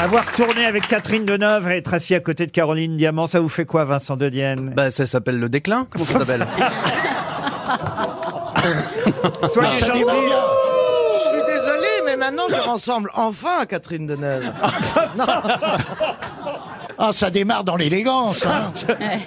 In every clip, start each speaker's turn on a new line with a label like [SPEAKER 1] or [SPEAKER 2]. [SPEAKER 1] Avoir tourné avec Catherine Deneuve et être assis à côté de Caroline Diamant, ça vous fait quoi, Vincent Dedienne
[SPEAKER 2] Bah, ça s'appelle le déclin. Comment ça s'appelle
[SPEAKER 1] Soyez gentil.
[SPEAKER 3] Oh Je suis désolé, mais maintenant je ressemble enfin à Catherine Deneuve.
[SPEAKER 4] Ah, ça démarre dans l'élégance. Hein.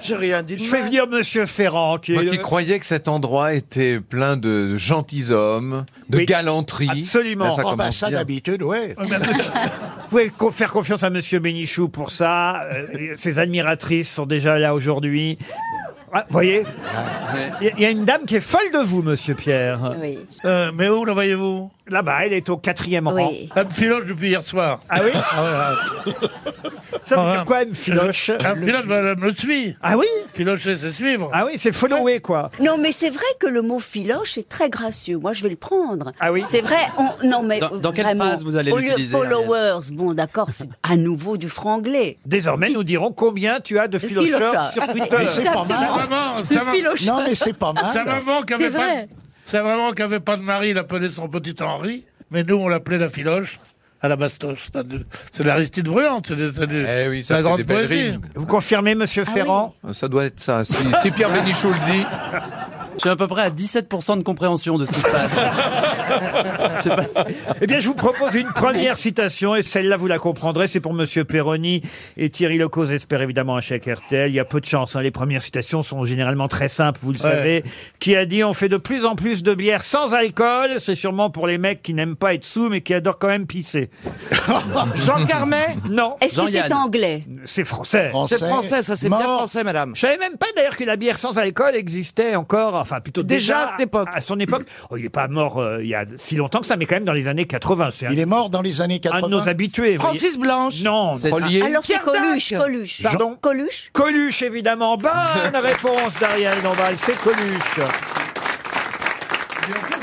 [SPEAKER 3] J'ai rien dit de
[SPEAKER 1] Je fais
[SPEAKER 3] mal.
[SPEAKER 1] venir Monsieur Ferrand, qui
[SPEAKER 5] Moi
[SPEAKER 1] est
[SPEAKER 5] qui croyais que cet endroit était plein de gentilshommes, de
[SPEAKER 1] Oui.
[SPEAKER 5] galanterie.
[SPEAKER 1] Absolument.
[SPEAKER 5] Là, Ben, ça
[SPEAKER 1] Oh,
[SPEAKER 4] Ah bah
[SPEAKER 5] commence
[SPEAKER 4] ça
[SPEAKER 5] bien.
[SPEAKER 4] d'habitude, ouais.
[SPEAKER 3] ben,
[SPEAKER 1] Vous pouvez co- faire confiance à Monsieur Bénichou pour ça. Euh, ses admiratrices sont déjà là aujourd'hui. Ah, vous voyez Il y a- il y a une dame qui est folle de vous, Monsieur Pierre.
[SPEAKER 6] Oui.
[SPEAKER 7] Euh, mais où la voyez-vous
[SPEAKER 1] Là-bas, elle est au quatrième rang.
[SPEAKER 6] Oui.
[SPEAKER 7] Elle me filoche Ah, depuis hier soir.
[SPEAKER 1] Ah oui Ça veut
[SPEAKER 7] Ah,
[SPEAKER 1] dire quoi, une filoche
[SPEAKER 7] Elle me filoche, elle bah, me suit.
[SPEAKER 1] Ah oui
[SPEAKER 7] Filocher, c'est suivre.
[SPEAKER 1] Ah oui, c'est follower, quoi.
[SPEAKER 6] Non, mais c'est vrai que le mot filoche est très gracieux. Moi, je vais le prendre.
[SPEAKER 1] Ah oui
[SPEAKER 6] C'est vrai. on- Non, mais
[SPEAKER 2] Dans- dans quelle
[SPEAKER 6] vraiment,
[SPEAKER 2] phrase vous allez
[SPEAKER 6] Au lieu de
[SPEAKER 2] l'utiliser, Ariel
[SPEAKER 6] followers, bon, d'accord, c'est à nouveau du franglais.
[SPEAKER 1] Désormais, nous dirons combien tu as de filocheurs
[SPEAKER 6] Filocheurs.
[SPEAKER 1] sur Twitter.
[SPEAKER 4] c'est pas
[SPEAKER 7] Sa
[SPEAKER 4] mal.
[SPEAKER 7] maman, sa, ma-
[SPEAKER 4] Non, mais c'est pas
[SPEAKER 7] sa
[SPEAKER 4] mal.
[SPEAKER 7] maman qui avait
[SPEAKER 8] C'est
[SPEAKER 7] pas,
[SPEAKER 8] vrai.
[SPEAKER 7] de- sa maman qui avait pas de mari, l'appelait son petit Henri. Mais nous, on l'appelait la filoche à la bastoche. C'est de- C'est de l'Aristide Bruyante, c'est de, c'est de-
[SPEAKER 5] Eh oui, ça
[SPEAKER 7] la
[SPEAKER 5] fait
[SPEAKER 7] grande
[SPEAKER 5] des belles
[SPEAKER 7] poésie.
[SPEAKER 5] rimes.
[SPEAKER 1] Vous confirmez, Monsieur
[SPEAKER 6] Ah
[SPEAKER 1] Ferrand Ah.
[SPEAKER 5] Ça doit être ça. Si, si Pierre Bénichou le dit,
[SPEAKER 2] Je suis à peu près à 17% de compréhension de ce qui se passe. Je sais pas.
[SPEAKER 1] Eh bien, je vous propose une première citation, et celle-là, vous la comprendrez, c'est pour Monsieur Perroni. Et Thierry Locos espère évidemment un chèque RTL. Il y a peu de chance, hein. les premières citations sont généralement très simples, vous le savez. Qui a dit « On fait de plus en plus de bière sans alcool », c'est sûrement pour les mecs qui n'aiment pas être sous, mais qui adorent quand même pisser.
[SPEAKER 3] Jean Carmet
[SPEAKER 1] Non,
[SPEAKER 6] Est-ce que c'est
[SPEAKER 2] Jean-Yann.
[SPEAKER 6] anglais
[SPEAKER 1] c'est français.
[SPEAKER 3] C'est français, ça c'est bien
[SPEAKER 4] mort.
[SPEAKER 3] français, madame.
[SPEAKER 1] Je savais même pas d'ailleurs que la bière sans alcool existait encore, enfin plutôt déjà,
[SPEAKER 3] Déjà à cette époque.
[SPEAKER 1] À son époque. Oh, il n'est pas mort euh, il y a si longtemps que ça, mais quand même dans les années 80. C'est un,
[SPEAKER 4] Il est mort dans les années
[SPEAKER 1] un de nos
[SPEAKER 4] 80.
[SPEAKER 1] habitués. vous voyez.
[SPEAKER 3] Francis Blanche.
[SPEAKER 1] Non,
[SPEAKER 2] C'est-
[SPEAKER 5] relié.
[SPEAKER 6] Alors c'est
[SPEAKER 3] Pierre
[SPEAKER 6] Coluche,
[SPEAKER 3] Dac.
[SPEAKER 6] Coluche.
[SPEAKER 1] Pardon
[SPEAKER 6] Coluche
[SPEAKER 1] Coluche, évidemment. Bonne réponse d'Ariel Dombal, c'est Coluche.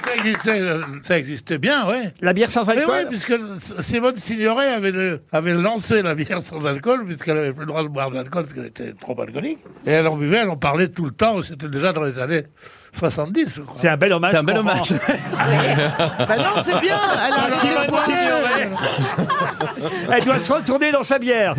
[SPEAKER 7] Ça existait, euh, ça existait bien, ouais.
[SPEAKER 1] La bière sans
[SPEAKER 7] Mais oui,
[SPEAKER 1] alcool
[SPEAKER 7] puisque Simone Signoret avait, le- avait lancé la bière sans alcool, puisqu'elle n'avait plus le droit de boire de l'alcool, parce qu'elle était trop alcoolique. Et elle en buvait, elle en parlait tout le temps, c'était déjà dans les années 70, je crois. Ah
[SPEAKER 1] C'est un bel hommage.
[SPEAKER 2] C'est un bel
[SPEAKER 1] qu'on
[SPEAKER 2] hommage.
[SPEAKER 1] rend.
[SPEAKER 3] Ben non, c'est bien.
[SPEAKER 1] Ah,
[SPEAKER 3] Elle a arrêté de
[SPEAKER 1] Simone
[SPEAKER 3] boire.
[SPEAKER 1] Signoret. Elle doit se retourner dans sa bière.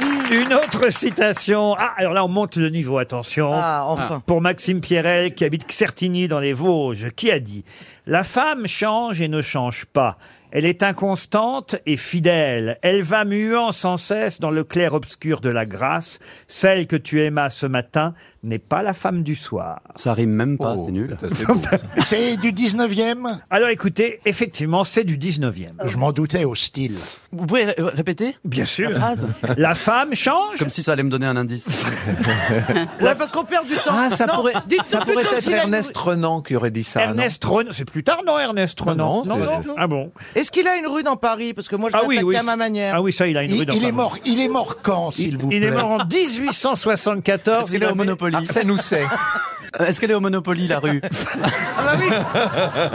[SPEAKER 1] Mm. Une autre citation. Ah, alors là, on monte le niveau, attention.
[SPEAKER 3] Ah, enfin.
[SPEAKER 1] Pour Maxime Pierrel, qui habite Certigny dans les Vosges, qui a dit La femme change et ne change pas. Elle est inconstante et fidèle. Elle va muant sans cesse dans le clair-obscur de la grâce. Celle que tu aimas ce matin n'est pas la femme du soir.
[SPEAKER 2] Ça rime même pas,
[SPEAKER 5] Oh,
[SPEAKER 2] c'est nul.
[SPEAKER 5] ça, c'est beau.
[SPEAKER 4] C'est du 19e
[SPEAKER 1] Alors écoutez, effectivement, c'est du 19e.
[SPEAKER 4] Je m'en doutais au style.
[SPEAKER 2] Vous pouvez ré- répéter
[SPEAKER 1] Bien sûr.
[SPEAKER 2] phrase
[SPEAKER 1] La femme change.
[SPEAKER 2] Comme si ça allait me donner un indice.
[SPEAKER 3] Ouais, parce qu'on perd du temps.
[SPEAKER 5] Ah, ça
[SPEAKER 3] Non,
[SPEAKER 5] pourrait,
[SPEAKER 3] dites
[SPEAKER 5] ça
[SPEAKER 3] ça
[SPEAKER 5] pourrait
[SPEAKER 3] plutôt
[SPEAKER 5] être
[SPEAKER 3] si la-
[SPEAKER 5] Ernest Renan qui aurait dit ça. non
[SPEAKER 1] Ernest Renan. C'est plus tard, non, Ernest Renan
[SPEAKER 5] Non, non, c'est-
[SPEAKER 1] Ah bon
[SPEAKER 3] Est-ce qu'il a une rue dans Paris Parce que moi je
[SPEAKER 1] Ah oui,
[SPEAKER 3] l'attaque
[SPEAKER 1] oui.
[SPEAKER 3] à ma manière.
[SPEAKER 1] Ah oui, ça, il a une
[SPEAKER 4] Il,
[SPEAKER 1] rue dans
[SPEAKER 4] il
[SPEAKER 1] sa
[SPEAKER 4] est
[SPEAKER 1] main.
[SPEAKER 4] mort. Il est mort quand, s'il vous plaît
[SPEAKER 1] Il est mort en
[SPEAKER 2] Est-ce
[SPEAKER 1] 1874.
[SPEAKER 2] qu'elle est au
[SPEAKER 1] avait-
[SPEAKER 2] Monopoly
[SPEAKER 5] Arsène Housset.
[SPEAKER 2] Euh, Est-ce qu'elle est au Monopoly, la rue
[SPEAKER 3] Ah bah oui.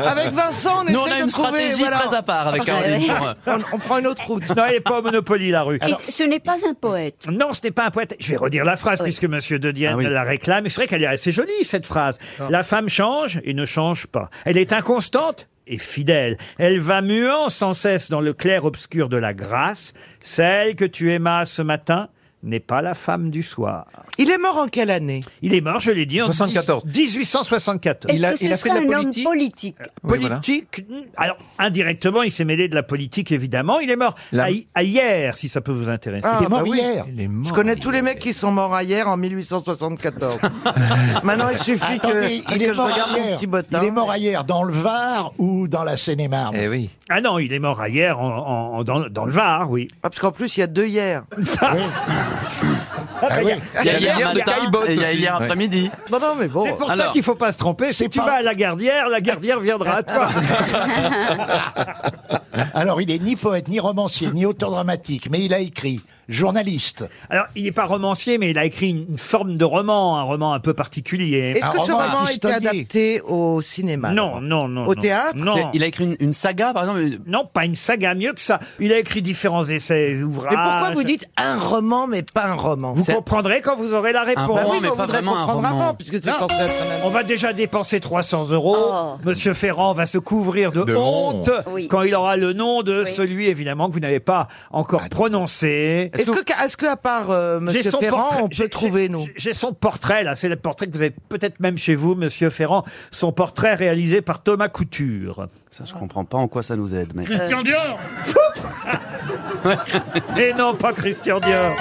[SPEAKER 3] Avec Vincent, on
[SPEAKER 2] Nous, on
[SPEAKER 3] essaie
[SPEAKER 2] a
[SPEAKER 3] de
[SPEAKER 2] une
[SPEAKER 3] trouver.
[SPEAKER 2] stratégie
[SPEAKER 3] voilà.
[SPEAKER 2] très à part
[SPEAKER 1] Ah,
[SPEAKER 2] avec Caroline. pour, euh,
[SPEAKER 3] On, on prend une autre route.
[SPEAKER 1] Non, elle n'est pas au Monopoly, la rue.
[SPEAKER 6] Et ce n'est pas un poète.
[SPEAKER 1] Non, ce n'est pas un poète. Je vais redire la phrase
[SPEAKER 6] Oui.
[SPEAKER 1] puisque Monsieur De Dienne
[SPEAKER 2] Ah oui.
[SPEAKER 1] la réclame. Et C'est vrai qu'elle est assez jolie cette phrase.
[SPEAKER 5] Ah.
[SPEAKER 1] La femme change et ne change pas. Elle est inconstante et fidèle. Elle va muant sans cesse dans le clair obscur de la grâce. Celle que tu aimas ce matin n'est pas la femme du soir.
[SPEAKER 3] Il est mort en quelle année
[SPEAKER 1] Il est mort, je l'ai dit, en
[SPEAKER 5] 74.
[SPEAKER 1] 1874.
[SPEAKER 6] Est-ce
[SPEAKER 5] a-
[SPEAKER 6] que ce
[SPEAKER 5] il a fait de
[SPEAKER 6] serait
[SPEAKER 5] la
[SPEAKER 6] un homme
[SPEAKER 5] politique
[SPEAKER 6] politique
[SPEAKER 5] Oui, voilà.
[SPEAKER 1] Politique, hmm, alors indirectement, il s'est mêlé de la politique évidemment. Il est mort
[SPEAKER 5] La-
[SPEAKER 1] à, hi- à hier, si ça peut vous intéresser.
[SPEAKER 3] Ah,
[SPEAKER 4] Il est
[SPEAKER 3] bah
[SPEAKER 4] mort
[SPEAKER 3] oui.
[SPEAKER 4] hier.
[SPEAKER 5] Il est mort.
[SPEAKER 3] Je connais tous les mecs qui sont morts hier en 1874. Maintenant, il suffit
[SPEAKER 4] Attendez,
[SPEAKER 3] que,
[SPEAKER 4] il
[SPEAKER 3] que
[SPEAKER 4] est
[SPEAKER 3] je
[SPEAKER 4] mort
[SPEAKER 3] regarde mon
[SPEAKER 4] hier.
[SPEAKER 3] petit
[SPEAKER 4] Il
[SPEAKER 3] bottin.
[SPEAKER 4] est mort hier dans le Var ou dans la Seine-et-Marne.
[SPEAKER 5] Eh oui.
[SPEAKER 1] Ah non, il est mort à hier en- en- en- dans, dans le Var, oui. bah
[SPEAKER 3] Ah, parce qu'en plus, il y a deux hier.
[SPEAKER 9] bah
[SPEAKER 4] Ah oui.
[SPEAKER 2] Il y a hier
[SPEAKER 5] hier
[SPEAKER 2] matin
[SPEAKER 5] Gaillebot
[SPEAKER 2] et il y a
[SPEAKER 5] aussi.
[SPEAKER 2] hier
[SPEAKER 5] Ouais.
[SPEAKER 2] après-midi.
[SPEAKER 3] Non, non, mais bon.
[SPEAKER 1] C'est pour ça
[SPEAKER 2] Alors-
[SPEAKER 1] qu'il faut pas se tromper. Si
[SPEAKER 4] C'est
[SPEAKER 1] tu
[SPEAKER 4] pas-
[SPEAKER 1] vas à la gardière, la gardière viendra à toi.
[SPEAKER 5] hein.
[SPEAKER 4] Alors, il est ni poète, ni romancier, ni auteur dramatique, mais il a écrit journaliste.
[SPEAKER 1] Alors, il n'est pas romancier, mais il a écrit une, une forme de roman, un roman un peu particulier.
[SPEAKER 4] Un
[SPEAKER 3] Est-ce que ce
[SPEAKER 4] roman
[SPEAKER 3] roman a été
[SPEAKER 4] épistolier.
[SPEAKER 3] adapté au cinéma
[SPEAKER 1] Non, non, Oh, non.
[SPEAKER 3] Au
[SPEAKER 1] non.
[SPEAKER 3] théâtre
[SPEAKER 1] Non.
[SPEAKER 2] Il a écrit une, une saga, par exemple. une-
[SPEAKER 1] Non, pas une saga, mieux que ça. Il a écrit différents essais, ouvrages.
[SPEAKER 3] Mais pourquoi vous dites un roman, mais pas un roman
[SPEAKER 1] Vous
[SPEAKER 2] C'est-
[SPEAKER 1] comprendrez quand vous aurez la réponse.
[SPEAKER 3] Bah
[SPEAKER 2] roman,
[SPEAKER 3] oui,
[SPEAKER 2] mais
[SPEAKER 3] on
[SPEAKER 2] pas
[SPEAKER 3] voudrait
[SPEAKER 2] vraiment un
[SPEAKER 3] comprendre
[SPEAKER 2] roman.
[SPEAKER 3] avant, puisque c'est
[SPEAKER 7] Non.
[SPEAKER 3] censé être un
[SPEAKER 1] On va déjà dépenser 300 euros.
[SPEAKER 6] Oh.
[SPEAKER 1] Monsieur Ferrand va se couvrir de,
[SPEAKER 5] De honte.
[SPEAKER 1] honte
[SPEAKER 6] Oui.
[SPEAKER 1] quand il aura le nom de
[SPEAKER 6] Oui.
[SPEAKER 1] celui, évidemment, que vous n'avez pas encore prononcé.
[SPEAKER 3] Est-ce que, est-ce que à part euh,
[SPEAKER 1] J'ai
[SPEAKER 3] Monsieur
[SPEAKER 1] son
[SPEAKER 3] Ferrand,
[SPEAKER 1] portrait-
[SPEAKER 3] on
[SPEAKER 1] j'ai-
[SPEAKER 3] peut trouver
[SPEAKER 1] j'ai-
[SPEAKER 3] nous
[SPEAKER 1] J'ai son portrait là, c'est le portrait que vous avez peut-être même chez vous, Monsieur Ferrand. Son portrait réalisé par Thomas Couture.
[SPEAKER 2] Ça, je comprends pas en quoi ça nous aide. Mais... Euh.
[SPEAKER 7] Christian Dior
[SPEAKER 1] Et non, pas Christian Dior.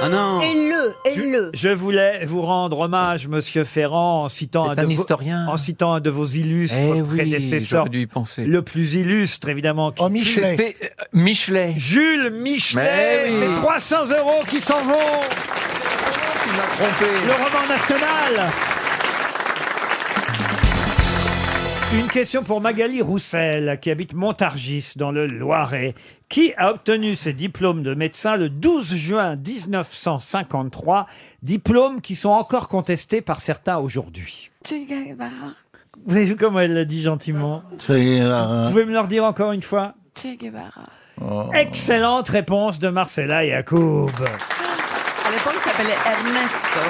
[SPEAKER 2] Ah non
[SPEAKER 6] Et le, et
[SPEAKER 1] Je,
[SPEAKER 6] le.
[SPEAKER 1] je voulais vous rendre hommage, Monsieur Ferrand, en citant un,
[SPEAKER 5] un
[SPEAKER 1] de
[SPEAKER 5] historien.
[SPEAKER 1] Vos, en citant un de vos illustres
[SPEAKER 5] Eh oui,
[SPEAKER 1] prédécesseurs,
[SPEAKER 5] j'aurais dû y penser.
[SPEAKER 1] le plus illustre évidemment, qui
[SPEAKER 4] Oh, Michelet.
[SPEAKER 5] C'était euh, Michelet.
[SPEAKER 1] Jules Michelet,
[SPEAKER 5] Mais Eh oui.
[SPEAKER 1] Eh c'est 300 euros qui s'en vont.
[SPEAKER 5] Il m'a trompé.
[SPEAKER 1] Le roman national. Une question pour Magali Roussel, qui habite Montargis, dans le Loiret, qui a obtenu ses diplômes de médecin le 12 juin 1953, diplômes qui sont encore contestés par certains aujourd'hui. Vous avez vu comment elle l'a dit gentiment
[SPEAKER 4] C'est, euh,
[SPEAKER 1] Vous pouvez me le redire encore une fois Excellente réponse de Marcella Yacoub.
[SPEAKER 8] À l'époque, il s'appelait Ernesto.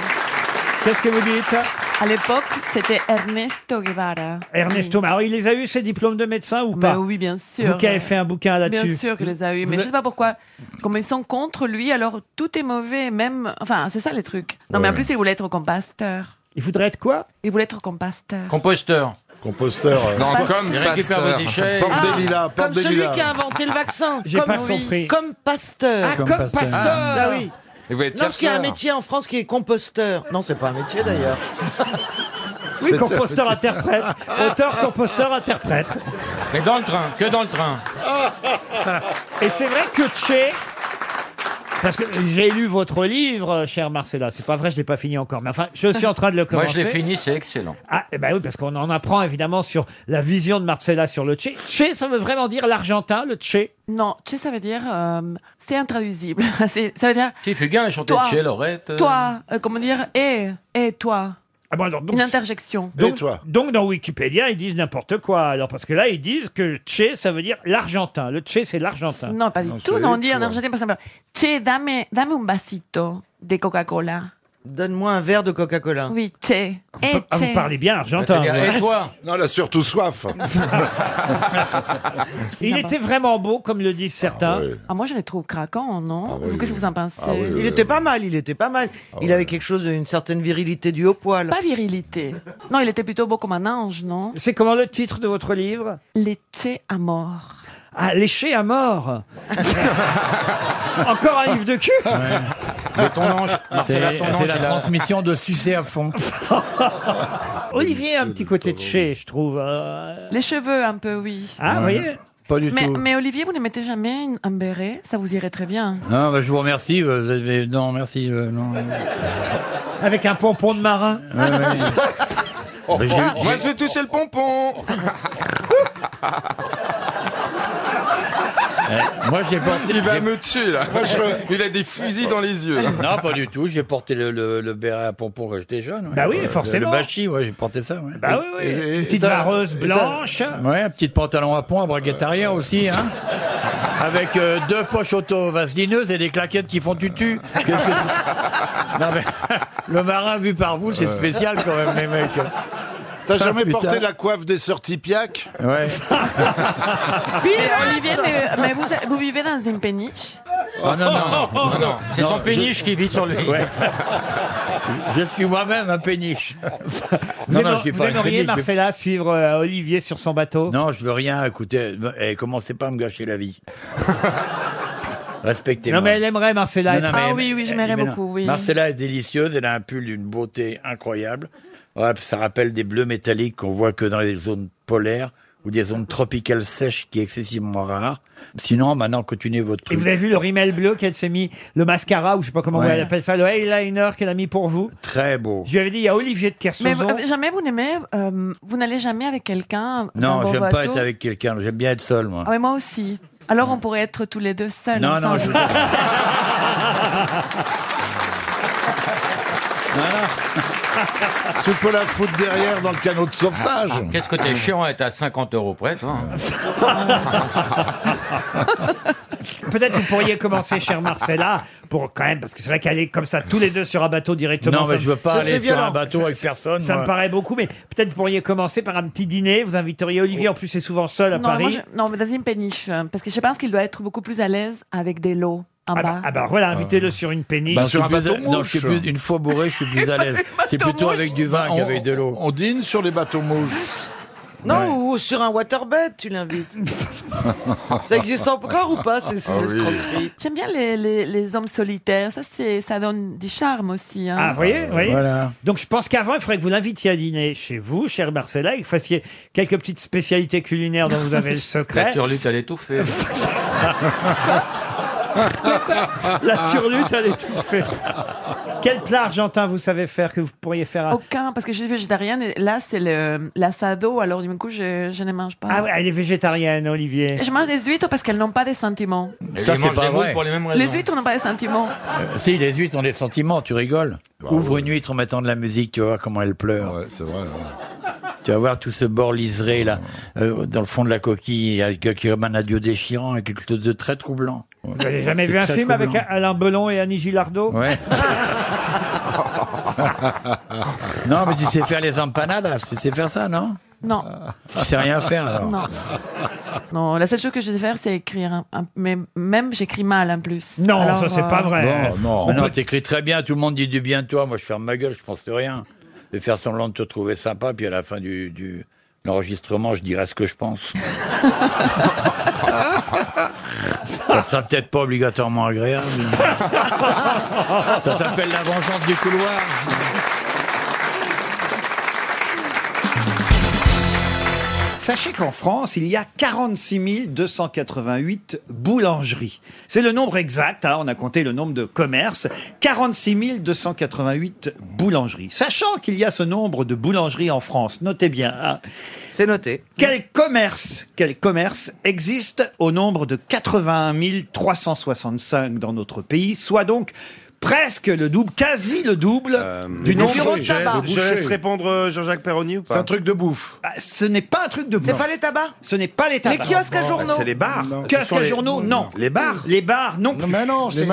[SPEAKER 1] Qu'est-ce que vous dites
[SPEAKER 8] À l'époque, c'était Ernesto Guevara.
[SPEAKER 1] Ernesto, alors il les a eu ses diplômes de médecin ou
[SPEAKER 8] Bah
[SPEAKER 1] pas
[SPEAKER 8] oui, bien sûr.
[SPEAKER 1] Vous qui avez fait un bouquin
[SPEAKER 8] Bien
[SPEAKER 1] là-dessus.
[SPEAKER 8] sûr qu'il les a eu, mais
[SPEAKER 1] Vous-
[SPEAKER 8] je sais pas pourquoi. Comme ils sont contre lui, alors tout est mauvais, même. Enfin, c'est ça les trucs. Non, mais en plus, il voulait être compasteur.
[SPEAKER 1] Il voudrait être quoi
[SPEAKER 8] Il voulait être compasteur.
[SPEAKER 10] Composteur.
[SPEAKER 11] Composteur. euh,
[SPEAKER 5] Non, comme
[SPEAKER 10] Il récupère vos déchets. Ah,
[SPEAKER 11] Porte des lilas, porte des lilas.
[SPEAKER 3] inventé le vaccin.
[SPEAKER 1] J'ai pas compris.
[SPEAKER 3] Comme Pasteur.
[SPEAKER 1] Ah, comme, pasteur.
[SPEAKER 3] Ah oui.
[SPEAKER 5] Il voulait être
[SPEAKER 3] Non, parce qu'il y a un
[SPEAKER 5] chercheur.
[SPEAKER 3] métier en France qui est composteur. Non, c'est pas un métier d'ailleurs.
[SPEAKER 1] Oui, composteur interprète. Auteur, composteur, interprète.
[SPEAKER 10] Mais dans le train, que dans le train.
[SPEAKER 1] Et c'est vrai que Tché. Parce que j'ai lu votre livre, euh, cher Marcella. C'est pas vrai, je l'ai pas fini encore. Mais enfin, je suis en train de le
[SPEAKER 10] Moi,
[SPEAKER 1] commencer.
[SPEAKER 10] je l'ai fini, c'est excellent.
[SPEAKER 1] Ah, eh ben oui, parce qu'on en apprend évidemment sur la vision de Marcella sur le Tché. Tché, ça veut vraiment dire l'argentin, le Tché.
[SPEAKER 8] Non, tu sais, ça veut dire. euh, c'est intraduisible. C'est- ça veut dire.
[SPEAKER 10] Si Fugain a chanté
[SPEAKER 8] Toi.
[SPEAKER 10] chez Lorette. euh,
[SPEAKER 8] Toi, euh, comment dire, et, et toi.
[SPEAKER 1] Ah bon, alors, donc,
[SPEAKER 8] Une interjection.
[SPEAKER 1] donc,
[SPEAKER 11] toi
[SPEAKER 1] donc, dans Wikipédia, ils disent n'importe quoi. Alors, parce que là, ils disent que Tché, ça veut dire l'argentin. Le Tché, c'est l'argentin.
[SPEAKER 8] Non, pas du tout. Non, on
[SPEAKER 12] hein.
[SPEAKER 8] dit en argentin, par exemple, Che, dame, dame un vasito de Coca-Cola.
[SPEAKER 3] Donne-moi un verre de Coca-Cola.
[SPEAKER 8] Oui, che. Et
[SPEAKER 1] Ah, vous
[SPEAKER 8] che.
[SPEAKER 1] parlez bien argentin.
[SPEAKER 10] c'est-à-dire,
[SPEAKER 1] vous.
[SPEAKER 10] Et toi
[SPEAKER 11] Non, elle a surtout soif.
[SPEAKER 1] Il était vraiment beau, comme le disent certains.
[SPEAKER 11] Ouais.
[SPEAKER 8] Ah, moi, je les trouve craquants, non
[SPEAKER 11] Ah oui,
[SPEAKER 8] Qu'est-ce que
[SPEAKER 11] oui.
[SPEAKER 8] vous en pensez
[SPEAKER 11] Ah oui, oui.
[SPEAKER 3] Il était pas mal, il était pas mal. Il avait quelque chose d'une certaine virilité du haut poil.
[SPEAKER 8] Pas virilité. Non, il était plutôt beau comme un ange, non
[SPEAKER 1] C'est comment le titre de votre livre
[SPEAKER 8] Les che à mort.
[SPEAKER 1] Ah, léché à mort. Encore un livre de cul
[SPEAKER 10] De ton ange. Marcella, ton ange. il a-
[SPEAKER 2] transmission de sucer à fond.
[SPEAKER 1] Olivier a un petit côté de chez, je trouve. euh.
[SPEAKER 8] Les cheveux, un peu, oui.
[SPEAKER 1] Ah, vous voyez
[SPEAKER 12] Pas du
[SPEAKER 8] Mais,
[SPEAKER 12] tout.
[SPEAKER 8] mais Olivier, vous ne mettez jamais une- un béret, ça vous irait très bien.
[SPEAKER 12] Non, bah, je vous remercie. Vous avez... Non, merci. euh, non.
[SPEAKER 1] Avec un pompon de marin.
[SPEAKER 10] On Oh, va se tousser le pompon.
[SPEAKER 12] Euh, Moi, j'ai porté. j'ai-
[SPEAKER 5] me tuer là. Il a des fusils dans les yeux.
[SPEAKER 12] Non, pas du tout. J'ai porté le, le, le béret à pompon quand j'étais jeune. ouais.
[SPEAKER 1] Bah oui,
[SPEAKER 12] Euh,
[SPEAKER 1] forcément.
[SPEAKER 12] Le bachi, ouais, j'ai porté ça. Ouais.
[SPEAKER 1] Bah oui, oui.
[SPEAKER 11] Et- et-
[SPEAKER 1] Petite vareuse blanche.
[SPEAKER 12] Ouais, un petit pantalon à pont à braguette
[SPEAKER 5] Euh,
[SPEAKER 12] arrière aussi, hein. Avec euh, deux poches auto-vaselineuses et des claquettes qui font tutu. Qu'est-ce que vous- Non, mais le marin vu par vous, c'est spécial quand même, les mecs.
[SPEAKER 11] T'as jamais
[SPEAKER 12] Ah, putain.
[SPEAKER 11] porté la coiffe des sorties piac
[SPEAKER 12] Ouais.
[SPEAKER 8] Mais Olivier, mais, mais vous, vous vivez dans une péniche
[SPEAKER 12] Oh, non, non, non.
[SPEAKER 10] Non, non, c'est son péniche qui vit sur lui.
[SPEAKER 12] Je suis moi-même un péniche.
[SPEAKER 1] Vous, aimeriez- vous
[SPEAKER 12] un
[SPEAKER 1] aimeriez,
[SPEAKER 12] péniche, je suis-
[SPEAKER 1] Marcella, suivre euh, Olivier sur son bateau
[SPEAKER 12] Non, je veux rien. Écoutez, eh, commencez pas à me gâcher la vie. Respectez-moi.
[SPEAKER 1] Non, mais elle aimerait, Marcella.
[SPEAKER 12] Non,
[SPEAKER 1] être-
[SPEAKER 12] non,
[SPEAKER 8] Ah
[SPEAKER 12] mais-
[SPEAKER 8] oui, oui, je
[SPEAKER 12] eh,
[SPEAKER 8] m'aimerais
[SPEAKER 12] mais non.
[SPEAKER 8] beaucoup, oui.
[SPEAKER 12] Marcella est délicieuse. Elle a un pull d'une beauté incroyable. Ouais, ça rappelle des bleus métalliques qu'on voit que dans les zones polaires ou des zones tropicales sèches qui est excessivement rare. Sinon, maintenant, continuez votre
[SPEAKER 1] Et
[SPEAKER 12] truc.
[SPEAKER 1] vous avez vu le rimel bleu qu'elle s'est mis, le mascara, ou je sais pas comment
[SPEAKER 12] Ouais.
[SPEAKER 1] elle appelle ça, le eyeliner qu'elle a mis pour vous
[SPEAKER 12] Très beau.
[SPEAKER 1] Je lui avais dit, il y a Olivier de
[SPEAKER 8] Mais
[SPEAKER 1] Kersauzon.
[SPEAKER 8] vous- jamais vous n'aimez, euh, vous n'allez jamais avec quelqu'un dans
[SPEAKER 12] Non,
[SPEAKER 8] vos
[SPEAKER 12] j'aime pas
[SPEAKER 8] bateaux
[SPEAKER 12] être avec quelqu'un. J'aime bien être seul, moi.
[SPEAKER 8] Ah, mais moi aussi. Alors on pourrait être tous les deux seuls.
[SPEAKER 12] Non, non,
[SPEAKER 8] ensemble.
[SPEAKER 12] je...
[SPEAKER 13] Tu peux la foutre derrière dans le canot de sauvetage.
[SPEAKER 14] Ah,
[SPEAKER 10] Ah,
[SPEAKER 14] Qu'est-ce que
[SPEAKER 5] Ah.
[SPEAKER 14] t'es chiant à être à 50 euros près, toi hein
[SPEAKER 12] Ah.
[SPEAKER 11] Peut-être vous pourriez commencer, cher Marcella, pour quand même, parce que c'est vrai qu'aller comme ça tous les deux sur un bateau directement.
[SPEAKER 12] Non, mais
[SPEAKER 11] ça-
[SPEAKER 12] je veux pas
[SPEAKER 11] ça,
[SPEAKER 12] aller
[SPEAKER 11] c'est
[SPEAKER 12] sur
[SPEAKER 11] violent.
[SPEAKER 12] un bateau
[SPEAKER 11] Ça-
[SPEAKER 12] avec personne,
[SPEAKER 11] Ça
[SPEAKER 12] moi.
[SPEAKER 11] me paraît beaucoup, mais peut-être vous pourriez commencer par un petit dîner. Vous inviteriez
[SPEAKER 12] Oh.
[SPEAKER 11] Olivier, en plus, c'est souvent seul à
[SPEAKER 8] non, moi,
[SPEAKER 11] Paris.
[SPEAKER 8] je- non, mais dans une péniche, euh, parce que je pense qu'il doit être beaucoup plus à l'aise avec des lots
[SPEAKER 11] Ah,
[SPEAKER 8] en bas.
[SPEAKER 11] bah, ah bah, voilà, invitez-le sur une péniche.
[SPEAKER 12] Bah, je
[SPEAKER 10] Ah,
[SPEAKER 12] suis plus à- non, je suis plus- une fois bourré, je suis plus à l'aise. C'est plutôt avec du vin
[SPEAKER 13] On-
[SPEAKER 12] qu'avec de l'eau.
[SPEAKER 13] On dîne sur les bateaux mouches.
[SPEAKER 9] Non, ou, ou sur un waterbed, tu l'invites. ça existe encore ou pas, ces, ces
[SPEAKER 13] Ah oui.
[SPEAKER 9] escroqueries
[SPEAKER 8] J'aime bien les, les- les hommes solitaires, ça, c'est, ça donne du charme aussi. hein.
[SPEAKER 11] Ah, vous voyez, vous voyez Donc je pense qu'avant, il faudrait que vous l'invitiez à dîner chez vous, chère Marcella, et que vous fassiez quelques petites spécialités culinaires dont vous avez le secret.
[SPEAKER 14] La turlute, elle est tout fait.
[SPEAKER 11] La turlute, elle est tout fait. Quel plat argentin vous savez faire que vous pourriez faire à...
[SPEAKER 8] Aucun, parce que je suis végétarienne et là, c'est le, l'assado, alors du coup, je, je ne mange pas.
[SPEAKER 11] Ah ouais, elle est végétarienne, Olivier.
[SPEAKER 8] Je mange des huîtres parce qu'elles n'ont pas des sentiments.
[SPEAKER 12] Et Ça, lui, il c'est mange pas des moules vrai.
[SPEAKER 14] pour les mêmes
[SPEAKER 8] Les huîtres n'ont pas des sentiments.
[SPEAKER 12] Euh, si, les huîtres ont des sentiments, tu rigoles. Ouvre une huître en mettant de la musique, tu vas voir comment elle pleure. Bah c'est vrai. Tu vas voir tout ce bord liseré, là, euh, dans le fond de la coquille, avec avec un adieu déchirant et quelque chose de très troublant.
[SPEAKER 11] Vous n'avez jamais vu un film avec Alain Belon et Annie Gillardot
[SPEAKER 12] Ouais. non, mais tu sais faire les empanadas, tu sais faire ça, non
[SPEAKER 8] Non.
[SPEAKER 12] Tu sais rien faire, alors.
[SPEAKER 8] Non. Non, la seule chose que je sais faire, c'est écrire. hein. Ah, Mais même, j'écris mal en plus.
[SPEAKER 12] Non,
[SPEAKER 8] Alors,
[SPEAKER 12] ça c'est
[SPEAKER 8] euh,
[SPEAKER 12] pas vrai.
[SPEAKER 11] Non,
[SPEAKER 12] Mais
[SPEAKER 11] non.
[SPEAKER 12] non, t'écris très bien, tout le monde dit du bien de toi. Moi, je ferme ma gueule, je pense de rien. De faire semblant de te trouver sympa, puis à la fin du, du- de l'enregistrement, je dirai ce que je pense. ça sera peut-être pas obligatoirement agréable. ça s'appelle la vengeance du couloir.
[SPEAKER 1] Sachez qu'en France, il y a 46 288 boulangeries. C'est le nombre exact, hein, on a compté le nombre de commerces. 46 288 boulangeries. Sachant qu'il y a ce nombre de boulangeries en France, notez bien. C'est noté. Quel commerce, quel commerce existe au nombre de 81 365 dans notre pays, soit donc presque le double, quasi le double du
[SPEAKER 5] Euh, le
[SPEAKER 1] nombre
[SPEAKER 5] boucher, Je laisse- je laisse répondre euh, Jean-Jacques Perroni ou pas
[SPEAKER 1] C'est un truc
[SPEAKER 5] de bouffe.
[SPEAKER 1] ah, Ce n'est pas un truc de bouffe.
[SPEAKER 5] C'est pas
[SPEAKER 1] les tabacs Ce n'est pas les tabacs.
[SPEAKER 5] Les kiosques à journaux. Bah, c'est les bars. Non.
[SPEAKER 1] Kiosques
[SPEAKER 5] Ce sont
[SPEAKER 1] à
[SPEAKER 5] les-
[SPEAKER 1] journaux, non. Les bars Les bars, non. plus.
[SPEAKER 3] mais non, c'est- c'est-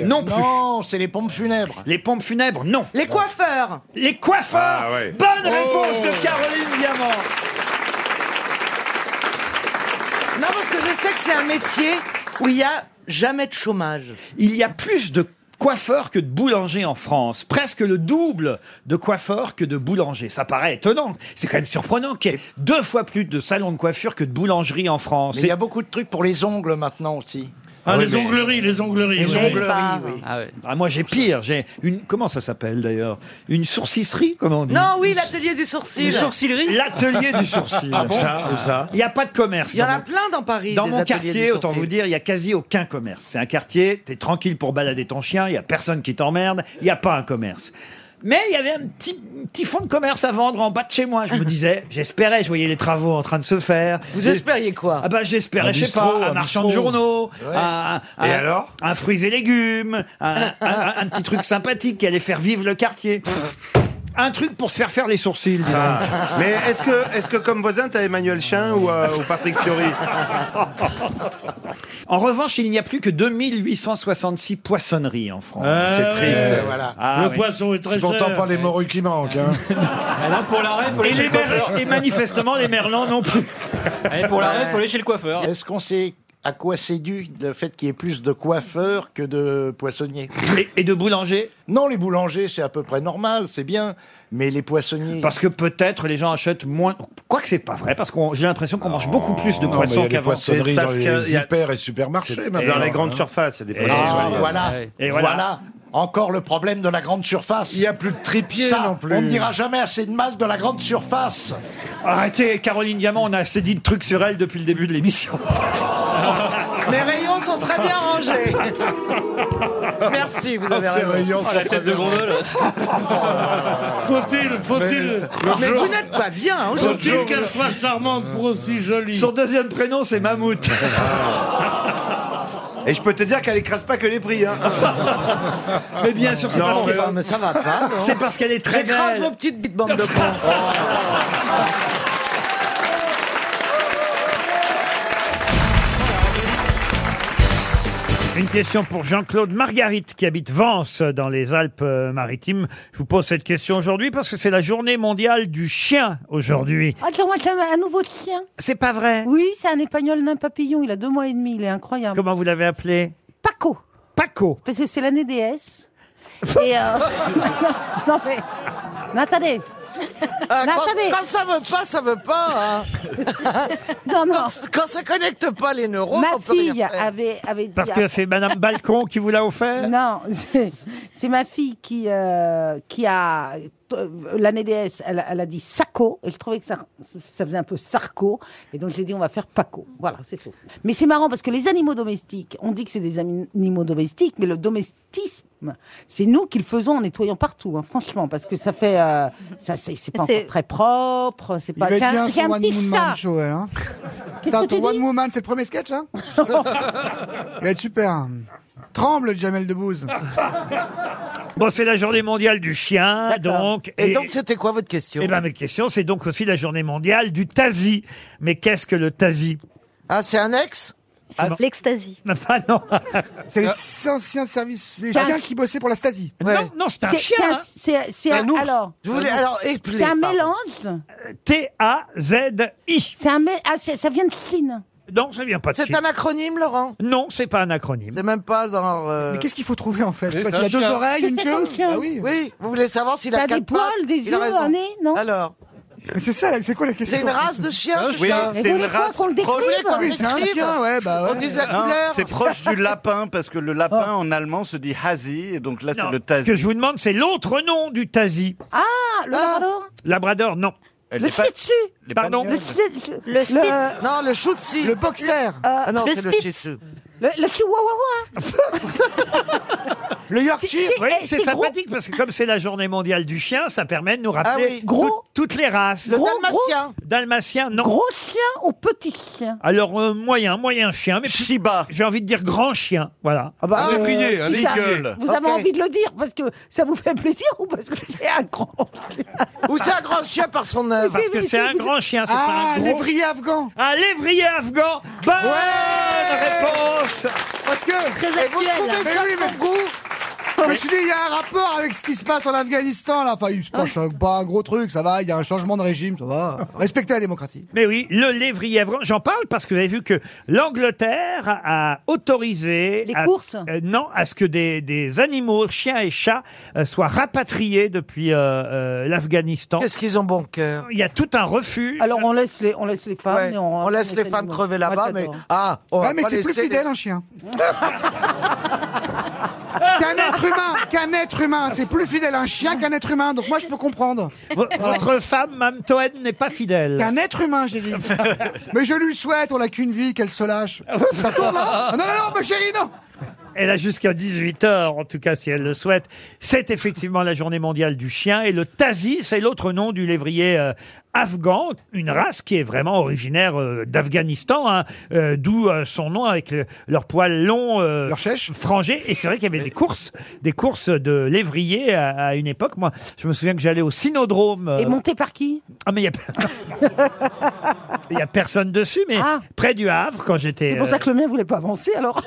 [SPEAKER 1] Non
[SPEAKER 3] Non
[SPEAKER 1] plus.
[SPEAKER 3] Non, c'est les pompes funèbres.
[SPEAKER 1] Les pompes funèbres, non.
[SPEAKER 9] Les coiffeurs
[SPEAKER 1] Les coiffeurs
[SPEAKER 3] Ah, ouais.
[SPEAKER 1] Bonne
[SPEAKER 3] Oh.
[SPEAKER 1] réponse de Caroline Diamant.
[SPEAKER 9] Non, parce que je sais que c'est un métier où il y a jamais de chômage.
[SPEAKER 1] Il y a plus de coiffeurs que de boulangers en France. Presque le double de coiffeurs que de boulangers. Ça paraît étonnant. C'est quand même surprenant qu'il y ait deux fois plus de salons de coiffure que de boulangeries en France.
[SPEAKER 3] Mais il y a beaucoup de trucs pour les ongles maintenant aussi.
[SPEAKER 1] Ah,
[SPEAKER 7] les ongleries, les ongleries.
[SPEAKER 1] Les
[SPEAKER 7] oui.
[SPEAKER 1] ongleries, oui. Ah, moi, j'ai pire. J'ai une. Comment ça s'appelle d'ailleurs Une sourcisserie, comment on dit
[SPEAKER 9] Non, oui, l'atelier du sourcil.
[SPEAKER 1] L'atelier du sourcil.
[SPEAKER 9] Ah bon
[SPEAKER 5] Où ça
[SPEAKER 1] Il n'y a pas de commerce.
[SPEAKER 9] Il y en
[SPEAKER 1] dans
[SPEAKER 9] a
[SPEAKER 1] mon-
[SPEAKER 9] plein dans Paris.
[SPEAKER 1] Dans
[SPEAKER 9] des
[SPEAKER 1] mon
[SPEAKER 9] ateliers
[SPEAKER 1] quartier,
[SPEAKER 9] du
[SPEAKER 1] autant
[SPEAKER 9] sourcil.
[SPEAKER 1] vous dire, il n'y a quasi aucun commerce. C'est un quartier, t'es tranquille pour balader ton chien, il n'y a personne qui t'emmerde, il n'y a pas un commerce. Mais il y avait un petit, petit fonds de commerce à vendre en bas de chez moi. Je me disais, j'espérais, je voyais les travaux en train de se faire.
[SPEAKER 9] Vous espériez quoi
[SPEAKER 1] Ah bah j'espérais,
[SPEAKER 9] Un
[SPEAKER 1] je sais
[SPEAKER 9] bistrot,
[SPEAKER 1] pas, un,
[SPEAKER 9] un
[SPEAKER 1] marchand de
[SPEAKER 9] bistrot.
[SPEAKER 1] journaux,
[SPEAKER 9] Ouais.
[SPEAKER 1] un,
[SPEAKER 9] Et
[SPEAKER 1] un-
[SPEAKER 9] alors
[SPEAKER 1] un fruits et légumes, un, un- un- un petit truc sympathique qui allait faire vivre le quartier. Un truc pour se faire faire les sourcils. dis donc.
[SPEAKER 5] Ah. Mais est-ce que, est que comme voisin, t'as Emmanuel Chien ou, euh, ou Patrick Fiori
[SPEAKER 1] En revanche, il n'y a plus que 2866 poissonneries en France.
[SPEAKER 5] Ah C'est triste, ouais.
[SPEAKER 3] voilà.
[SPEAKER 1] Ah
[SPEAKER 3] Le
[SPEAKER 1] oui.
[SPEAKER 3] poisson est très C'est pourtant cher. pas les
[SPEAKER 1] morus qui manquent. hein.
[SPEAKER 3] Ah
[SPEAKER 15] pour l'arrêt, faut
[SPEAKER 1] et,
[SPEAKER 15] aller chez
[SPEAKER 1] les
[SPEAKER 15] le
[SPEAKER 1] mer-
[SPEAKER 15] coiffeur.
[SPEAKER 1] et manifestement, les merlans non plus.
[SPEAKER 15] Allez, pour l'arrêt, faut aller chez le coiffeur.
[SPEAKER 3] Est-ce qu'on sait à quoi c'est dû le fait qu'il y ait plus de coiffeurs que de poissonniers
[SPEAKER 1] et, de boulangers
[SPEAKER 3] Non, les boulangers, c'est à peu près normal, c'est bien. Mais les poissonniers.
[SPEAKER 1] Parce que peut-être les gens achètent moins. Quoique c'est pas vrai, parce que j'ai l'impression qu'on mange beaucoup plus de
[SPEAKER 3] Non, mais il y
[SPEAKER 1] poissons
[SPEAKER 3] a des
[SPEAKER 1] qu'avant.
[SPEAKER 3] poissonneries dans
[SPEAKER 1] Parce que-
[SPEAKER 3] les
[SPEAKER 1] il y a-
[SPEAKER 3] hyper et supermarchés.
[SPEAKER 1] C'est-
[SPEAKER 3] maintenant,
[SPEAKER 1] dans les
[SPEAKER 3] hein.
[SPEAKER 1] grandes surfaces, il y a des
[SPEAKER 3] Et
[SPEAKER 1] poissonneries.
[SPEAKER 3] Ah,
[SPEAKER 1] Ouais.
[SPEAKER 3] voilà.
[SPEAKER 1] Et voilà.
[SPEAKER 3] voilà. Encore le problème de la grande surface. Il n'y a plus de tripiers
[SPEAKER 1] non plus.
[SPEAKER 3] On ne dira jamais assez de mal de la grande surface.
[SPEAKER 1] Arrêtez, Caroline Diamant, on a assez dit de trucs sur elle depuis le début de l'émission.
[SPEAKER 3] Oh,
[SPEAKER 9] Les rayons sont très bien rangés. Merci, vous
[SPEAKER 11] Ah,
[SPEAKER 9] avez raison.
[SPEAKER 7] Faut-il, faut-il.
[SPEAKER 3] euh,
[SPEAKER 9] Mais vous n'êtes pas bien hein, aujourd'hui.
[SPEAKER 7] Faut-il qu'elle fasse charmante pour aussi jolie
[SPEAKER 1] Son deuxième prénom, c'est Mammouth.
[SPEAKER 16] Et je peux te dire qu'elle écrase pas que les prix. Hein.
[SPEAKER 17] Mais bien sûr, c'est
[SPEAKER 16] Non,
[SPEAKER 17] parce
[SPEAKER 16] mais
[SPEAKER 17] que-
[SPEAKER 16] non, mais ça va pas, non.
[SPEAKER 17] C'est parce qu'elle est très belle.
[SPEAKER 9] Écrase vos petites bites, bande de cons.
[SPEAKER 1] Une question pour Jean-Claude Marguerite qui habite Vence dans les Alpes-Maritimes. Je vous pose cette question aujourd'hui parce que c'est la journée mondiale du chien aujourd'hui.
[SPEAKER 18] Ah, tiens, moi, j'ai un nouveau chien.
[SPEAKER 1] C'est pas vrai
[SPEAKER 18] Oui, c'est un épagnol nain papillon. Il a deux mois et demi. Il est incroyable.
[SPEAKER 1] Comment vous l'avez appelé
[SPEAKER 18] Paco.
[SPEAKER 1] Paco.
[SPEAKER 18] Parce que c'est l'année des S. Et euh, non, non, mais. Non, attendez.
[SPEAKER 9] Ah,
[SPEAKER 18] Non,
[SPEAKER 9] quand,
[SPEAKER 18] attendez.
[SPEAKER 9] quand ça veut pas, ça veut pas. hein.
[SPEAKER 18] Non, non.
[SPEAKER 9] Quand, quand ça connecte pas les neurones,
[SPEAKER 18] Ma
[SPEAKER 9] on peut rien
[SPEAKER 18] fille
[SPEAKER 9] faire.
[SPEAKER 18] avait, avait dit.
[SPEAKER 1] Parce
[SPEAKER 18] à-
[SPEAKER 1] que c'est Madame Balcon qui vous l'a offert
[SPEAKER 18] Non, c'est- c'est ma fille qui, euh, qui a. euh, L'année DS, elle, a- elle a dit Sacco, et je trouvais que ça, ça faisait un peu Sarco, et donc j'ai dit on va faire Paco. Voilà, c'est tout. Mais c'est marrant parce que les animaux domestiques, on dit que c'est des ami- animaux domestiques, mais le domestisme, c'est nous qui le faisons en nettoyant partout, hein, franchement, parce que ça fait. euh, ça, c'est c'est pas
[SPEAKER 19] C'est-
[SPEAKER 18] encore très propre, c'est
[SPEAKER 19] Il va
[SPEAKER 18] pas.
[SPEAKER 19] être
[SPEAKER 18] J'ai un-
[SPEAKER 19] bien
[SPEAKER 18] j'ai
[SPEAKER 19] son
[SPEAKER 18] un
[SPEAKER 19] One
[SPEAKER 18] petit
[SPEAKER 19] Woman
[SPEAKER 18] chat.
[SPEAKER 19] Show, elle, hein.
[SPEAKER 18] Qu'est-ce que
[SPEAKER 19] ton
[SPEAKER 18] tu dis
[SPEAKER 19] One Woman, c'est le premier sketch, hein Il va être super. Tremble, Jamel Debbouze.
[SPEAKER 1] Bon, c'est la journée mondiale du chien, donc.
[SPEAKER 9] Et donc, c'était quoi votre question
[SPEAKER 1] Eh ben, mes questions, c'est donc aussi la journée mondiale du tasie. Mais qu'est-ce que le tasie
[SPEAKER 9] Ah, c'est un ex
[SPEAKER 18] Ah,
[SPEAKER 19] L'ecstasy.
[SPEAKER 1] Enfin, Ah, non.
[SPEAKER 19] C'est les anciens services, les
[SPEAKER 18] C'est un-
[SPEAKER 19] chiens qui bossaient pour la Stasi.
[SPEAKER 1] Euh. Non, non, c'est un chien, hein.
[SPEAKER 18] C'est c'est
[SPEAKER 1] Un
[SPEAKER 18] un,
[SPEAKER 1] ours.
[SPEAKER 18] alors.
[SPEAKER 1] Je voulais- alors, explique,
[SPEAKER 18] C'est un
[SPEAKER 1] pardon.
[SPEAKER 18] mélange.
[SPEAKER 1] T-A-Z-I.
[SPEAKER 18] C'est un mé- ah, c'est- ça vient de Chine.
[SPEAKER 1] Non, ça vient pas de
[SPEAKER 9] C'est
[SPEAKER 1] Chine.
[SPEAKER 9] un acronyme, Laurent
[SPEAKER 1] Non, c'est pas un acronyme.
[SPEAKER 9] C'est même pas dans. euh,
[SPEAKER 19] Mais qu'est-ce qu'il faut trouver en fait
[SPEAKER 9] Oui,
[SPEAKER 19] Parce qu'il
[SPEAKER 9] c'est
[SPEAKER 19] a
[SPEAKER 9] un
[SPEAKER 19] deux
[SPEAKER 9] chien.
[SPEAKER 19] oreilles,
[SPEAKER 9] Mais
[SPEAKER 19] une
[SPEAKER 9] c'est
[SPEAKER 19] queue.
[SPEAKER 9] un chien.
[SPEAKER 19] Ah oui.
[SPEAKER 9] Oui, vous voulez savoir s'il a
[SPEAKER 19] T'as des
[SPEAKER 9] quatre
[SPEAKER 19] poils,
[SPEAKER 9] pattes,
[SPEAKER 19] des
[SPEAKER 9] il a
[SPEAKER 19] yeux,
[SPEAKER 9] raison.
[SPEAKER 19] un nez, non
[SPEAKER 9] Alors
[SPEAKER 19] Mais c'est ça, là, c'est quoi la question
[SPEAKER 9] C'est une race de chien
[SPEAKER 19] Un
[SPEAKER 16] Oui,
[SPEAKER 18] hein,
[SPEAKER 16] chien. c'est une race proche-
[SPEAKER 19] Oui, c'est
[SPEAKER 9] hein,
[SPEAKER 19] un chien, ouais, bah ouais.
[SPEAKER 16] Non, C'est proche du lapin, parce que le lapin
[SPEAKER 19] Oh.
[SPEAKER 16] en allemand se dit hasi, et donc là c'est
[SPEAKER 1] Non,
[SPEAKER 16] le
[SPEAKER 1] Ce
[SPEAKER 16] tasie.
[SPEAKER 1] que je vous demande, c'est l'autre nom du tasie.
[SPEAKER 18] Ah, le labrador
[SPEAKER 1] Labrador, non.
[SPEAKER 18] Le shih tzu.
[SPEAKER 1] Pardon
[SPEAKER 18] Le shih le- le-
[SPEAKER 9] Non, le Shih
[SPEAKER 19] Le boxer.
[SPEAKER 18] Ah
[SPEAKER 9] non,
[SPEAKER 18] le
[SPEAKER 9] c'est le
[SPEAKER 18] Spitz.
[SPEAKER 9] Shih Tzu.
[SPEAKER 18] Le, le chihuahua.
[SPEAKER 19] Le
[SPEAKER 1] Yorkshire.
[SPEAKER 18] C'est-
[SPEAKER 1] Oui,
[SPEAKER 18] eh,
[SPEAKER 1] c'est
[SPEAKER 18] c'est
[SPEAKER 1] sympathique parce que comme c'est la journée mondiale du chien, ça permet de nous rappeler
[SPEAKER 18] Ah oui. Gros.
[SPEAKER 1] tout- toutes les races.
[SPEAKER 18] Le Gros, dalmatien. gros.
[SPEAKER 1] Dalmatien, non.
[SPEAKER 18] Gros chien ou petit chien
[SPEAKER 1] Alors euh, moyen, moyen chien, mais Shiba. J'ai envie de dire grand chien, voilà. Ah
[SPEAKER 18] bah, euh, si ça- Vous avez
[SPEAKER 9] Ok.
[SPEAKER 18] envie de le dire parce que ça vous fait plaisir ou parce que c'est un grand
[SPEAKER 9] Ou c'est un grand chien par son œuvre
[SPEAKER 1] Parce que c'est un grand chien, c'est pas un
[SPEAKER 19] Ah,
[SPEAKER 1] gros.
[SPEAKER 19] l'évrier afghan.
[SPEAKER 1] Un lévrier afghan. Bonne réponse.
[SPEAKER 19] Parce que. Eh,
[SPEAKER 9] Et vous trouvez ça
[SPEAKER 19] Mais oui,
[SPEAKER 9] de
[SPEAKER 19] mais-
[SPEAKER 9] bon goût
[SPEAKER 19] Je me suis dit, il y a un rapport avec ce qui se passe en Afghanistan, là. Enfin, il se passe un- pas un gros truc, ça va. Il y a un changement de régime, ça va. Respectez la démocratie.
[SPEAKER 1] Mais oui, le lévrier afghan. J'en parle parce que vous avez vu que l'Angleterre a autorisé
[SPEAKER 18] Les
[SPEAKER 1] à-
[SPEAKER 18] courses
[SPEAKER 1] euh, Non, à ce que des, des animaux, chiens et chats, euh, soient rapatriés depuis euh, euh, l'Afghanistan.
[SPEAKER 9] Qu'est-ce qu'ils ont bon cœur
[SPEAKER 1] Il y a tout un refuge.
[SPEAKER 18] Alors on laisse les, on laisse les femmes.
[SPEAKER 9] Ouais,
[SPEAKER 18] et on,
[SPEAKER 9] on laisse les
[SPEAKER 18] les
[SPEAKER 9] femmes
[SPEAKER 18] animaux.
[SPEAKER 9] crever là-bas,
[SPEAKER 18] Moi, j'adore.
[SPEAKER 9] mais- Ah, on va
[SPEAKER 19] Ouais, mais
[SPEAKER 9] pas
[SPEAKER 19] c'est plus
[SPEAKER 9] laisser les-
[SPEAKER 19] fidèle, un chien. qu'un être humain, qu'un être humain. C'est plus fidèle un chien qu'un être humain. Donc moi, je peux comprendre.
[SPEAKER 1] Vo- Votre femme, Mme Toen, n'est pas fidèle.
[SPEAKER 19] Qu'un être humain, j'ai dit. Mais je lui souhaite, on n'a qu'une vie, qu'elle se lâche. Ça tourne, hein Non, non, non, ma chérie, non
[SPEAKER 1] Elle a jusqu'à 18h, en tout cas, si elle le souhaite. C'est effectivement la journée mondiale du chien. Et le tazi, c'est l'autre nom du lévrier euh, afghan, une race qui est vraiment originaire euh, d'Afghanistan, hein, euh, d'où euh, son nom avec le- leur poil long, euh, frangé. Et c'est vrai qu'il y avait des courses, des courses de lévrier à, à une époque. Moi, je me souviens que j'allais au Cynodrome. euh,
[SPEAKER 18] Et monté par qui
[SPEAKER 1] Ah, mais il y a... il y a personne dessus, mais près du Havre, quand j'étais...
[SPEAKER 18] Ah. C'est pour
[SPEAKER 1] euh,
[SPEAKER 18] ça que le mien voulait pas avancer alors.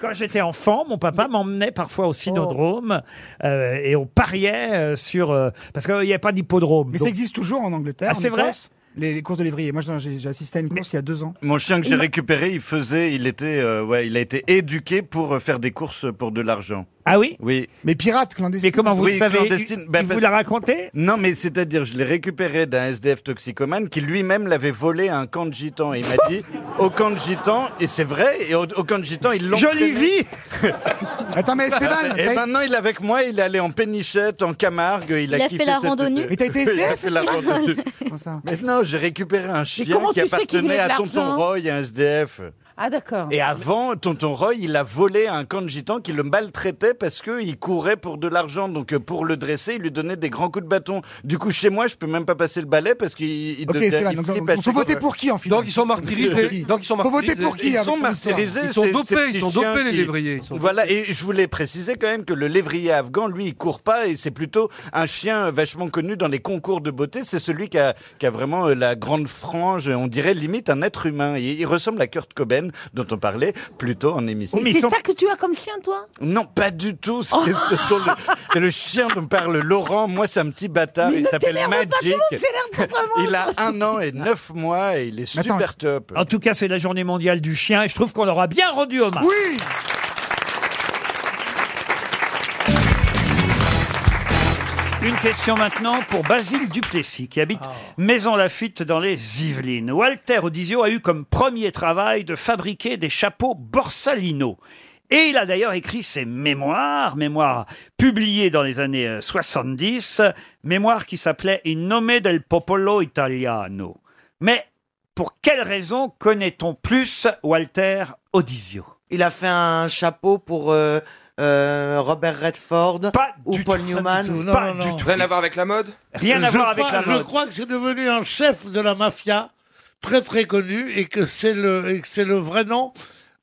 [SPEAKER 1] quand j'étais enfant, mon papa m'emmenait parfois au synodrome
[SPEAKER 18] Oh.
[SPEAKER 1] euh, et on pariait euh, sur. euh, parce qu'il n'y avait pas d'hippodrome.
[SPEAKER 19] Mais
[SPEAKER 1] donc-
[SPEAKER 19] ça existe toujours en Angleterre.
[SPEAKER 1] Ah,
[SPEAKER 19] en
[SPEAKER 1] c'est vrai
[SPEAKER 19] Écosse, les, les courses de lévrier. Moi, j'ai j'ai assisté à une course il y a deux ans.
[SPEAKER 16] Mon chien que j'ai
[SPEAKER 19] Il m'a-
[SPEAKER 16] récupéré, il faisait, il était, euh, ouais, il a été éduqué pour euh, faire des courses pour de l'argent.
[SPEAKER 1] Ah oui
[SPEAKER 16] Oui.
[SPEAKER 19] Mais pirate, clandestin.
[SPEAKER 16] Oui, clandestine. Ben, parce- Non, mais c'est-à-dire, je l'ai récupéré d'un SDF toxicomane qui lui-même l'avait volé à un camp de gitans. Et il m'a dit, au camp de gitans, et c'est vrai, et au, au camp de gitans, ils l'ont.
[SPEAKER 1] Jolie vie
[SPEAKER 19] Attends, mais Esteban,
[SPEAKER 16] Et
[SPEAKER 19] t'as-
[SPEAKER 16] maintenant, il est avec moi, il est allé en pénichette, en Camargue, il a,
[SPEAKER 19] Il a fait
[SPEAKER 16] kiffé
[SPEAKER 19] la
[SPEAKER 16] cette- euh,
[SPEAKER 19] randonnée Mais t'as été
[SPEAKER 16] Il a
[SPEAKER 19] SDF,
[SPEAKER 16] fait la
[SPEAKER 19] Esteban
[SPEAKER 16] randonnée.
[SPEAKER 19] Comment ça
[SPEAKER 16] Mais non, j'ai récupéré un chien
[SPEAKER 19] comment
[SPEAKER 16] qui
[SPEAKER 19] tu sais qu'il
[SPEAKER 16] appartenait
[SPEAKER 19] voulait de
[SPEAKER 16] à Tonton
[SPEAKER 19] l'argent hein
[SPEAKER 16] Roy, un SDF.
[SPEAKER 18] Ah d'accord.
[SPEAKER 16] Et avant, Tonton Roy, il a volé à un camp de gitans qui le maltraitait parce qu'il courait pour de l'argent. Donc euh, pour le dresser, il lui donnait des grands coups de bâton. Du coup, chez moi, je peux même pas passer le balai parce qu'il il
[SPEAKER 19] Ok,
[SPEAKER 16] devient-
[SPEAKER 19] c'est vrai.
[SPEAKER 16] il
[SPEAKER 19] Donc,
[SPEAKER 16] flippe à
[SPEAKER 19] on peut
[SPEAKER 16] chaque
[SPEAKER 19] voter
[SPEAKER 16] fois.
[SPEAKER 19] pour qui en finale Faut voter pour qui
[SPEAKER 16] Ils
[SPEAKER 19] avec
[SPEAKER 16] sont
[SPEAKER 19] ton
[SPEAKER 16] martyrisés.
[SPEAKER 19] histoire
[SPEAKER 16] ces- ces petits chiens qui- Voilà, et je voulais préciser quand même que le lévrier afghan, lui, il court pas et c'est plutôt un chien vachement connu dans les concours de beauté. C'est celui qui a, qui a vraiment euh, la grande frange, on dirait limite un être humain. Il, il ressemble à Kurt Cobain, dont on parlait plus tôt en émission.
[SPEAKER 18] Mais c'est ça que tu as comme chien, toi
[SPEAKER 16] Non, pas du tout. C'est ce dont le, c'est le chien dont parle Laurent. Moi, c'est un petit bâtard.
[SPEAKER 18] Oh Mais
[SPEAKER 16] il
[SPEAKER 18] ne
[SPEAKER 16] s'appelle
[SPEAKER 18] t'énerve pas, tout le
[SPEAKER 16] Magic.
[SPEAKER 18] monde s'énerve pas vraiment.
[SPEAKER 16] il a un an et neuf mois et il est super top.
[SPEAKER 1] En tout cas, c'est la journée mondiale du chien et je trouve qu'on leur a bien rendu hommage.
[SPEAKER 19] Oui
[SPEAKER 1] Une question maintenant pour Basile Duplessis, qui habite Maison-Lafitte dans les Yvelines. Walter Odizio a eu comme premier travail de fabriquer des chapeaux Borsalino. Et il a d'ailleurs écrit ses mémoires, mémoires publiées dans les années euh, 70, mémoires qui s'appelaient Il nome del popolo italiano. Mais pour quelle raison connaît-on plus Walter Odizio
[SPEAKER 9] Il a fait un chapeau pour euh, euh, Robert Redford ou Paul
[SPEAKER 7] Pas
[SPEAKER 9] Newman.
[SPEAKER 7] non, du non. tout.
[SPEAKER 20] Rien à voir avec la mode
[SPEAKER 7] Je crois- Je crois que c'est devenu un chef de la mafia très très connu et que c'est le, et que c'est le vrai nom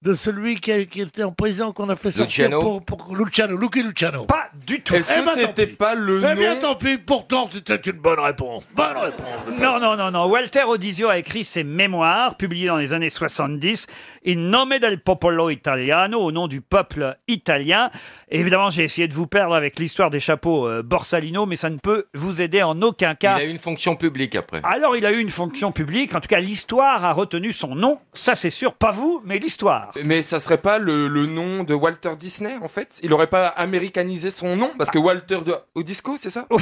[SPEAKER 7] de celui qui, a- qui était en prison qu'on a fait sortir pour,
[SPEAKER 20] Luciano
[SPEAKER 7] pour Luciano, Lucky Luciano. Eh
[SPEAKER 1] Pas du tout.
[SPEAKER 20] Est-ce que c'était
[SPEAKER 7] pas
[SPEAKER 20] le
[SPEAKER 7] Eh bien
[SPEAKER 20] nom-
[SPEAKER 7] tant pis, pourtant c'était une bonne réponse. Bonne réponse.
[SPEAKER 1] Non, non, non, non. Walter Odizio a écrit ses mémoires, publiées dans les années 70, Il nome del popolo italiano, au nom du peuple italien. Évidemment, j'ai essayé de vous perdre avec l'histoire des chapeaux euh, Borsalino, mais ça ne peut vous aider en aucun
[SPEAKER 20] Il
[SPEAKER 1] cas.
[SPEAKER 20] a eu une fonction publique après.
[SPEAKER 1] Alors, il a eu une fonction publique. En tout cas, l'histoire a retenu son nom. Ça, c'est sûr. Pas vous, mais l'histoire.
[SPEAKER 20] Mais ça serait pas le, le nom de Walter Disney en fait Il aurait pas américanisé son nom Parce que Walter de... au disco, c'est ça Au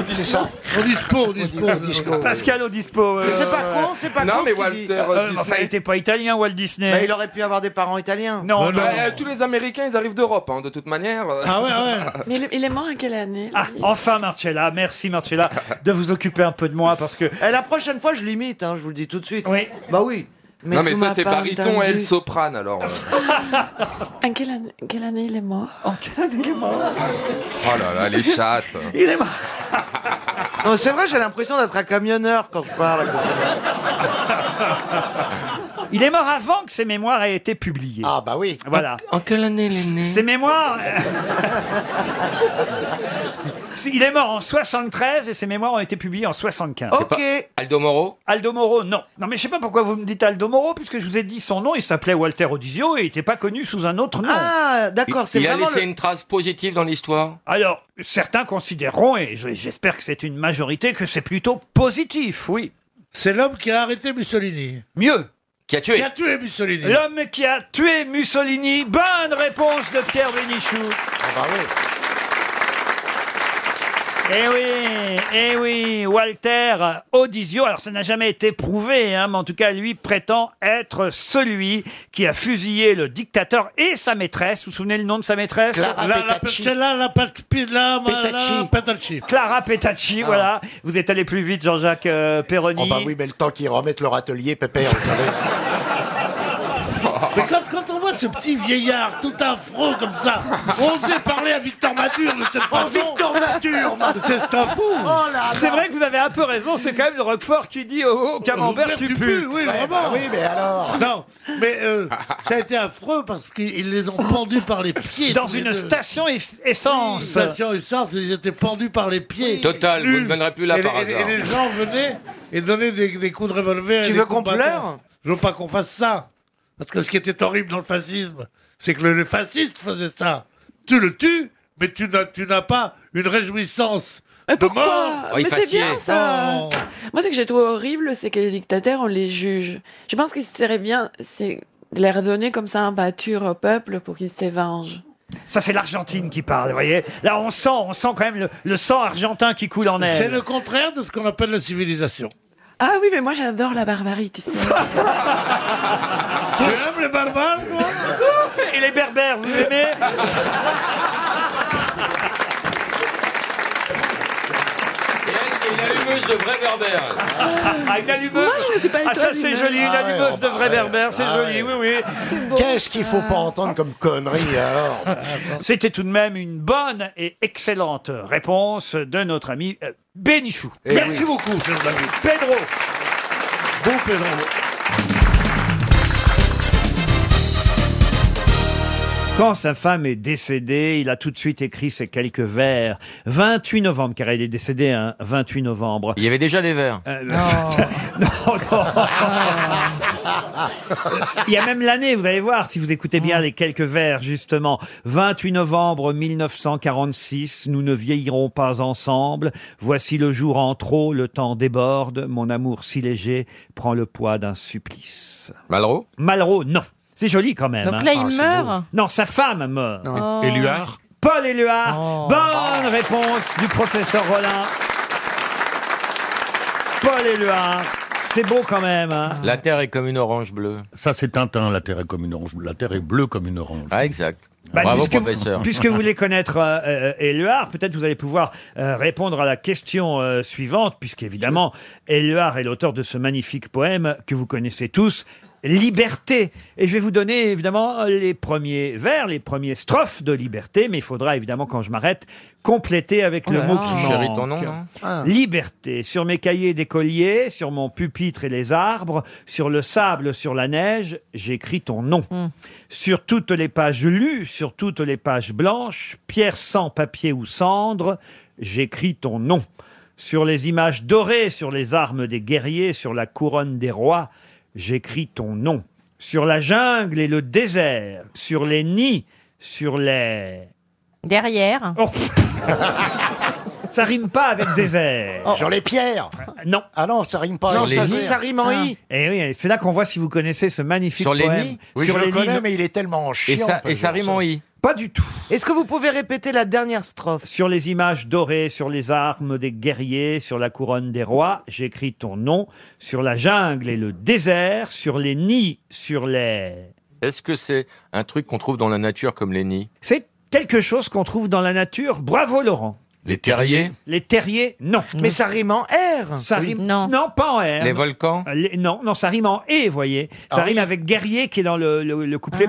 [SPEAKER 20] disco
[SPEAKER 7] Au dispo, au dispo.
[SPEAKER 1] Pascal Obispo.
[SPEAKER 9] Mais c'est pas con, c'est pas con,
[SPEAKER 20] Non, mais
[SPEAKER 9] ce qu'il dit.
[SPEAKER 20] Walter
[SPEAKER 1] Euh,
[SPEAKER 20] Disney.
[SPEAKER 1] enfin, il n'était pas italien, Walt Disney.
[SPEAKER 9] Bah, il aurait pu avoir des parents italiens.
[SPEAKER 1] Non,
[SPEAKER 20] Bah, euh, tous les Américains, ils arrivent d'Europe, hein, de toute manière.
[SPEAKER 7] Ah ouais, ouais.
[SPEAKER 8] Mais il- il est mort à quelle année
[SPEAKER 1] Ah, enfin, Marcella. Merci, Marcella, de vous occuper un peu de moi parce que.
[SPEAKER 9] Et Eh, la prochaine fois, je l'imite, hein, je vous le dis tout de suite.
[SPEAKER 1] Oui.
[SPEAKER 9] Bah oui.
[SPEAKER 20] non, mais
[SPEAKER 9] tu
[SPEAKER 20] toi,
[SPEAKER 9] m'as
[SPEAKER 20] t'es
[SPEAKER 9] pas
[SPEAKER 20] bariton,
[SPEAKER 9] entendu.
[SPEAKER 20] elle soprane, alors. euh.
[SPEAKER 8] À quelle année, quelle année il est mort
[SPEAKER 1] En quelle année il est mort
[SPEAKER 20] Oh là là, les chattes.
[SPEAKER 1] Il est mort.
[SPEAKER 9] Non, c'est vrai, j'ai l'impression d'être un camionneur quand je parle.
[SPEAKER 1] Il est mort avant que ses mémoires aient été publiées. Ah bah oui. Voilà.
[SPEAKER 9] En quelle année il est né
[SPEAKER 1] Ses mémoires. il est mort en 73 et ses mémoires ont été publiées en 75.
[SPEAKER 20] C'est pas- Aldo Moro
[SPEAKER 1] Aldo Moro, non. Non, mais je sais pas pourquoi vous me dites Aldo Moro, puisque je vous ai dit son nom, il s'appelait Walter Odizio et il n'était pas connu sous un autre nom.
[SPEAKER 9] Ah,
[SPEAKER 20] Il- Il a laissé une trace positive dans l'histoire
[SPEAKER 1] Alors, certains considéreront, et je- j'espère que c'est une majorité, que c'est plutôt positif, oui.
[SPEAKER 7] C'est l'homme qui a arrêté Mussolini.
[SPEAKER 1] Mieux.
[SPEAKER 20] Qui a tué
[SPEAKER 7] Qui a tué Mussolini. Ah,
[SPEAKER 1] L'homme qui a tué Mussolini. Bonne réponse de Pierre Bénichou.
[SPEAKER 4] Ah, bah
[SPEAKER 1] Eh oui, eh oui, Walter Odizio, alors ça n'a jamais été prouvé, hein, mais en tout cas lui prétend être celui qui a fusillé le dictateur et sa maîtresse. Vous vous souvenez le nom de sa maîtresse
[SPEAKER 7] La, la, celle-là, la, pat- la, la, la, Petacci.
[SPEAKER 1] Clara Petacci, voilà. Vous êtes allé plus vite, Jean-Jacques euh, Perroni.
[SPEAKER 4] Ah. Oh bah oui, mais le temps qu'ils remettent leur atelier, pépère, vous savez.
[SPEAKER 7] Mais quand, quand on voit ce petit vieillard tout affreux comme ça, oser parler à Victor Mature de
[SPEAKER 1] Oh,
[SPEAKER 7] cette façon. Victor Mature, C'est un fou.
[SPEAKER 1] C'est vrai que vous avez un peu raison, c'est quand même le Roquefort qui dit au, au camembert tu pues. bah
[SPEAKER 7] oui,
[SPEAKER 19] Ah
[SPEAKER 7] vraiment. oui, mais alors. Non, mais euh, ça a été affreux parce qu'ils les ont pendus par les pieds.
[SPEAKER 1] Dans
[SPEAKER 7] tous les
[SPEAKER 1] une
[SPEAKER 7] deux.
[SPEAKER 1] station es- essence.
[SPEAKER 7] Oui, station essence, ils étaient pendus par les pieds.
[SPEAKER 20] Total, vous
[SPEAKER 7] Nus.
[SPEAKER 20] ne viendrez plus là
[SPEAKER 7] et,
[SPEAKER 20] par
[SPEAKER 7] et- et
[SPEAKER 20] hasard.
[SPEAKER 7] les gens venaient et donnaient des, des coups de revolver.
[SPEAKER 9] Tu
[SPEAKER 7] et des
[SPEAKER 9] veux
[SPEAKER 7] coups de
[SPEAKER 9] qu'on
[SPEAKER 7] bâton.
[SPEAKER 9] pleure
[SPEAKER 7] Je veux pas qu'on fasse ça. Parce que ce qui était horrible dans le fascisme, c'est que le, le fasciste faisait ça. Tu le tues, mais tu n'as, tu n'as pas une réjouissance de mort.
[SPEAKER 8] Mais c'est bien ça.
[SPEAKER 7] Oh.
[SPEAKER 8] Moi, ce que j'ai trouvé horrible, c'est que les dictateurs, on les juge. Je pense qu'il serait bien c'est de les redonner comme ça un pâture au peuple pour qu'ils s'évengent.
[SPEAKER 1] Ça, c'est l'Argentine qui parle, vous voyez. Là, on sent, on sent quand même le, le sang argentin qui coule en elle.
[SPEAKER 7] C'est le contraire de ce qu'on appelle la civilisation.
[SPEAKER 8] Ah oui, mais moi j'adore la barbarie, tu sais.
[SPEAKER 7] Tu aimes les barbares, toi
[SPEAKER 1] Et les berbères, Ah, vous aimez
[SPEAKER 20] Il a eu
[SPEAKER 10] allumeuse de vrai berbère.
[SPEAKER 1] Ah, une allumeuse Ah, ça, c'est joli, une allumeuse de vrai berbère, c'est
[SPEAKER 7] Ah,
[SPEAKER 1] joli, oui, oui.
[SPEAKER 4] Qu'est-ce qu'il faut pas entendre comme connerie alors
[SPEAKER 1] C'était tout de même une bonne et excellente réponse de notre ami euh, Bénichou.
[SPEAKER 7] Eh Merci oui. beaucoup, cher ami.
[SPEAKER 1] Pedro.
[SPEAKER 7] Bon Pedro.
[SPEAKER 1] Quand sa femme est décédée, il a tout de suite écrit ces quelques vers. 28 novembre, car il est décédé un 28 novembre.
[SPEAKER 10] Il y avait déjà des verres.
[SPEAKER 1] Euh, non, non. Il y a même l'année, vous allez voir, si vous écoutez
[SPEAKER 21] Mm.
[SPEAKER 1] bien les quelques vers, justement. 28 novembre 1946, nous ne vieillirons pas ensemble. Voici le jour en trop, le temps déborde. Mon amour si léger prend le poids d'un supplice.
[SPEAKER 10] Malraux
[SPEAKER 1] Malraux, non. C'est joli quand même.
[SPEAKER 21] Donc
[SPEAKER 1] hein.
[SPEAKER 21] là, il meurt.
[SPEAKER 1] Non, sa femme meurt.
[SPEAKER 21] Oh. Éluard
[SPEAKER 1] Paul Éluard. Bonne réponse du professeur Rollin. Paul Éluard. C'est beau quand même. hein.
[SPEAKER 10] La terre est comme une orange bleue.
[SPEAKER 11] Ça, c'est Tintin, la terre est comme une orange. La terre est bleue comme une orange.
[SPEAKER 10] Ah, exact.
[SPEAKER 1] Bah,
[SPEAKER 10] Bravo,
[SPEAKER 1] puisque,
[SPEAKER 10] professeur.
[SPEAKER 1] vous, puisque vous voulez connaître euh, euh, Éluard, peut-être vous allez pouvoir euh, répondre à la question euh, suivante, puisqu'évidemment, Éluard est l'auteur de ce magnifique poème que vous connaissez tous, Liberté. Et je vais vous donner évidemment les premiers vers, les premiers strophes de Liberté, mais il faudra évidemment, quand je m'arrête, compléter avec
[SPEAKER 10] Oh
[SPEAKER 1] le
[SPEAKER 10] là
[SPEAKER 1] mot
[SPEAKER 10] là.
[SPEAKER 1] qui manque.
[SPEAKER 10] Chérie, ton nom, non Ah.
[SPEAKER 1] Liberté. Sur mes cahiers d'écolier, sur mon pupitre et les arbres, sur le sable, sur la neige, j'écris ton nom. Sur toutes les pages lues, sur toutes les pages blanches, pierre sans papier ou cendre, j'écris ton nom. Sur les images dorées, sur les armes des guerriers, sur la couronne des rois, j'écris ton nom. Sur la jungle et le désert, sur les nids, sur les...
[SPEAKER 21] Derrière.
[SPEAKER 1] Oh, Ça rime pas avec désert.
[SPEAKER 4] Oh. Sur les pierres
[SPEAKER 1] Non.
[SPEAKER 4] Ah non, ça rime pas.
[SPEAKER 1] Non,
[SPEAKER 4] avec
[SPEAKER 1] ça
[SPEAKER 4] les
[SPEAKER 1] rime-
[SPEAKER 4] pierres.
[SPEAKER 1] ça rime en Ah. i. Et oui, c'est là qu'on voit si vous connaissez ce magnifique
[SPEAKER 4] Sur les
[SPEAKER 1] poème.
[SPEAKER 4] nids Oui, je le connais, mais il est tellement chiant,
[SPEAKER 1] ça-
[SPEAKER 4] Pedro,
[SPEAKER 1] et ça rime en i. Pas du tout.
[SPEAKER 9] Est-ce que vous pouvez répéter la dernière strophe
[SPEAKER 1] Sur les images dorées, sur les armes des guerriers, sur la couronne des rois, j'écris ton nom. Sur la jungle et le désert, sur les nids, sur les...
[SPEAKER 10] Est-ce que c'est un truc qu'on trouve dans la nature comme les nids
[SPEAKER 1] C'est quelque chose qu'on trouve dans la nature. Bravo Laurent.
[SPEAKER 10] Les terriers
[SPEAKER 1] Les terriers, non.
[SPEAKER 9] Mais ça rime en R.
[SPEAKER 1] Ça rime non. pas en R.
[SPEAKER 10] Les volcans
[SPEAKER 1] Euh, les- Non, non, ça rime en E, voyez.
[SPEAKER 4] Ah
[SPEAKER 1] Ça rime avec guerrier qui est dans le, le- le couplet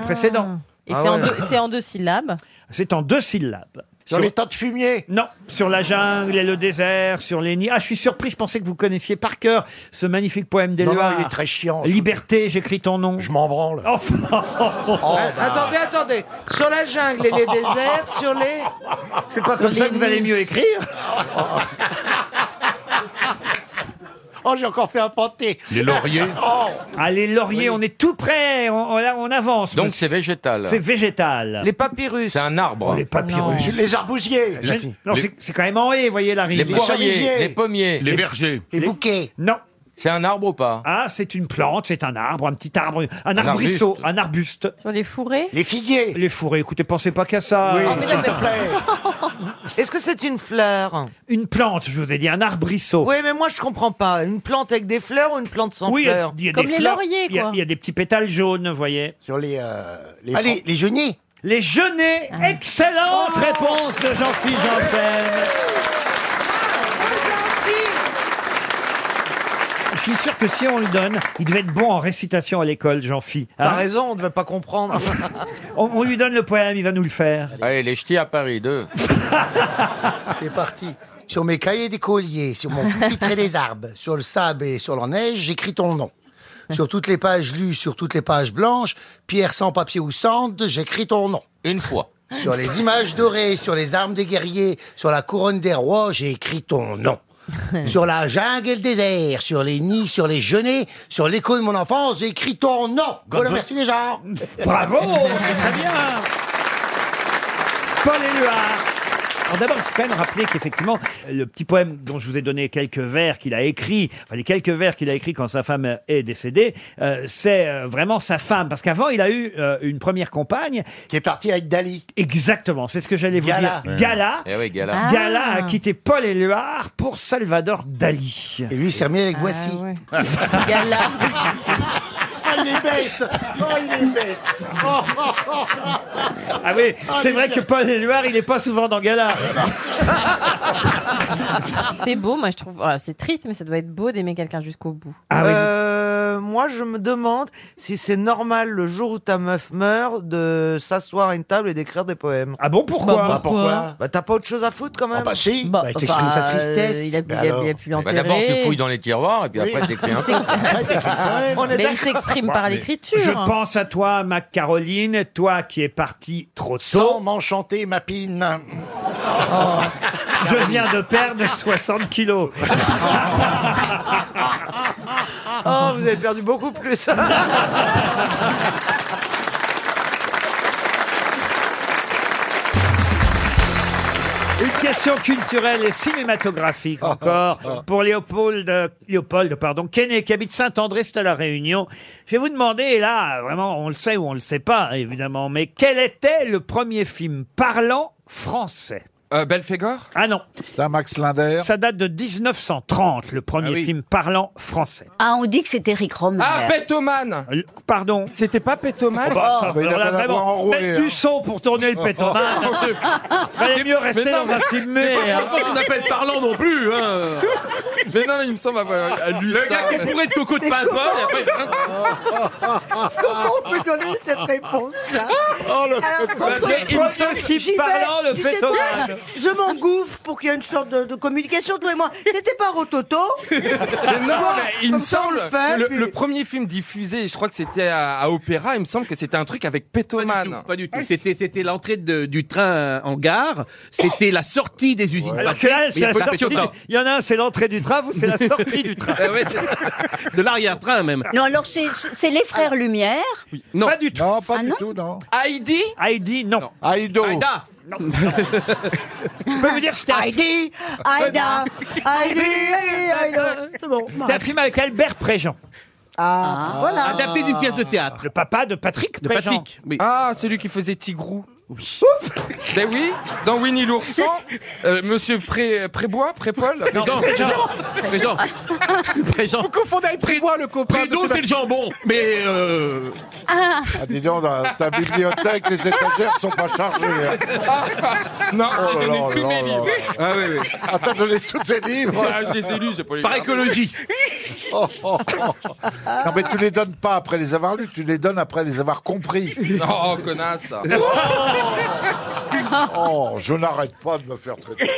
[SPEAKER 21] Ah.
[SPEAKER 1] précédent.
[SPEAKER 21] Et
[SPEAKER 4] Ah
[SPEAKER 21] c'est en, deux- c'est en deux syllabes.
[SPEAKER 1] C'est Ah en deux syllabes.
[SPEAKER 4] Sur les tas de fumier
[SPEAKER 1] Non, sur la jungle et le désert, sur les nids. Ah, je suis surpris, je pensais que vous connaissiez par cœur ce magnifique poème
[SPEAKER 4] Non,
[SPEAKER 1] d'Éluard.
[SPEAKER 4] non, il est très chiant.
[SPEAKER 1] Liberté, j'écris ton nom. Je
[SPEAKER 4] m'en branle. Oh,
[SPEAKER 1] Oh,
[SPEAKER 4] bah.
[SPEAKER 9] Hein
[SPEAKER 1] bah.
[SPEAKER 9] Attendez, attendez. Sur la jungle et les déserts, sur les.
[SPEAKER 1] C'est pas comme ça que vous allez mieux écrire.
[SPEAKER 4] Oh, j'ai encore fait un panté.
[SPEAKER 1] Les lauriers.
[SPEAKER 4] Oh.
[SPEAKER 1] Ah, les lauriers, on est tout près, on, on- là, on avance.
[SPEAKER 10] Donc
[SPEAKER 1] monsieur.
[SPEAKER 10] c'est végétal.
[SPEAKER 1] C'est végétal. Oh,
[SPEAKER 10] Les
[SPEAKER 9] papyrus.
[SPEAKER 10] C'est un arbre.
[SPEAKER 1] les papyrus.
[SPEAKER 4] Non. Les arbousiers.
[SPEAKER 1] Les- Non, c'est- c'est quand même en et, voyez la rime.
[SPEAKER 10] Les poiriers, les pommiers.
[SPEAKER 1] Les vergers.
[SPEAKER 4] Les bouquets.
[SPEAKER 1] Non.
[SPEAKER 10] C'est un arbre ou pas
[SPEAKER 1] Ah, c'est une plante, c'est un arbre, un petit arbre, un arbrisseau, un arbuste.
[SPEAKER 21] Sur les fourrés.
[SPEAKER 4] Les figuiers.
[SPEAKER 1] Les fourrés, écoutez, pensez pas qu'à ça.
[SPEAKER 9] Oui, Oh, mais non, s'il te Est-ce que c'est une fleur
[SPEAKER 1] Une plante, je vous ai dit, un arbrisseau.
[SPEAKER 9] Oui, mais moi je comprends pas. Une plante avec des fleurs ou une plante sans
[SPEAKER 1] Oui, il y a-
[SPEAKER 9] fleurs
[SPEAKER 1] il y a Comme des les fleurs, lauriers, il y a- quoi. il y a des petits pétales jaunes, vous voyez.
[SPEAKER 4] Sur les. euh, les
[SPEAKER 1] Ah, les-
[SPEAKER 4] les geniers.
[SPEAKER 1] Les genêts,
[SPEAKER 21] Ah.
[SPEAKER 1] excellente
[SPEAKER 21] Oh.
[SPEAKER 1] réponse de Jean-Philippe Janssen. Je suis sûr que si on le donne, il devait être bon en récitation à l'école, Jean-Phi.
[SPEAKER 9] T'as
[SPEAKER 1] hein.
[SPEAKER 9] raison, on ne va pas comprendre.
[SPEAKER 1] on, on lui donne le poème, il va nous le faire.
[SPEAKER 10] Allez, les ch'tis à Paris 2.
[SPEAKER 4] C'est parti. Sur mes cahiers d'écolier, sur mon pupitre et les arbres, sur le sable et sur la neige, j'écris ton nom. Sur toutes les pages lues, sur toutes les pages blanches, pierre sans papier ou cendre, j'écris ton nom.
[SPEAKER 10] Une fois.
[SPEAKER 4] Sur les images dorées, sur les armes des guerriers, sur la couronne des rois, j'ai écrit ton nom. sur la jungle et le désert, sur les nids, sur les genêts, sur l'écho de mon enfance, j'ai écrit ton nom. Voilà, merci les gens.
[SPEAKER 1] Bravo, c'est très bien. Paul Éluard. Alors d'abord, il faut quand même rappeler qu'effectivement, le petit poème dont je vous ai donné quelques vers qu'il a écrit, enfin les quelques vers qu'il a écrit quand sa femme est décédée, euh, c'est euh, vraiment sa femme. Parce qu'avant, il a eu euh, une première compagne.
[SPEAKER 4] Qui est partie avec Dali.
[SPEAKER 1] Exactement, c'est ce que j'allais vous
[SPEAKER 4] Gala.
[SPEAKER 1] dire. Gala.
[SPEAKER 10] Eh oui, Gala.
[SPEAKER 1] Gala
[SPEAKER 10] Ah.
[SPEAKER 1] a quitté Paul Éluard pour Salvador Dali.
[SPEAKER 4] Et lui, s'est remis avec Voici.
[SPEAKER 21] Gala.
[SPEAKER 4] Ah, il est bête Oh, il est bête Oh, oh, oh, oh.
[SPEAKER 1] Ah oui,
[SPEAKER 4] Ah,
[SPEAKER 1] c'est
[SPEAKER 16] Oh,
[SPEAKER 4] mais
[SPEAKER 1] vrai
[SPEAKER 4] bien.
[SPEAKER 1] que Paul Éluard, il n'est pas souvent dans Gala.
[SPEAKER 21] C'est beau, moi je trouve. voilà, c'est triste, mais ça doit être beau d'aimer quelqu'un jusqu'au bout.
[SPEAKER 1] Ah
[SPEAKER 9] Euh, moi, je me demande si c'est normal le jour où ta meuf meurt de s'asseoir à une table et d'écrire des poèmes.
[SPEAKER 1] Ah bon, pourquoi
[SPEAKER 9] Bah,
[SPEAKER 1] Bah, pourquoi
[SPEAKER 9] Bah, t'as pas autre chose à foutre quand même
[SPEAKER 16] bah si,
[SPEAKER 9] bah,
[SPEAKER 16] il t'exprime ta tristesse.
[SPEAKER 9] euh, Il a,
[SPEAKER 16] Bah
[SPEAKER 9] il a-
[SPEAKER 16] alors.
[SPEAKER 9] il a pu
[SPEAKER 10] Bah,
[SPEAKER 9] l'enterrer.
[SPEAKER 10] D'abord, tu fouilles dans les tiroirs et puis
[SPEAKER 1] Oui.
[SPEAKER 10] après, t'écris un peu.
[SPEAKER 9] On est
[SPEAKER 21] mais il
[SPEAKER 9] d'accord.
[SPEAKER 21] s'exprime par
[SPEAKER 1] Mais
[SPEAKER 21] l'écriture.
[SPEAKER 1] Je pense à toi, ma Caroline, toi qui es partie trop tôt. Sans
[SPEAKER 16] m'enchanter, ma pine.
[SPEAKER 21] Oh.
[SPEAKER 1] Je viens de perdre 60 kilos.
[SPEAKER 9] Oh, vous avez perdu beaucoup plus.
[SPEAKER 1] Une question culturelle et cinématographique encore pour Léopold, euh, Léopold pardon, Kenney, qui habite Saint-André, c'est à La Réunion. Je vais vous demander, et là, vraiment, on le sait ou on le sait pas, évidemment, mais quel était le premier film parlant français
[SPEAKER 3] Euh.
[SPEAKER 22] Euh,
[SPEAKER 1] Belphégor Ah non. C'est un Max Linder Ça date de 1930, le premier film parlant français.
[SPEAKER 23] Ah, on dit que c'était Eric Romer.
[SPEAKER 20] Ah, Pétoman
[SPEAKER 1] Euh, Pardon
[SPEAKER 20] C'était pas Pétoman
[SPEAKER 1] Oh, bah, ça, alors là, vraiment, mettre du son pour tourner le pétomane. Valait mieux rester
[SPEAKER 20] Mais non,
[SPEAKER 1] dans un
[SPEAKER 20] mais-
[SPEAKER 1] film
[SPEAKER 20] mais
[SPEAKER 1] muet.
[SPEAKER 20] pas
[SPEAKER 1] hein.
[SPEAKER 20] pourquoi on appelle parlant non plus. Hein. Mais non, il me semble avoir à lui
[SPEAKER 24] Le
[SPEAKER 20] ça.
[SPEAKER 24] gars qui est bourré de coco de pavane, et après,
[SPEAKER 10] Oh,
[SPEAKER 23] Comment on peut donner cette réponse-là
[SPEAKER 20] Oh, le
[SPEAKER 23] Alors,
[SPEAKER 20] pétomane.
[SPEAKER 23] quand on-
[SPEAKER 20] Bah, c'est une seule
[SPEAKER 1] fille
[SPEAKER 23] j'y vais,
[SPEAKER 1] parlant, le
[SPEAKER 23] tu sais quoi
[SPEAKER 1] pétomane.
[SPEAKER 23] Je m'engouffre pour qu'il y ait une sorte de, de communication, toi et moi. C'était pas Rototo
[SPEAKER 20] Mais non,
[SPEAKER 23] Moi,
[SPEAKER 20] mais il me
[SPEAKER 23] comme ça, on
[SPEAKER 20] semble,
[SPEAKER 23] le fait,
[SPEAKER 20] le,
[SPEAKER 23] puis-
[SPEAKER 20] le premier film diffusé, je crois que c'était à, à Opéra, il me semble que c'était un truc avec Pétoman.
[SPEAKER 22] Pas du tout. C'était, c'était l'entrée de- du train euh, en gare. C'était la sortie des usines.
[SPEAKER 1] Alors
[SPEAKER 22] Patrick,
[SPEAKER 1] que
[SPEAKER 3] Ah
[SPEAKER 1] là,
[SPEAKER 22] mais
[SPEAKER 1] c'est
[SPEAKER 22] il y a
[SPEAKER 1] la
[SPEAKER 22] pas de
[SPEAKER 1] sortie.
[SPEAKER 22] Pétoman.
[SPEAKER 1] Il y en a un, c'est l'entrée du train, vous, c'est la sortie du train.
[SPEAKER 22] Ah ouais, c'est- de l'arrière-train même.
[SPEAKER 23] Non, alors c'est- c'est c'est les frères Lumière.
[SPEAKER 22] Non.
[SPEAKER 1] Pas du tout.
[SPEAKER 11] Non, pas
[SPEAKER 23] Ah
[SPEAKER 11] du
[SPEAKER 23] non
[SPEAKER 11] tout, non.
[SPEAKER 23] Heidi
[SPEAKER 1] Heidi, non.
[SPEAKER 11] Aïdo.
[SPEAKER 22] Aïda.
[SPEAKER 1] Je peux vous dire, c'était un
[SPEAKER 23] Heidi Aïda Heidi Aïda C'est bon.
[SPEAKER 1] C'était un film avec Albert Préjean.
[SPEAKER 23] Ah, voilà.
[SPEAKER 22] Adapté d'une pièce de théâtre.
[SPEAKER 1] Le papa de Patrick
[SPEAKER 22] De
[SPEAKER 1] Préjean.
[SPEAKER 22] Patrick, oui.
[SPEAKER 20] Ah, celui qui faisait Tigrou. Ouf Ben oui, dans Winnie l'ourson, euh, Monsieur Pré, Prébois, Prépol.
[SPEAKER 22] Non, Préjean. Présent. Présent. Vous
[SPEAKER 20] confondez avec Prébois, le copain.
[SPEAKER 22] Prédo, c'est le jambon. Mais euh,
[SPEAKER 21] Ah.
[SPEAKER 11] Ah, dis donc, dans ta bibliothèque, les étagères sont pas chargées. hein.
[SPEAKER 20] Non,
[SPEAKER 11] Oh
[SPEAKER 20] j'ai
[SPEAKER 11] là
[SPEAKER 20] donné
[SPEAKER 11] là
[SPEAKER 20] tous
[SPEAKER 11] là
[SPEAKER 20] mes
[SPEAKER 11] là
[SPEAKER 20] livres.
[SPEAKER 11] là.
[SPEAKER 20] Ah oui, oui.
[SPEAKER 11] Attends, je lis tous ces livres.
[SPEAKER 20] Ah, je les ai lus, j'ai pas les
[SPEAKER 22] par
[SPEAKER 20] garder.
[SPEAKER 22] écologie.
[SPEAKER 11] Oh, oh, oh. Non, mais tu les donnes pas après les avoir lus, tu les donnes après les avoir compris.
[SPEAKER 20] Oh, connasse.
[SPEAKER 11] Oh, je n'arrête pas de me faire traiter.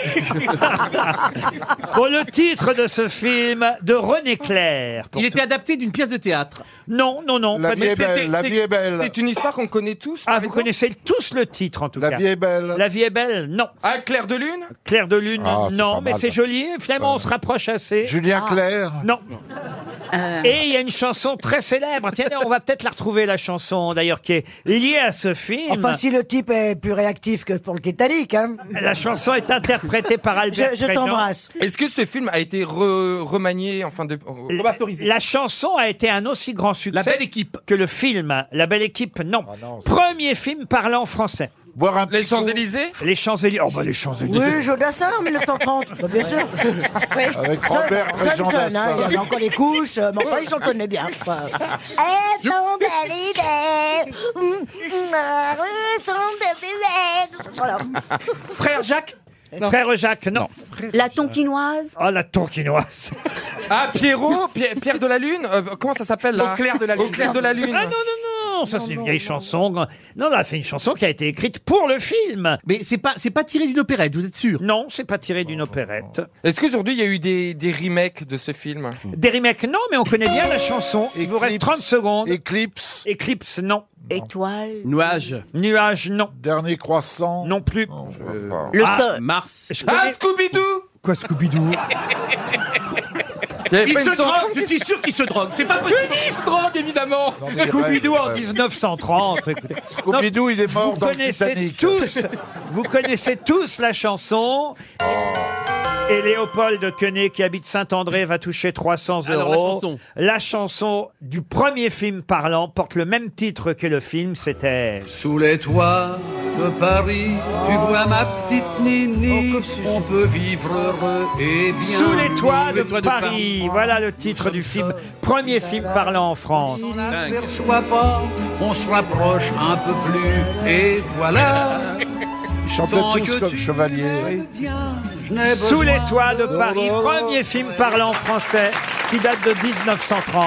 [SPEAKER 1] Bon, le titre de ce film de René Clair.
[SPEAKER 22] Il était adapté d'une pièce de théâtre.
[SPEAKER 1] Non, non, non.
[SPEAKER 11] La
[SPEAKER 1] pas
[SPEAKER 11] vie
[SPEAKER 1] du-
[SPEAKER 11] est
[SPEAKER 1] c'était-
[SPEAKER 11] belle, la vie est belle.
[SPEAKER 20] C'est une histoire qu'on connaît tous.
[SPEAKER 1] Ah, vous connaissez tous le titre, en tout cas.
[SPEAKER 11] La vie est belle.
[SPEAKER 1] La vie est belle, non.
[SPEAKER 20] Ah, Claire de Lune
[SPEAKER 1] Claire de Lune,
[SPEAKER 11] Ah, c'est
[SPEAKER 1] non,
[SPEAKER 11] pas
[SPEAKER 1] mais
[SPEAKER 11] mal,
[SPEAKER 1] c'est
[SPEAKER 11] ça. Euh,
[SPEAKER 1] joli. et Finalement, on se rapproche assez. Ah.
[SPEAKER 11] Julien Clerc.
[SPEAKER 1] Non. Et il y a une chanson très célèbre. Tiens, on va peut-être la retrouver, la chanson, d'ailleurs, qui est liée à ce film.
[SPEAKER 23] Enfin, si le type est plus réactif que pour le Titanic, hein.
[SPEAKER 1] La chanson est interprétée par Albert
[SPEAKER 23] Je- je
[SPEAKER 1] Préjean.
[SPEAKER 23] t'embrasse.
[SPEAKER 20] Est-ce que ce film a été re- remanié, enfin, de... remasterisé
[SPEAKER 1] La chanson a été un aussi grand succès
[SPEAKER 22] La belle équipe.
[SPEAKER 1] que le film. La belle équipe, Ah non. Premier film parlant français.
[SPEAKER 11] Boire un
[SPEAKER 20] Les Champs-Élysées
[SPEAKER 1] Les Champs-Élysées. Oh, bah, les Champs-Élysées.
[SPEAKER 23] Oui, Jodassin en 1930, Bah, bien sûr.
[SPEAKER 11] Avec
[SPEAKER 23] Jeune-
[SPEAKER 11] Robert
[SPEAKER 23] jeune,
[SPEAKER 11] Préjean
[SPEAKER 23] jeune, hein, il
[SPEAKER 11] Dassin.
[SPEAKER 23] avait encore les couches, euh, mais enfin, il s'en connaît bien. Enfin,
[SPEAKER 6] mm,
[SPEAKER 23] voilà.
[SPEAKER 1] Frère Jacques Frère Jacques, non.
[SPEAKER 21] La tonkinoise.
[SPEAKER 1] Ah, la tonkinoise.
[SPEAKER 20] Ah, Pierrot Pierre, Pierre de la Lune Euh, Comment ça s'appelle là
[SPEAKER 1] Au clair de la lune.
[SPEAKER 20] Au clair de la Lune.
[SPEAKER 1] Ah non, non, non, ça c'est une vieille chanson. Non, là, c'est une chanson qui a été écrite pour le film.
[SPEAKER 22] Mais c'est pas, c'est pas tiré d'une opérette, vous êtes sûr
[SPEAKER 1] Non, c'est pas tiré d'une opérette.
[SPEAKER 20] Est-ce qu'aujourd'hui il y a eu des, des remakes de ce film
[SPEAKER 1] Des remakes, non, mais on connaît bien la chanson. Il vous reste 30 secondes.
[SPEAKER 11] Éclipse.
[SPEAKER 1] Éclipse, non.
[SPEAKER 21] Étoile.
[SPEAKER 22] Nuage.
[SPEAKER 1] Nuage, non.
[SPEAKER 11] Dernier croissant.
[SPEAKER 1] Non plus.
[SPEAKER 21] Le
[SPEAKER 1] Ah,
[SPEAKER 21] sol.
[SPEAKER 22] Mars.
[SPEAKER 1] Je
[SPEAKER 20] Ah,
[SPEAKER 1] connais-
[SPEAKER 20] Scooby-Doo
[SPEAKER 1] Quoi, Scooby-Doo
[SPEAKER 20] Il y avait
[SPEAKER 22] Il
[SPEAKER 20] pas
[SPEAKER 22] se
[SPEAKER 20] une chanson
[SPEAKER 22] drogue, je suis sûr qu'il se drogue. C'est pas possible.
[SPEAKER 20] Denis drogue, évidemment
[SPEAKER 11] mais
[SPEAKER 1] Scooby-Doo en
[SPEAKER 11] ouais.
[SPEAKER 1] 1930. écoutez.
[SPEAKER 11] Scooby-Doo, il est mort
[SPEAKER 1] Vous
[SPEAKER 11] dans le
[SPEAKER 1] connaissez
[SPEAKER 11] Titanic.
[SPEAKER 1] tous, vous connaissez tous la chanson.
[SPEAKER 11] Oh.
[SPEAKER 1] Et Léopold Quenet, qui habite Saint-André, va toucher 300 euros.
[SPEAKER 22] Alors, la chanson.
[SPEAKER 1] La chanson du premier film parlant porte le même titre que le film, c'était...
[SPEAKER 25] Sous les toits de Paris, tu vois ma petite Nini. On peut vivre heureux et bien.
[SPEAKER 1] Oh, Sous les toits de,
[SPEAKER 22] toits de
[SPEAKER 1] Paris. Voilà le titre du film, premier film parlant en France.
[SPEAKER 25] On n'aperçoit pas, on se rapproche un peu plus. Et voilà,
[SPEAKER 11] chantaient
[SPEAKER 25] Tant
[SPEAKER 11] tous
[SPEAKER 25] que
[SPEAKER 11] comme
[SPEAKER 25] tu
[SPEAKER 11] chevaliers.
[SPEAKER 25] Je n'ai
[SPEAKER 1] Sous
[SPEAKER 25] besoin
[SPEAKER 1] les toits de
[SPEAKER 25] de
[SPEAKER 1] Paris,
[SPEAKER 25] l'aurore.
[SPEAKER 1] premier film parlant français qui date de 1930.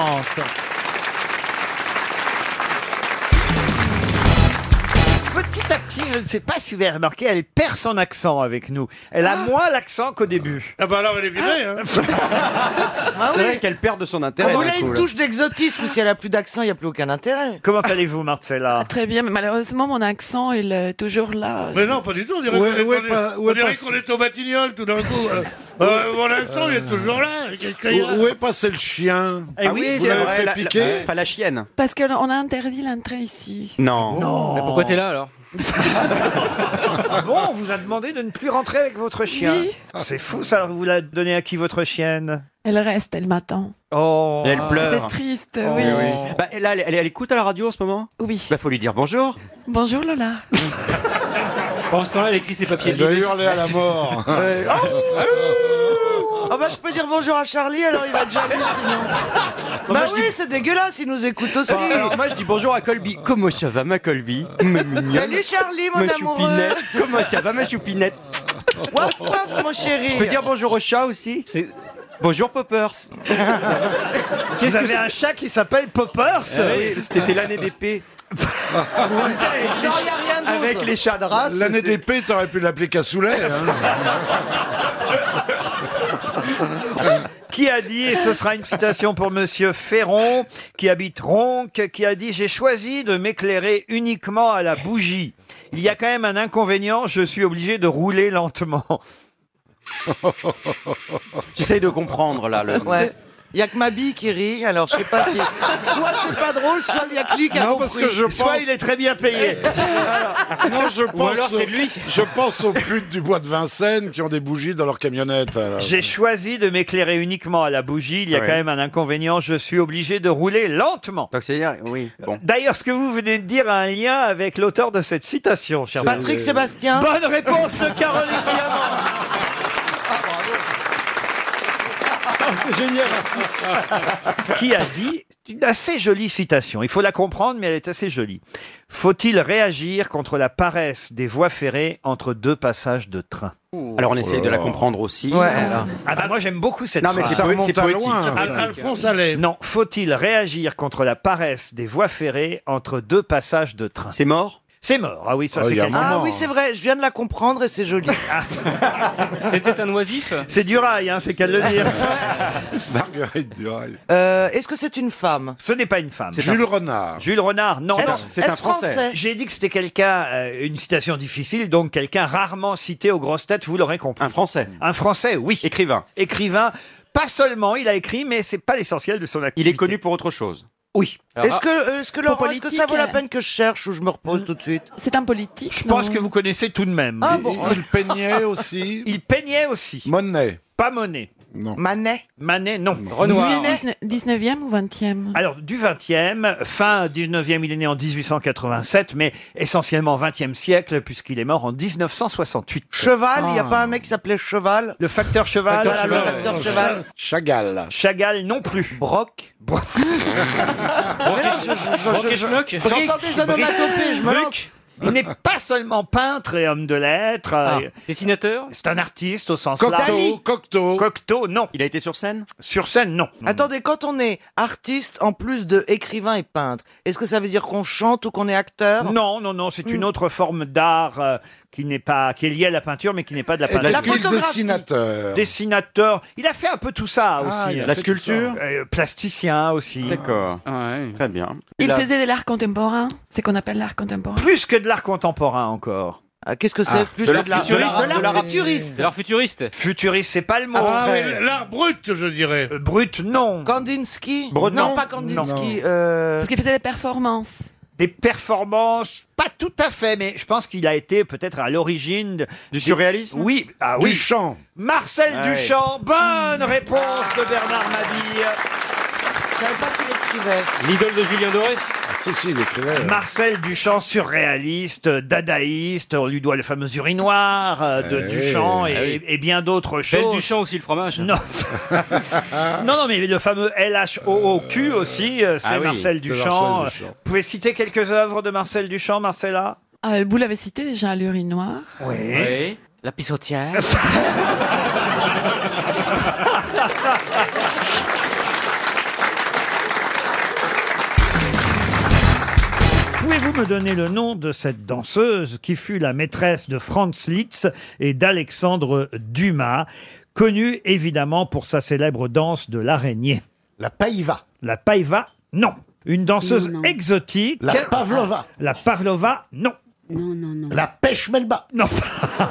[SPEAKER 1] Petit à petit, je ne sais pas si vous avez remarqué, elle perd son accent avec nous. Elle a moins l'accent qu'au début. Ah.
[SPEAKER 7] Ah bah alors elle est virée. Hein.
[SPEAKER 22] C'est
[SPEAKER 9] oui.
[SPEAKER 22] vrai qu'elle perd de son
[SPEAKER 9] Quand
[SPEAKER 22] intérêt.
[SPEAKER 9] vous
[SPEAKER 22] d'un
[SPEAKER 9] voulez
[SPEAKER 22] coup,
[SPEAKER 9] une
[SPEAKER 22] là.
[SPEAKER 9] touche d'exotisme, si elle a plus d'accent, il n'y a plus aucun intérêt.
[SPEAKER 1] Comment allez-vous, Marcella
[SPEAKER 8] Ah, Très bien, mais malheureusement, mon accent, il euh, est toujours là.
[SPEAKER 7] Mais non, pas du tout. On dirait
[SPEAKER 8] Ouais,
[SPEAKER 7] qu'on est-
[SPEAKER 8] ouais,
[SPEAKER 7] on est,
[SPEAKER 8] pas-
[SPEAKER 7] on
[SPEAKER 8] ouais,
[SPEAKER 7] dirait
[SPEAKER 8] pas-
[SPEAKER 7] qu'on est au Batignolles tout d'un coup. euh. Euh, mon accent, il est toujours là. Qu'est-ce qu'il y a Eh
[SPEAKER 11] Où, où est passé le chien
[SPEAKER 22] Ah oui,
[SPEAKER 11] Vous
[SPEAKER 22] c'est
[SPEAKER 11] l'avez
[SPEAKER 22] vrai,
[SPEAKER 11] fait
[SPEAKER 22] la- la-
[SPEAKER 11] piquer
[SPEAKER 22] Enfin, la chienne.
[SPEAKER 8] Parce qu'on a interdit l'entrée ici.
[SPEAKER 22] Non. Mais pourquoi t'es là alors
[SPEAKER 1] Ah bon, on vous a demandé de ne plus rentrer avec votre chien. Ah,
[SPEAKER 8] Oui.
[SPEAKER 1] C'est fou ça, vous la donnez à qui votre chienne
[SPEAKER 8] Elle reste, elle m'attend.
[SPEAKER 1] Oh.
[SPEAKER 22] Et elle pleure.
[SPEAKER 8] C'est triste, oui.
[SPEAKER 22] Bah, elle, elle, elle, elle écoute à la radio en ce moment
[SPEAKER 8] Oui.
[SPEAKER 22] Bah, faut lui dire bonjour.
[SPEAKER 8] Bonjour Lola.
[SPEAKER 22] Pendant ce temps-là, elle écrit ses papiers
[SPEAKER 11] Elle doit hurler à la mort.
[SPEAKER 9] Ah bah je peux dire bonjour à Charlie, alors il va déjà vu sinon. bah oui, c'est dégueulasse, il nous écoute aussi.
[SPEAKER 22] Alors, moi, je dis bonjour à Colby. Comment ça va, ma Colby Ma mignonne.
[SPEAKER 9] Salut Charlie, mon
[SPEAKER 22] Ma
[SPEAKER 9] amoureux.
[SPEAKER 22] choupinette. Comment ça va, ma choupinette
[SPEAKER 9] Waf waf, mon chéri.
[SPEAKER 22] Je peux dire bonjour au chat aussi Bonjour Poppers.
[SPEAKER 1] Vous
[SPEAKER 22] Qu'est-ce que
[SPEAKER 1] avez
[SPEAKER 22] c'est
[SPEAKER 1] un chat qui s'appelle Poppers
[SPEAKER 22] Ah oui, C'était l'année d'épée.
[SPEAKER 9] Genre, il n'y a rien d'autre.
[SPEAKER 22] Avec les chats de race.
[SPEAKER 11] L'année
[SPEAKER 22] c'est-
[SPEAKER 11] d'épée, t'aurais pu l'appeler Cassoulet. hein.
[SPEAKER 1] Qui a dit, et ce sera une citation pour Monsieur Ferron, qui habite Ronc, qui a dit J'ai choisi de m'éclairer uniquement à la bougie. Il y a quand même un inconvénient, je suis obligé de rouler lentement.
[SPEAKER 22] J'essaye de comprendre là. Le...
[SPEAKER 9] Ouais. Il n'y a que ma bille qui rit, alors je sais pas si. Soit c'est pas drôle, soit il n'y a que lui qui a
[SPEAKER 11] Non,
[SPEAKER 9] compris.
[SPEAKER 11] parce que je pense.
[SPEAKER 1] Soit il est très bien payé.
[SPEAKER 23] Ah,
[SPEAKER 11] Non, Ah, je pense.
[SPEAKER 22] alors
[SPEAKER 11] au-
[SPEAKER 22] c'est lui.
[SPEAKER 11] Je pense aux putes du bois de Vincennes qui ont des bougies dans leur camionnette. alors.
[SPEAKER 1] J'ai choisi de m'éclairer uniquement à la bougie. Il y a
[SPEAKER 22] Ouais.
[SPEAKER 1] quand même un inconvénient, je suis obligé de rouler lentement.
[SPEAKER 22] Donc c'est dire, oui, bon.
[SPEAKER 1] D'ailleurs, ce que vous venez de dire a un lien avec l'auteur de cette citation, cher
[SPEAKER 9] Patrick
[SPEAKER 1] Bernard.
[SPEAKER 9] Sébastien.
[SPEAKER 1] euh, Bonne réponse de Caroline Diamant.
[SPEAKER 9] Ah,
[SPEAKER 1] Oh,
[SPEAKER 22] C'est génial.
[SPEAKER 1] qui a dit une assez jolie citation. Il faut la comprendre, mais elle est assez jolie. Faut-il réagir contre la paresse des voies ferrées entre deux passages de train
[SPEAKER 22] Alors on
[SPEAKER 11] Oh
[SPEAKER 22] essaye de la comprendre aussi.
[SPEAKER 9] Ouais, alors.
[SPEAKER 1] Ah bah, moi j'aime beaucoup cette
[SPEAKER 22] Non, mais
[SPEAKER 1] phrase.
[SPEAKER 22] c'est poé- c'est poétique.
[SPEAKER 11] hein.
[SPEAKER 7] Al- Alphonse Allais.
[SPEAKER 1] Non, faut-il réagir contre la paresse des voies ferrées entre deux passages de train
[SPEAKER 22] C'est mort
[SPEAKER 1] C'est mort. Ah oui, ça
[SPEAKER 11] Oh,
[SPEAKER 1] c'est
[SPEAKER 11] il y a un
[SPEAKER 1] quelque-
[SPEAKER 9] Ah
[SPEAKER 11] moment.
[SPEAKER 9] oui, c'est vrai, je viens de la comprendre et c'est joli.
[SPEAKER 2] C'était un oisif
[SPEAKER 1] c'est du rail, hein, c'est qu'à le dire.
[SPEAKER 11] Marguerite Duras.
[SPEAKER 9] Euh, Est-ce que c'est une femme
[SPEAKER 1] Ce n'est pas une femme.
[SPEAKER 11] Jules Renard.
[SPEAKER 1] Jules Renard, non, non.
[SPEAKER 9] Est-ce-
[SPEAKER 22] c'est un
[SPEAKER 9] est-ce
[SPEAKER 22] Ah. Français.
[SPEAKER 1] J'ai dit que c'était quelqu'un, euh, une citation difficile, donc quelqu'un rarement cité aux grosses têtes, vous l'aurez compris.
[SPEAKER 22] Un français.
[SPEAKER 1] Un Français, oui.
[SPEAKER 22] Écrivain.
[SPEAKER 1] écrivain. Pas seulement il a écrit, mais c'est pas l'essentiel de son
[SPEAKER 22] Il
[SPEAKER 1] activité.
[SPEAKER 22] est connu pour autre chose. ah,
[SPEAKER 1] Oui.
[SPEAKER 9] Est-ce que, euh, est-ce que Laurent, est-ce que ça
[SPEAKER 8] politique,
[SPEAKER 9] vaut la
[SPEAKER 8] euh.
[SPEAKER 9] peine que je cherche ou je me repose tout de suite
[SPEAKER 8] C'est un politique.
[SPEAKER 1] Je
[SPEAKER 8] non
[SPEAKER 1] pense que vous connaissez tout de même.
[SPEAKER 9] Ah bon
[SPEAKER 11] Il peignait aussi.
[SPEAKER 1] Il peignait aussi.
[SPEAKER 11] Monet.
[SPEAKER 1] Pas Monet.
[SPEAKER 9] Manet
[SPEAKER 1] Manet, non.
[SPEAKER 22] Renoir.
[SPEAKER 8] 19- 19e ou 20e
[SPEAKER 1] Alors, du 20e, fin 19e, il est né en 1887, mais essentiellement 20e siècle, puisqu'il est mort en 1968.
[SPEAKER 9] Cheval, il n'y
[SPEAKER 1] Ah.
[SPEAKER 9] a pas un mec qui s'appelait Cheval
[SPEAKER 1] Le facteur cheval, Ah
[SPEAKER 9] Voilà,
[SPEAKER 1] voilà,
[SPEAKER 9] le facteur Cheval.
[SPEAKER 11] Chagall.
[SPEAKER 1] le- Chagall non plus.
[SPEAKER 9] Brock J'entends des onomatopées, je me lance.
[SPEAKER 1] Bruck, il n'est pas seulement peintre et homme de lettres. euh,
[SPEAKER 2] Dessinateur
[SPEAKER 1] C'est un artiste au sens large.
[SPEAKER 11] Cocteau. Cocteau.
[SPEAKER 1] Cocteau, non.
[SPEAKER 22] Il a été sur scène
[SPEAKER 1] Sur scène, non.
[SPEAKER 9] Attendez, quand on est artiste en plus de écrivain et peintre, est-ce que ça veut dire qu'on chante ou qu'on est acteur
[SPEAKER 1] Non, non, non, c'est une autre forme d'art euh, qui n'est pas, qui est liée à la peinture, mais qui n'est pas de la peinture.
[SPEAKER 11] Est-ce
[SPEAKER 9] la
[SPEAKER 11] qu'il
[SPEAKER 9] photographie.
[SPEAKER 11] dessinateur
[SPEAKER 1] Dessinateur, il a fait un peu tout ça
[SPEAKER 11] Ah,
[SPEAKER 1] aussi. hein.
[SPEAKER 11] il a
[SPEAKER 22] La
[SPEAKER 11] fait tout
[SPEAKER 22] sculpture
[SPEAKER 1] Euh, plasticien aussi.
[SPEAKER 22] D'accord. Très bien.
[SPEAKER 8] Il
[SPEAKER 22] a-
[SPEAKER 8] faisait de l'art contemporain. C'est qu'on appelle l'art contemporain.
[SPEAKER 1] Plus que de l'art contemporain encore.
[SPEAKER 9] Ah, Qu'est-ce que c'est plus
[SPEAKER 22] de
[SPEAKER 9] que
[SPEAKER 22] l'art
[SPEAKER 9] de l'art
[SPEAKER 22] futuriste,
[SPEAKER 9] de
[SPEAKER 22] de
[SPEAKER 9] l'art
[SPEAKER 22] l'art-
[SPEAKER 9] futuriste
[SPEAKER 2] Alors futuriste
[SPEAKER 1] Futuriste, c'est pas le mot.
[SPEAKER 7] Ah oui,
[SPEAKER 1] Abstrait.
[SPEAKER 7] l'art brut, je dirais.
[SPEAKER 1] Euh, Brut, non.
[SPEAKER 9] Kandinsky
[SPEAKER 1] Breton.
[SPEAKER 9] Non, pas Kandinsky. euh,
[SPEAKER 8] Parce qu'il faisait des performances.
[SPEAKER 1] Des performances, pas tout à fait, mais je pense qu'il a été peut-être à l'origine de-
[SPEAKER 22] Du surréalisme
[SPEAKER 1] Oui, ah oui.
[SPEAKER 11] Du chant.
[SPEAKER 1] Marcel
[SPEAKER 22] Ah oui.
[SPEAKER 1] Duchamp, bonne réponse de Bernard Mabille.
[SPEAKER 9] Je savais pas qu'il écrivait.
[SPEAKER 2] L'idole de Julien Doré
[SPEAKER 11] Ah, si, si, il écrivait. euh,
[SPEAKER 1] Marcel Duchamp, surréaliste, euh, dadaïste, on lui doit le fameux urinoir euh, de
[SPEAKER 11] Eh
[SPEAKER 1] Duchamp
[SPEAKER 11] oui,
[SPEAKER 1] et,
[SPEAKER 2] eh oui.
[SPEAKER 1] et bien d'autres
[SPEAKER 2] Belle
[SPEAKER 1] choses.
[SPEAKER 2] Duchamp aussi, le fromage
[SPEAKER 1] Non. non, non, mais le fameux LHOOQ aussi, euh, c'est
[SPEAKER 22] Ah oui,
[SPEAKER 1] Marcel
[SPEAKER 11] c'est
[SPEAKER 1] Duchamp.
[SPEAKER 11] Marcel Duchamp.
[SPEAKER 1] Vous pouvez citer quelques œuvres de Marcel Duchamp, Marcella
[SPEAKER 8] Euh, vous l'avez cité déjà, l'urinoir.
[SPEAKER 1] Oui.
[SPEAKER 8] La pissotière.
[SPEAKER 1] Pouvez-vous me donner le nom de cette danseuse qui fut la maîtresse de Franz Liszt et d'Alexandre Dumas, connue évidemment pour sa célèbre danse de l'araignée La païva. La païva, non. Une danseuse
[SPEAKER 3] Non, non.
[SPEAKER 1] exotique.
[SPEAKER 3] La pavlova.
[SPEAKER 1] La pavlova, non.
[SPEAKER 3] Non, non, non.
[SPEAKER 1] La pêche melba. Non.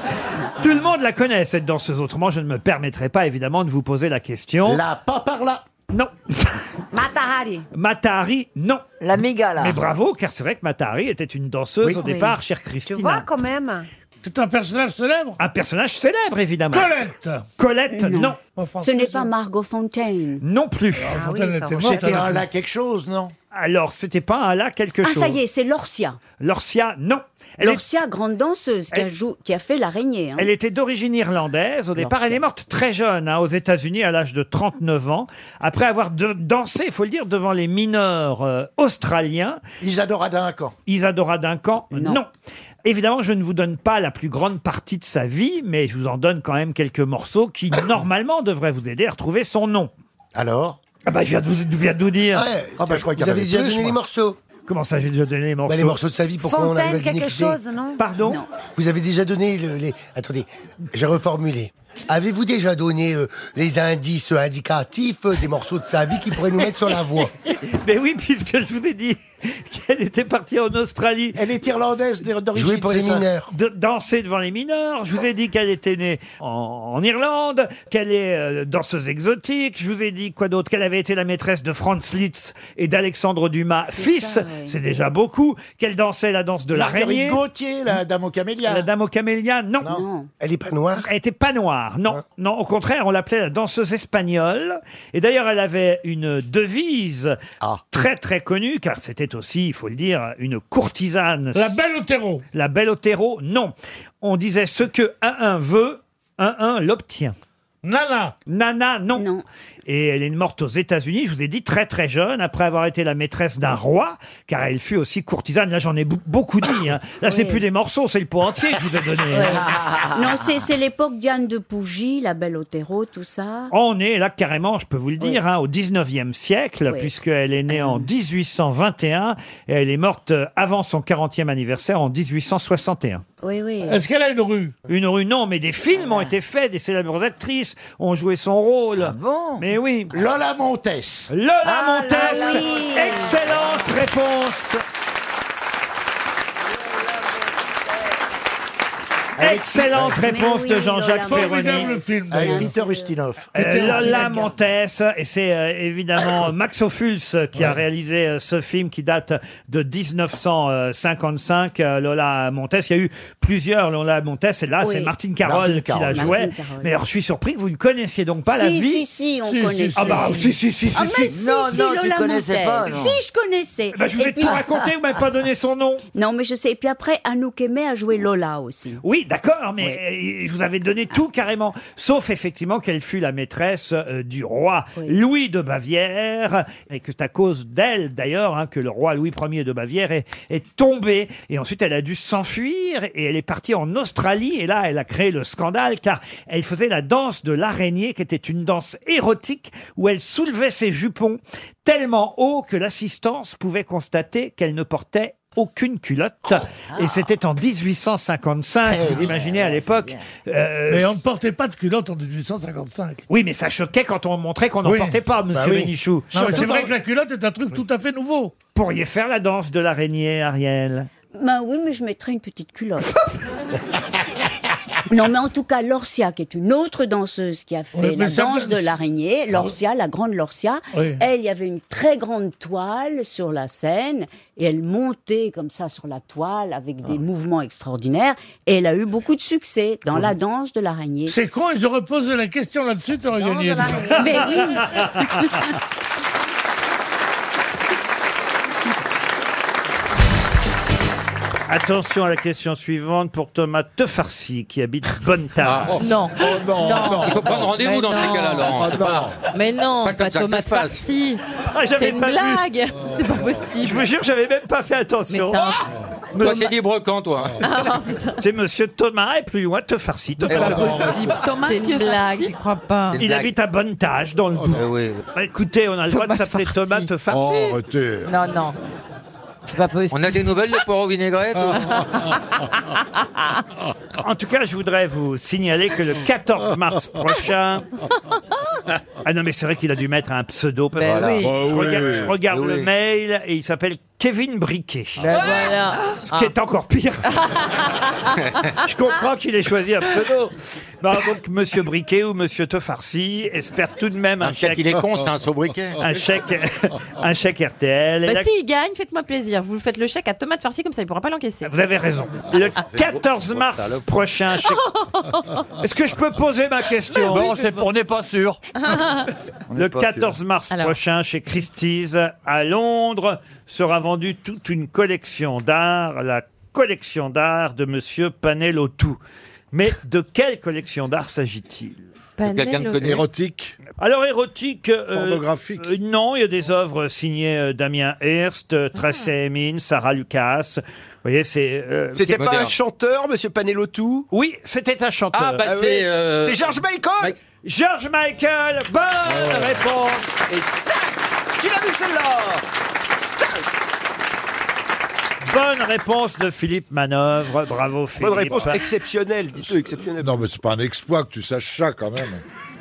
[SPEAKER 1] Tout le monde la connaît, cette danseuse. Autrement, je ne me permettrai pas, évidemment, de vous poser la question. La paparla. Non.
[SPEAKER 6] Matahari.
[SPEAKER 1] Matahari, non.
[SPEAKER 6] La mégala.
[SPEAKER 1] Mais bravo, car c'est vrai que Matahari était une danseuse
[SPEAKER 6] Oui.
[SPEAKER 1] au
[SPEAKER 6] Oui.
[SPEAKER 1] départ, chère
[SPEAKER 6] Tu
[SPEAKER 1] Christine.
[SPEAKER 6] vois quand même.
[SPEAKER 1] C'est un personnage célèbre Un personnage célèbre, évidemment. Colette Colette, non.
[SPEAKER 6] Ce n'est
[SPEAKER 1] euh,
[SPEAKER 6] pas Margot Fontaine.
[SPEAKER 1] Non plus.
[SPEAKER 6] Ah oui, Fontaine ça était va. morte,
[SPEAKER 1] hein,
[SPEAKER 11] C'était un
[SPEAKER 6] là
[SPEAKER 1] quelque chose, non Alors, c'était pas un là quelque
[SPEAKER 6] Ah,
[SPEAKER 1] chose.
[SPEAKER 6] ça y est, c'est Lorsia.
[SPEAKER 1] Lorsia, non. Elle, est-
[SPEAKER 6] Lorsia, grande danseuse qui, a,
[SPEAKER 1] Elle-
[SPEAKER 6] jou- qui a fait l'araignée. hein.
[SPEAKER 1] elle était d'origine irlandaise au départ. Elle est morte très jeune, hein, aux États-Unis, à l'âge de 39 ans, après avoir de- dansé, il faut le dire, devant les mineurs euh, australiens. Isadora Duncan. Isadora Duncan, non. Évidemment, je ne vous donne pas la plus grande partie de sa vie, mais je vous en donne quand même quelques morceaux qui, normalement, devraient vous aider à retrouver son nom. Alors ah bah, je viens de vous, je viens de vous dire.
[SPEAKER 4] Ouais, Ah bah, je crois qu'il y
[SPEAKER 1] Vous
[SPEAKER 4] en
[SPEAKER 1] avez
[SPEAKER 4] avait plus, moi.
[SPEAKER 1] morceaux. Comment ça, j'ai déjà donné les morceaux
[SPEAKER 4] Bah, les morceaux de sa vie, pourquoi on arrive à
[SPEAKER 6] quelque
[SPEAKER 4] l'identifier
[SPEAKER 6] chose, non
[SPEAKER 1] Pardon
[SPEAKER 4] Vous avez déjà donné le- les... Attendez, j'ai reformulé. Avez-vous déjà donné euh, les indices indicatifs euh, des morceaux de sa vie qui pourraient nous mettre sur la voie
[SPEAKER 1] Mais oui, puisque je vous ai dit qu'elle était partie en Australie. Elle est irlandaise d'origine.
[SPEAKER 4] Jouer pour les mineurs.
[SPEAKER 1] De, danser devant les mineurs. Je vous ai dit qu'elle était née en, en Irlande, qu'elle est euh, danseuse exotique. Je vous ai dit quoi d'autre Qu'elle avait été la maîtresse de Franz Liszt et d'Alexandre Dumas, fils. C'est déjà beaucoup. Qu'elle dansait la danse de
[SPEAKER 11] Marguerite
[SPEAKER 1] l'araignée.
[SPEAKER 11] Gautier, la
[SPEAKER 1] dame aux camélias. La dame aux camélias, non.
[SPEAKER 4] Elle n'est pas noire Hein.
[SPEAKER 1] Elle n'était pas noire, non. Non, au contraire, on l'appelait la danseuse espagnole. Et d'ailleurs, elle avait une devise
[SPEAKER 4] Ah.
[SPEAKER 1] très très connue, car c'était aussi, il faut le dire, une courtisane.
[SPEAKER 7] La
[SPEAKER 1] belle Otero. La belle Otero, non. On disait ce que un un veut, un un l'obtient. Nana Nana, non. Et elle est morte aux États-Unis, je vous ai dit, très très jeune, après avoir été la maîtresse d'un roi, car elle fut aussi courtisane. Là, j'en ai bou- beaucoup dit. hein. Là, c'est
[SPEAKER 6] Oui.
[SPEAKER 1] plus des morceaux, c'est le pot entier que je vous ai donné.
[SPEAKER 6] Ouais.
[SPEAKER 1] hein.
[SPEAKER 6] non, c'est c'est l'époque Diane de Pougy, la belle Otero, tout ça.
[SPEAKER 1] On est là carrément, je peux vous le dire, hein, au 19e siècle,
[SPEAKER 6] Oui. Ah.
[SPEAKER 1] puisqu'elle est née en 1821 et elle est morte euh, avant son 40e anniversaire en 1861.
[SPEAKER 6] Oui, oui.
[SPEAKER 1] Est-ce qu'elle a une rue Une rue, non, mais des films ont été faits, des célèbres actrices ont joué son rôle. bon Mais oui. Lola Montes. Lola
[SPEAKER 3] Ah,
[SPEAKER 1] Montes
[SPEAKER 3] là, oui.
[SPEAKER 1] Excellente réponse Excellente réponse de Jean-Jacques Perroni.
[SPEAKER 11] Avec Euh, Peter Ustinov.
[SPEAKER 1] Euh, Lola Montes, et c'est euh, évidemment Max Ophuls qui a réalisé euh, ce film qui date de 1955. euh, Lola Montes, il y a eu plusieurs Lola Montes, et là
[SPEAKER 6] Oui.
[SPEAKER 1] c'est Martine Carole
[SPEAKER 6] Martine
[SPEAKER 1] qui la
[SPEAKER 6] Carole.
[SPEAKER 1] jouait.
[SPEAKER 6] Martine Carole.
[SPEAKER 1] Mais alors je suis surpris que vous ne connaissiez donc pas la
[SPEAKER 6] Si,
[SPEAKER 1] vie.
[SPEAKER 6] si, si, on Si, si, connaissait.
[SPEAKER 1] Ah bah si, si, si, si.
[SPEAKER 6] Ah, mais
[SPEAKER 1] si.
[SPEAKER 6] si, si, Lola Montez. Si, je connaissais.
[SPEAKER 1] Bah, je vous ai
[SPEAKER 6] Et puis-
[SPEAKER 1] tout raconté, vous m'avez pas donné son nom.
[SPEAKER 6] Non, mais je sais. Et puis après, Anouk Aimé a joué Lola aussi.
[SPEAKER 1] Oui, d'accord, mais euh, je vous avais donné tout carrément, sauf effectivement qu'elle fut la maîtresse euh, du roi Louis de Bavière, et que c'est à cause d'elle d'ailleurs hein, que le roi Louis Ier de Bavière est, est tombé, et ensuite elle a dû s'enfuir, et elle est partie en Australie, et là elle a créé le scandale, car elle faisait la danse de l'araignée, qui était une danse érotique, où elle soulevait ses jupons tellement haut que l'assistance pouvait constater qu'elle ne portait aucune culotte. Et c'était en 1855, vous imaginez à l'époque.
[SPEAKER 7] Mais on
[SPEAKER 1] ne portait pas de culotte en 1855. Oui, mais ça choquait quand on montrait qu'on n'en
[SPEAKER 7] Oui.
[SPEAKER 1] portait pas, monsieur
[SPEAKER 7] Bah oui.
[SPEAKER 1] Bénichou.
[SPEAKER 7] Non, mais c'est vrai que
[SPEAKER 1] la culotte est un truc tout à fait nouveau. Pourriez faire la danse de l'araignée, Ariel.
[SPEAKER 6] Ben oui, mais je mettrais une petite culotte. Non, mais en tout cas, Lorsia, qui est une autre danseuse qui a fait Oui, mais la ça danse peut- de l'araignée, Lorsia, la grande Lorsia, Oui. elle, il y avait une très grande toile sur la scène, et elle montait comme ça sur la toile avec des mouvements extraordinaires, et elle a eu beaucoup de succès dans la danse de l'araignée.
[SPEAKER 7] C'est con, ils auraient posé la question là-dessus, t'aurais gagné.
[SPEAKER 6] Mais oui.
[SPEAKER 1] Attention à la question suivante pour Thomas Tefarsi, qui habite Bonnetal.
[SPEAKER 26] Non. non.
[SPEAKER 1] Ah. Oh, Il faut prendre rendez-vous
[SPEAKER 26] Mais
[SPEAKER 1] dans ces
[SPEAKER 26] non.
[SPEAKER 1] cas-là, Laurent, c'est pas-
[SPEAKER 26] Mais non,
[SPEAKER 1] pas
[SPEAKER 26] pas,
[SPEAKER 1] comme ça que
[SPEAKER 26] Thomas
[SPEAKER 1] ça se passe.
[SPEAKER 26] Farsi.
[SPEAKER 1] Ah, j'avais
[SPEAKER 26] C'est une
[SPEAKER 1] pas vu. Oh.
[SPEAKER 26] blague. C'est pas possible.
[SPEAKER 1] Je vous jure, j'avais même pas fait
[SPEAKER 26] Mais
[SPEAKER 1] attention. Ah
[SPEAKER 26] c'est un-
[SPEAKER 24] Toi, c'est des brocants, toi.
[SPEAKER 21] Ah,
[SPEAKER 1] hein C'est monsieur Thomas et plus loin, te farci.
[SPEAKER 24] C'est pas possible.
[SPEAKER 1] Thomas
[SPEAKER 21] Eh ben, C'est une blague, Oh, j'y crois pas.
[SPEAKER 1] Il habite à bonne tâche dans le bout. Bah, écoutez, on a le droit de
[SPEAKER 21] Thomas
[SPEAKER 1] s'appeler Thomas te farci.
[SPEAKER 21] Oh, Non, non. C'est pas possible.
[SPEAKER 24] On a des nouvelles de Oh. porc vinaigrette
[SPEAKER 1] Ah.
[SPEAKER 21] Ah.
[SPEAKER 1] En tout cas, je voudrais vous signaler que le 14 mars prochain. Ah non, mais c'est vrai qu'il a dû mettre un pseudo. parce
[SPEAKER 21] Ben
[SPEAKER 1] que
[SPEAKER 21] oui. Bah
[SPEAKER 1] Je
[SPEAKER 21] oui.
[SPEAKER 1] regarde, je regarde
[SPEAKER 21] Ben
[SPEAKER 1] le
[SPEAKER 21] oui.
[SPEAKER 1] mail et il s'appelle Kevin Briquet.
[SPEAKER 21] Ben voilà. Ah.
[SPEAKER 1] Ce qui est encore pire. Je comprends qu'il ait choisi un pseudo. Non, donc, Monsieur Briquet ou Monsieur Tefarsi espère tout de même un,
[SPEAKER 24] Un chèque,
[SPEAKER 1] chèque.
[SPEAKER 24] il est con, c'est un sobriquet.
[SPEAKER 1] Un chèque, un chèque RTL. Et
[SPEAKER 21] Bah
[SPEAKER 1] la-
[SPEAKER 21] si, il gagne, faites-moi plaisir. Vous le faites le chèque à tomate farci comme ça, il pourra pas l'encaisser.
[SPEAKER 1] Vous avez raison. Le
[SPEAKER 24] Ah,
[SPEAKER 1] 14 mars prochain. chèque- Est-ce que je peux poser ma question
[SPEAKER 21] Bah oui, c'est-
[SPEAKER 1] on n'est pas sûr. Le 14 mars prochain, chez Christie's, à Londres, sera vendue toute une collection d'art, la collection d'art de Monsieur Panelotou. Mais de quelle collection d'art s'agit-il
[SPEAKER 11] De quelqu'un de connu.
[SPEAKER 1] Érotique Alors érotique... Pornographique Non, il y a des œuvres signées euh, Damien Hirst, euh, Tracey Emin, Sarah Lucas. Vous voyez, c'est... euh,
[SPEAKER 5] C'était
[SPEAKER 1] qui-
[SPEAKER 5] pas un chanteur, monsieur Panelotou
[SPEAKER 1] Oui, c'était un chanteur.
[SPEAKER 5] Ah, bah c'est.
[SPEAKER 1] euh,
[SPEAKER 5] C'est George Michael
[SPEAKER 1] George Michael Bonne réponse
[SPEAKER 5] Et tac Tu l'as vu celle-là
[SPEAKER 1] Bonne réponse de Philippe Manœuvre. Bravo Philippe.
[SPEAKER 5] Bonne réponse exceptionnelle, dites-le, exceptionnelle.
[SPEAKER 11] Non, mais c'est pas un exploit que tu saches ça, quand même.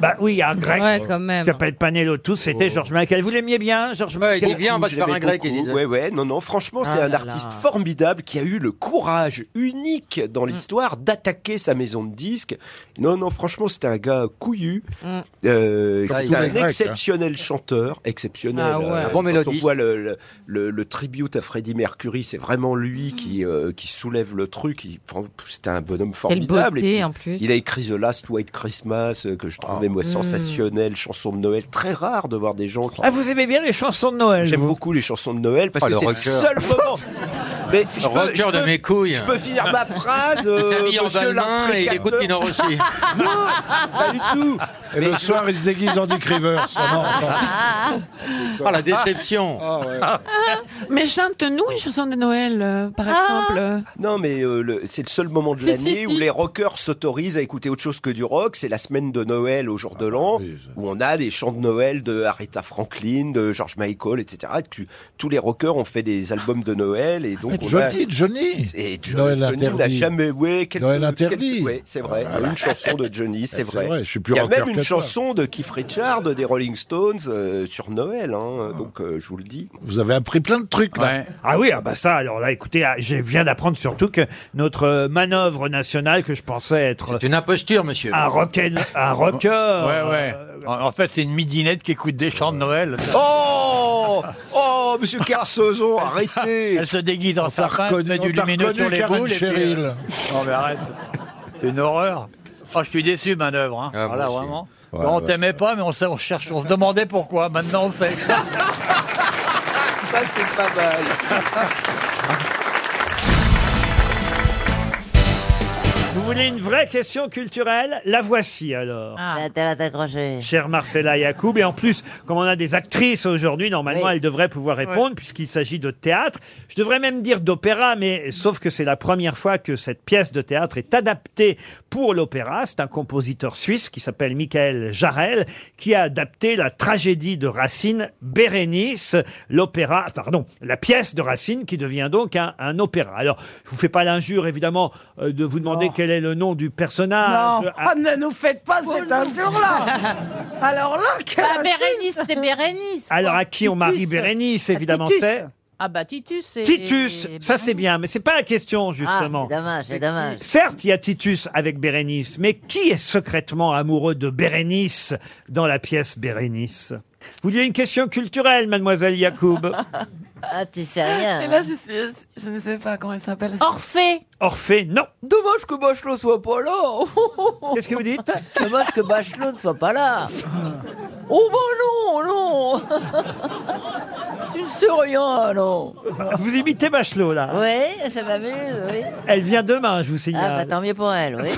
[SPEAKER 1] Bah oui, il y a un grec
[SPEAKER 21] Ouais, quand même.
[SPEAKER 1] qui s'appelle Panelotou, c'était
[SPEAKER 11] Oh.
[SPEAKER 1] Georges Michael. Vous l'aimiez bien, Georges Michael
[SPEAKER 5] J'aimais beaucoup. Ouais, ouais, non, non, franchement, c'est
[SPEAKER 1] Ah
[SPEAKER 5] un
[SPEAKER 1] là Mm.
[SPEAKER 5] artiste
[SPEAKER 1] là.
[SPEAKER 5] formidable qui a eu le courage unique dans l'histoire d'attaquer sa maison de disques. Non, non, franchement, c'était un gars couillu,
[SPEAKER 21] Mm.
[SPEAKER 5] euh,
[SPEAKER 21] Comme
[SPEAKER 5] qui
[SPEAKER 21] tous
[SPEAKER 5] est un
[SPEAKER 21] les Grecs,
[SPEAKER 5] exceptionnel chanteur, exceptionnel. euh,
[SPEAKER 21] Ah ouais. Un bon
[SPEAKER 5] quand
[SPEAKER 21] mélodiste.
[SPEAKER 5] on voit le, le, le- le tribute à Freddie Mercury, c'est vraiment lui
[SPEAKER 21] Mm.
[SPEAKER 5] qui, euh, qui soulève le truc. Il- enfin, C'était un bonhomme formidable.
[SPEAKER 21] beauté,
[SPEAKER 5] Et puis,
[SPEAKER 21] en plus.
[SPEAKER 5] Il a écrit The Last White Christmas, euh, que je trouvais moi
[SPEAKER 21] Mm.
[SPEAKER 5] sensationnel, chanson de Noël, très rare de voir des gens qui
[SPEAKER 1] Ah, vous aimez bien les chansons de Noël
[SPEAKER 5] J'aime beaucoup les chansons de Noël parce
[SPEAKER 24] Oh,
[SPEAKER 5] que
[SPEAKER 24] le
[SPEAKER 5] c'est le
[SPEAKER 24] rocker.
[SPEAKER 5] seul moment. Mais je peux,
[SPEAKER 24] Rocker
[SPEAKER 5] je
[SPEAKER 24] de
[SPEAKER 5] peux-
[SPEAKER 24] mes couilles.
[SPEAKER 5] Je peux finir ma phrase.
[SPEAKER 24] Il
[SPEAKER 5] euh,
[SPEAKER 24] s'habille en
[SPEAKER 5] monsieur
[SPEAKER 24] allemand et il écoute Pino
[SPEAKER 5] l'imprécateur.
[SPEAKER 24] Rossi.
[SPEAKER 5] Non, pas du tout.
[SPEAKER 11] Et le soir, il se déguise en Dick Rivers. Ah non,
[SPEAKER 1] ah,
[SPEAKER 24] Oh, la déception.
[SPEAKER 5] Ah.
[SPEAKER 8] Mais chante-nous une chanson de Noël, euh, par
[SPEAKER 27] Ah.
[SPEAKER 8] exemple.
[SPEAKER 5] Non, mais euh, le- c'est le seul moment de
[SPEAKER 8] Si, si,
[SPEAKER 5] l'année
[SPEAKER 8] si.
[SPEAKER 5] où les rockers s'autorisent à écouter autre chose que du rock. C'est la semaine de Noël au
[SPEAKER 11] Ah
[SPEAKER 5] jour de
[SPEAKER 11] bah
[SPEAKER 5] l'an où on a des chants de Noël de Aretha Franklin, de George Michael, etc. Tu- tous les rockers ont fait des albums de Noël et donc
[SPEAKER 11] non.
[SPEAKER 5] on
[SPEAKER 11] Ah, Johnny,
[SPEAKER 5] a-
[SPEAKER 11] Johnny.
[SPEAKER 5] Et Johnny,
[SPEAKER 11] Noël
[SPEAKER 5] Johnny, on n'a
[SPEAKER 11] interdit.
[SPEAKER 5] jamais. Ouais, quelques-
[SPEAKER 11] Noël interdit.
[SPEAKER 5] quelques- ouais, c'est vrai.
[SPEAKER 11] Voilà.
[SPEAKER 5] Une chanson de Johnny,
[SPEAKER 11] C'est
[SPEAKER 5] c'est vrai.
[SPEAKER 11] vrai, je suis plus
[SPEAKER 5] Il y a
[SPEAKER 11] rocker
[SPEAKER 5] même une
[SPEAKER 11] que toi.
[SPEAKER 5] chanson de Keith Richards des Rolling Stones euh, sur Noël. hein. Donc euh, je vous le dis.
[SPEAKER 11] Ah. Vous avez appris plein de trucs, là.
[SPEAKER 1] Ah oui, ah bah ça, alors là, écoutez, ah, je viens d'apprendre surtout que notre euh, manœuvre nationale, que je pensais être
[SPEAKER 24] C'est une imposture, monsieur.
[SPEAKER 1] un, rocken, un rocker...
[SPEAKER 12] Ouais, ouais. En, en fait, c'est une midinette qui écoute des chants de Noël.
[SPEAKER 5] Oh Oh, monsieur Kersozon, arrêtez
[SPEAKER 12] Elle se déguise en sapin, elle se met
[SPEAKER 11] reconnu-
[SPEAKER 12] du
[SPEAKER 11] on t'a
[SPEAKER 12] lumineux sur
[SPEAKER 11] reconnu,
[SPEAKER 12] les
[SPEAKER 11] Karen
[SPEAKER 12] boules. et puis,
[SPEAKER 11] Cheryl.
[SPEAKER 12] euh, Non, mais arrête. C'est une horreur. Oh, je suis déçu, manœuvre. Hein.
[SPEAKER 11] Ah, moi
[SPEAKER 12] voilà,
[SPEAKER 11] aussi.
[SPEAKER 12] vraiment.
[SPEAKER 11] Ouais,
[SPEAKER 12] Bon, on
[SPEAKER 3] bah,
[SPEAKER 11] ouais,
[SPEAKER 12] t'aimait pas, mais on, sait- on cherche, on se demandait pourquoi. Maintenant, on sait.
[SPEAKER 5] Ça, c'est pas mal.
[SPEAKER 1] Vous voulez une vraie question culturelle La voici alors. Cher Marcella Yacoub, et en plus, comme on a des actrices aujourd'hui, normalement,
[SPEAKER 2] Oui.
[SPEAKER 1] elles devraient pouvoir répondre puisqu'il s'agit de théâtre. Je devrais même dire d'opéra, mais sauf que c'est la première fois que cette pièce de théâtre est adaptée pour l'opéra. C'est un compositeur suisse qui s'appelle Michael Jarel qui a adapté la tragédie de Racine, Bérénice, l'opéra, pardon, la pièce de Racine qui devient donc un, un opéra. Alors, je vous fais pas l'injure, évidemment, euh, de vous demander quel est le nom du personnage.
[SPEAKER 17] Non,
[SPEAKER 1] Ah,
[SPEAKER 17] oh, ne nous faites pas cet injure-là. Alors là, quelle
[SPEAKER 27] Bah, Bérénice, c'était Bérénice.
[SPEAKER 1] Alors, à qui on marie
[SPEAKER 27] Titus.
[SPEAKER 1] Bérénice, évidemment,
[SPEAKER 27] Ah, Titus.
[SPEAKER 1] c'est
[SPEAKER 27] Ah bah Titus, c'est... Ah,
[SPEAKER 1] Titus. Ça, c'est bien, mais c'est pas la question, justement.
[SPEAKER 27] c'est dommage, c'est dommage.
[SPEAKER 1] Certes, il y a Titus avec Bérénice, mais qui est secrètement amoureux de Bérénice dans la pièce Bérénice Vous vouliez une question culturelle, mademoiselle Yacoub
[SPEAKER 27] Ah, tu sais rien.
[SPEAKER 8] Et là, je, sais- je ne sais pas comment elle s'appelle.
[SPEAKER 27] Orphée
[SPEAKER 1] Orphée, non.
[SPEAKER 27] Dommage que Bachelot soit pas là.
[SPEAKER 1] Qu'est-ce que vous dites
[SPEAKER 27] Dommage que Bachelot ne soit pas là. Oh bah non, non. tu ne sais rien, non.
[SPEAKER 1] Vous imitez Bachelot, là.
[SPEAKER 27] Oui, ça m'amuse, oui.
[SPEAKER 1] Elle vient demain, je vous signale.
[SPEAKER 27] Ah bah tant mieux pour elle, oui.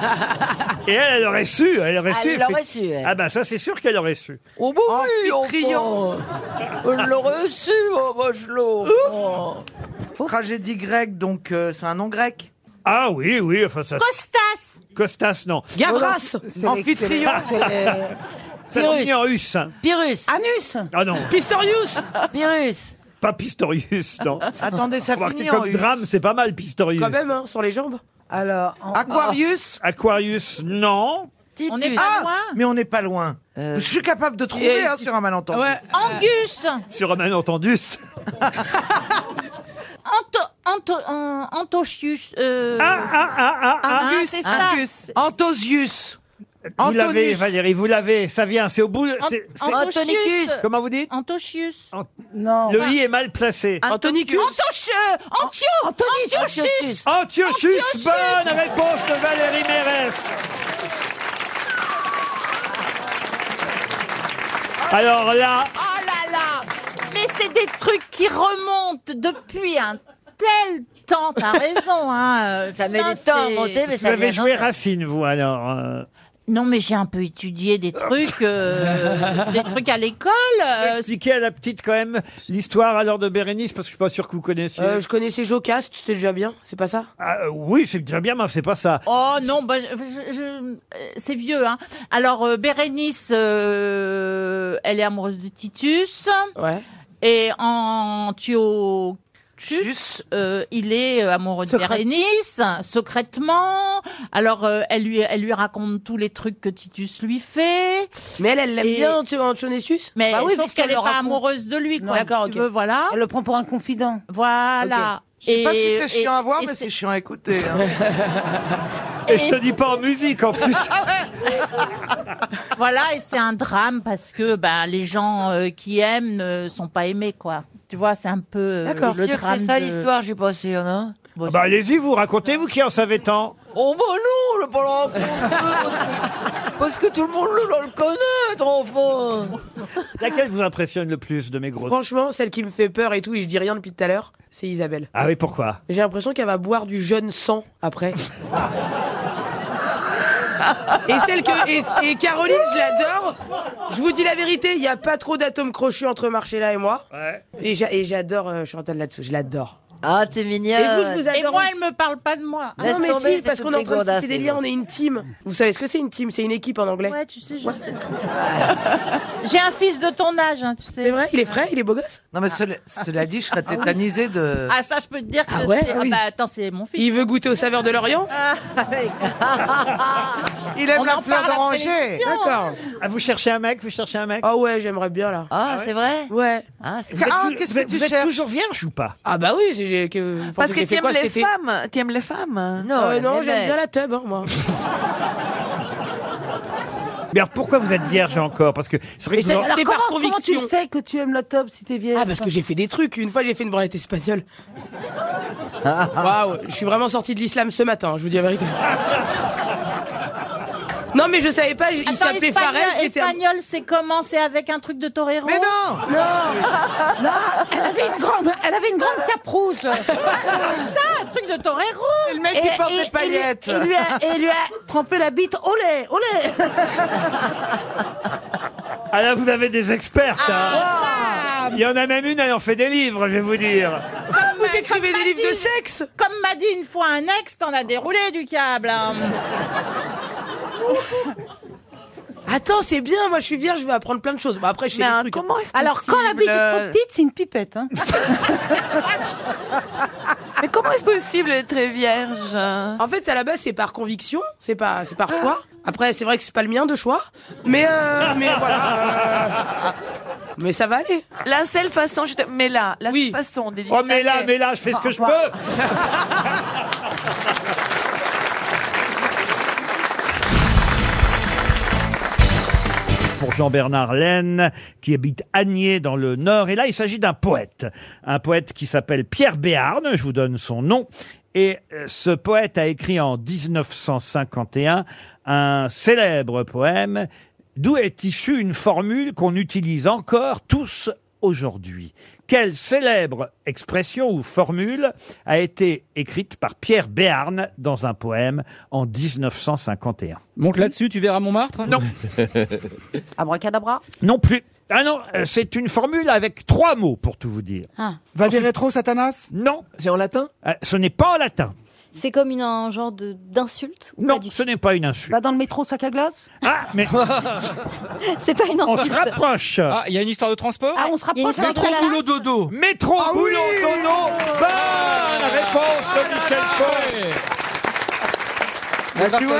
[SPEAKER 1] Et elle, elle aurait su. Elle aurait
[SPEAKER 27] Ah,
[SPEAKER 1] su.
[SPEAKER 27] elle l'aurait
[SPEAKER 1] effectivement.
[SPEAKER 27] su, elle.
[SPEAKER 1] Ah bah ça, c'est sûr qu'elle aurait su.
[SPEAKER 27] Oh bah oui, enfin. Elle l'aurait su, oh Bachelot. Oh.
[SPEAKER 9] Tragédie grecque, donc euh, c'est un nom grec.
[SPEAKER 1] Ah oui, oui, enfin ça.
[SPEAKER 9] Costas
[SPEAKER 1] Costas, non.
[SPEAKER 23] Oh,
[SPEAKER 9] Gavras C'est les- Amphitryon. c'est les- c'est les-
[SPEAKER 1] Ça
[SPEAKER 9] Pyrrhus.
[SPEAKER 1] finit en us. hein.
[SPEAKER 27] Pyrrhus. Anus.
[SPEAKER 1] Ah non.
[SPEAKER 27] Pistorius. Pyrrhus.
[SPEAKER 1] Pas Pistorius, non.
[SPEAKER 27] Attendez, ça
[SPEAKER 1] Remarquez,
[SPEAKER 27] finit en
[SPEAKER 1] comme
[SPEAKER 27] us.
[SPEAKER 1] drame, c'est pas mal Pistorius. Ah.
[SPEAKER 27] Quand même,
[SPEAKER 17] hein, sur les jambes.
[SPEAKER 27] Alors. en-
[SPEAKER 1] Aquarius, non.
[SPEAKER 9] On est
[SPEAKER 3] Ah,
[SPEAKER 9] pas loin. Mais on n'est pas loin.
[SPEAKER 28] Euh,
[SPEAKER 9] Je suis capable de trouver
[SPEAKER 1] Et-
[SPEAKER 9] hein, sur un malentendu.
[SPEAKER 10] euh, Angus
[SPEAKER 1] Sur un malentendus.
[SPEAKER 10] Anto, Anto, An- Antochius. euh,
[SPEAKER 1] Ah, ah, ah, ah.
[SPEAKER 10] Angus, c'est ça.
[SPEAKER 9] Antosius.
[SPEAKER 1] Vous l'avez,
[SPEAKER 9] Antonius.
[SPEAKER 1] Valérie, vous l'avez. Ça vient, c'est au bout. c'est- c'est-
[SPEAKER 10] Antonicus.
[SPEAKER 1] Comment vous dites
[SPEAKER 10] Antochius.
[SPEAKER 27] Non.
[SPEAKER 1] Le i est mal placé.
[SPEAKER 10] Oh, bah. Antonicus. Antoche, euh, Antio, Antiochus.
[SPEAKER 1] Antiochus, bonne réponse de Valérie Mérès. Alors là,
[SPEAKER 10] Oh là là Mais c'est des trucs qui remontent depuis un tel temps. T'as raison, hein.
[SPEAKER 27] Ça met du temps à remonter, mais
[SPEAKER 1] vous avez joué Racine, vous alors. euh.
[SPEAKER 10] Non, mais j'ai un peu étudié des trucs, euh, des trucs à l'école. euh,
[SPEAKER 1] Expliquez à la petite quand même l'histoire alors de Bérénice parce que je suis pas sûr que vous connaissiez.
[SPEAKER 17] Euh, je connaissais Jocaste, c'était déjà bien, c'est pas ça
[SPEAKER 1] Ah, euh, oui, c'est déjà bien, mais c'est pas ça.
[SPEAKER 10] Oh non, bah, je- je- euh, c'est vieux. Hein. Alors, euh, Bérénice, euh, elle est amoureuse de Titus.
[SPEAKER 17] Ouais.
[SPEAKER 10] Et Antiochus, euh, il est euh, amoureux de
[SPEAKER 17] Secrète-
[SPEAKER 10] Bérénice, secrètement. Alors, euh, elle, lui, elle lui raconte tous les trucs que Titus lui fait.
[SPEAKER 17] Mais elle, elle l'aime
[SPEAKER 10] Et-
[SPEAKER 17] bien, Antio- Antionesius
[SPEAKER 10] Mais
[SPEAKER 17] Bah oui,
[SPEAKER 10] sauf
[SPEAKER 17] parce
[SPEAKER 10] qu'elle
[SPEAKER 17] qu'elle
[SPEAKER 10] n'est
[SPEAKER 17] le
[SPEAKER 10] pas
[SPEAKER 17] raconte.
[SPEAKER 10] amoureuse de lui,
[SPEAKER 17] Non,
[SPEAKER 10] quoi.
[SPEAKER 17] d'accord,
[SPEAKER 10] si tu
[SPEAKER 17] ok.
[SPEAKER 10] veux, voilà.
[SPEAKER 27] Elle le prend pour un confident.
[SPEAKER 10] Voilà.
[SPEAKER 9] Je sais pas
[SPEAKER 10] Ah
[SPEAKER 9] si
[SPEAKER 10] Et-
[SPEAKER 9] c'est chiant
[SPEAKER 10] et-
[SPEAKER 9] à voir,
[SPEAKER 10] et
[SPEAKER 9] mais
[SPEAKER 10] c'est-
[SPEAKER 9] c'est chiant à écouter. hein.
[SPEAKER 1] Et je te dis pas en musique en plus.
[SPEAKER 10] voilà, et c'est un drame parce que ben, les gens euh, qui aiment ne sont pas aimés, quoi. Tu vois, c'est un peu euh,
[SPEAKER 27] D'accord.
[SPEAKER 10] le
[SPEAKER 27] C'est sûr que
[SPEAKER 10] drame.
[SPEAKER 27] c'est ça
[SPEAKER 10] de-
[SPEAKER 27] l'histoire, j'ai pas hein. sûr, non
[SPEAKER 1] Ah bah allez-y, vous racontez, vous qui en savez tant.
[SPEAKER 27] Oh bah non, le parlant Parce que tout le monde
[SPEAKER 17] Oh
[SPEAKER 27] le doit le connaître, enfin
[SPEAKER 1] Laquelle vous impressionne le plus de mes grosses
[SPEAKER 17] Franchement, celle qui me fait peur et tout, et je dis rien depuis tout à l'heure, c'est Isabelle.
[SPEAKER 1] Ah oui, pourquoi
[SPEAKER 17] J'ai l'impression qu'elle va boire du jeune sang après. Et celle que et, et Caroline, je l'adore. Je vous dis la vérité, il n'y a pas trop d'atomes crochus entre Marcella et moi. Et j'a- et j'adore euh, Chantal là-dessous, je l'adore.
[SPEAKER 27] Ah, t'es mignonne
[SPEAKER 17] Et vous, je vous adore.
[SPEAKER 10] Et moi, elle me parle pas de moi.
[SPEAKER 17] Ah non mais
[SPEAKER 27] tomber,
[SPEAKER 17] si,
[SPEAKER 27] c'est
[SPEAKER 17] parce
[SPEAKER 27] toutes
[SPEAKER 17] qu'on est en
[SPEAKER 27] les
[SPEAKER 17] train de
[SPEAKER 27] gourdasses,
[SPEAKER 17] citer des
[SPEAKER 27] les
[SPEAKER 17] liens,
[SPEAKER 27] gens.
[SPEAKER 17] on est une team. Vous savez ce que c'est une team C'est une équipe en anglais.
[SPEAKER 10] Ouais, tu sais, je sais. J'ai un fils de ton âge, hein, tu sais.
[SPEAKER 17] C'est vrai, il est frais, il est beau gosse.
[SPEAKER 9] Non, mais cela, cela dit, je serais tétanisé
[SPEAKER 27] Euh.
[SPEAKER 9] de.
[SPEAKER 10] Ah, ça, je peux te dire que
[SPEAKER 17] Ah ouais,
[SPEAKER 10] c'est.
[SPEAKER 17] oui.
[SPEAKER 10] bah attends, c'est mon fils.
[SPEAKER 17] Il veut goûter aux saveurs de l'Orient
[SPEAKER 10] Ah, ouais.
[SPEAKER 9] Il aime
[SPEAKER 10] On
[SPEAKER 9] la
[SPEAKER 10] en
[SPEAKER 9] fleur
[SPEAKER 10] parle
[SPEAKER 9] d'oranger.
[SPEAKER 10] après l'émission.
[SPEAKER 17] D'accord.
[SPEAKER 1] Ah, vous cherchez un mec Vous cherchez un mec
[SPEAKER 17] Ah ouais, j'aimerais bien là.
[SPEAKER 27] Ah, c'est vrai
[SPEAKER 17] Ouais.
[SPEAKER 27] Ah, c'est
[SPEAKER 1] Vous êtes
[SPEAKER 9] Ah,
[SPEAKER 1] tou-
[SPEAKER 9] qu'est-ce
[SPEAKER 1] vous
[SPEAKER 9] que
[SPEAKER 1] êtes-
[SPEAKER 9] tu
[SPEAKER 1] vous êtes
[SPEAKER 9] cherches
[SPEAKER 1] toujours vierge ou pas
[SPEAKER 17] Ah bah oui, j'ai- j'ai que vous
[SPEAKER 8] Parce
[SPEAKER 17] pensez
[SPEAKER 8] que
[SPEAKER 17] j'ai fait
[SPEAKER 8] t'aimes
[SPEAKER 17] quoi cet
[SPEAKER 8] les
[SPEAKER 17] été
[SPEAKER 8] femmes. T'aimes les femmes.
[SPEAKER 27] Non,
[SPEAKER 17] Euh,
[SPEAKER 27] elle
[SPEAKER 17] non,
[SPEAKER 27] aimait.
[SPEAKER 17] j'aime bien la teub, hein, moi.
[SPEAKER 1] Mais alors pourquoi vous êtes vierge encore Parce que c'est vrai
[SPEAKER 17] Mais
[SPEAKER 1] que vous
[SPEAKER 17] ça,
[SPEAKER 1] en-
[SPEAKER 17] c'était par conviction.
[SPEAKER 27] sais que tu aimes la top si t'es vieille
[SPEAKER 17] Ah, parce que j'ai fait des trucs. Une fois, j'ai fait une branlette espagnole. Waouh, je suis vraiment sorti de l'islam ce matin, je vous dis la vérité. Non, mais je savais pas, j- il
[SPEAKER 10] Attends,
[SPEAKER 17] s'appelait
[SPEAKER 10] espagnol,
[SPEAKER 17] Farel. j'étais un-
[SPEAKER 10] espagnol, c'est comment C'est avec un truc de torero
[SPEAKER 9] Mais non
[SPEAKER 10] Elle avait une grande, elle avait une grande cape rouge. ça, un truc de torero.
[SPEAKER 9] C'est le mec qui porte des paillettes.
[SPEAKER 27] Et lui, a, et lui a trempé la bite, olé, olé
[SPEAKER 1] Ah là, vous avez des expertes. hein. Il y en a même une, elle en fait des livres, je vais vous dire.
[SPEAKER 17] Vous écrivez des livres de sexe
[SPEAKER 10] Comme m'a dit une fois un ex, t'en as déroulé du câble. hein.
[SPEAKER 17] Attends, c'est bien, moi je suis vierge, je vais apprendre plein de choses. Bah, après, je fais
[SPEAKER 8] Mais
[SPEAKER 17] des
[SPEAKER 8] hein,
[SPEAKER 17] trucs.
[SPEAKER 8] comment est-ce
[SPEAKER 10] Alors,
[SPEAKER 8] possible
[SPEAKER 10] quand la bite est trop petite, c'est une pipette. hein.
[SPEAKER 8] Mais comment est-ce possible d'être vierge Ah.
[SPEAKER 17] En fait, à la base, c'est par conviction, c'est pas, c'est par choix. Après, c'est vrai que c'est pas le mien de choix, mais euh, mais voilà. euh, mais ça va aller.
[SPEAKER 8] La seule façon, je te... mais là, la
[SPEAKER 17] Oui.
[SPEAKER 8] seule façon de
[SPEAKER 1] Oh mais là, mais là, je fais ce que je peux. Pour Jean-Bernard Laine, qui habite Agnier dans le Nord. Et là, il s'agit d'un poète. Un poète qui s'appelle Pierre Béarn, je vous donne son nom. Et euh, ce poète a écrit en 1951 un célèbre poème d'où est issue une formule qu'on utilise encore tous aujourd'hui. Quelle célèbre expression ou formule a été écrite par Pierre Béarn dans un poème en 1951
[SPEAKER 22] Monte là-dessus, tu verras Montmartre
[SPEAKER 1] Non.
[SPEAKER 23] Abracadabra.
[SPEAKER 1] Non plus. Ah non, euh, c'est une formule avec trois mots pour tout vous dire.
[SPEAKER 23] Va des rétro, Satanas
[SPEAKER 1] Non.
[SPEAKER 23] C'est en latin
[SPEAKER 1] Euh, ce n'est pas en latin.
[SPEAKER 28] C'est comme une, un genre de- d'insulte
[SPEAKER 1] Non, ce n'est pas une insulte.
[SPEAKER 28] dans le métro, sac à glace
[SPEAKER 1] Ah, mais
[SPEAKER 28] C'est pas une
[SPEAKER 1] on
[SPEAKER 28] insulte.
[SPEAKER 1] se rapproche.
[SPEAKER 3] Ah, il y a une histoire de transport
[SPEAKER 28] Ah, on se rapproche d'un
[SPEAKER 3] Métro
[SPEAKER 28] train
[SPEAKER 3] boulot dodo. Ah
[SPEAKER 1] Métro boulot dodo. Bonne réponse de
[SPEAKER 3] Ah
[SPEAKER 1] Michel Paul.
[SPEAKER 23] Bah, tu vois.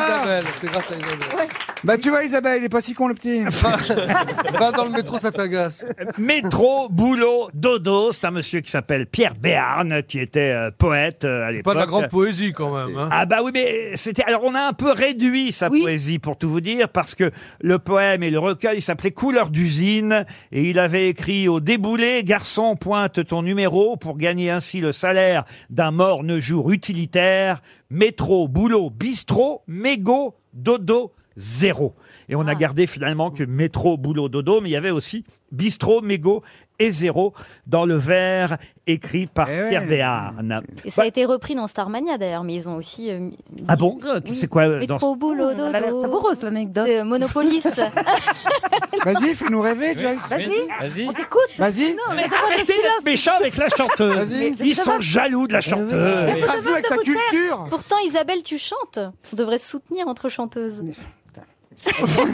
[SPEAKER 3] C'est grâce à Isabelle.
[SPEAKER 23] Bah tu vois Isabelle, il est pas si con le petit.
[SPEAKER 3] Va dans le métro, ça t'agace.
[SPEAKER 1] Métro, Euh, boulot, dodo. C'est un monsieur qui s'appelle Pierre Béarn, qui était euh, poète euh, à
[SPEAKER 3] Pas
[SPEAKER 1] l'époque.
[SPEAKER 3] de la grande poésie quand même. hein.
[SPEAKER 1] Ah bah oui, mais c'était. Alors on a un peu réduit sa poésie pour tout vous dire parce que le poème et le recueil s'appelait Couleur d'usine et il avait écrit au déboulé garçon pointe ton numéro pour gagner ainsi le salaire d'un morne jour utilitaire métro boulot bistrot mégot dodo zéro. Et on a gardé finalement que métro, boulot, dodo, mais il y avait aussi bistrot, mégot et zéro dans le vers écrit par Pierre Béarn.
[SPEAKER 28] Et ça a été repris dans Starmania d'ailleurs, mais ils ont aussi. euh, mis-
[SPEAKER 1] Ah bon C'est quoi dans...
[SPEAKER 28] Métro, boulot, dodo.
[SPEAKER 23] elle a l'air
[SPEAKER 28] savoureuse l'anecdote. Monopolis.
[SPEAKER 23] Vas-y, fais-nous rêver, tu vois.
[SPEAKER 28] On t'écoute.
[SPEAKER 23] Vas-y.
[SPEAKER 28] Non,
[SPEAKER 1] Mais arrêtez d'être méchant avec la chanteuse.
[SPEAKER 23] Vas-y.
[SPEAKER 1] Ils sont jaloux
[SPEAKER 28] Euh,
[SPEAKER 1] de la chanteuse.
[SPEAKER 23] Mais écrase-nous avec ta culture.
[SPEAKER 28] Pourtant, Isabelle, tu chantes. On devrait se soutenir entre chanteuses.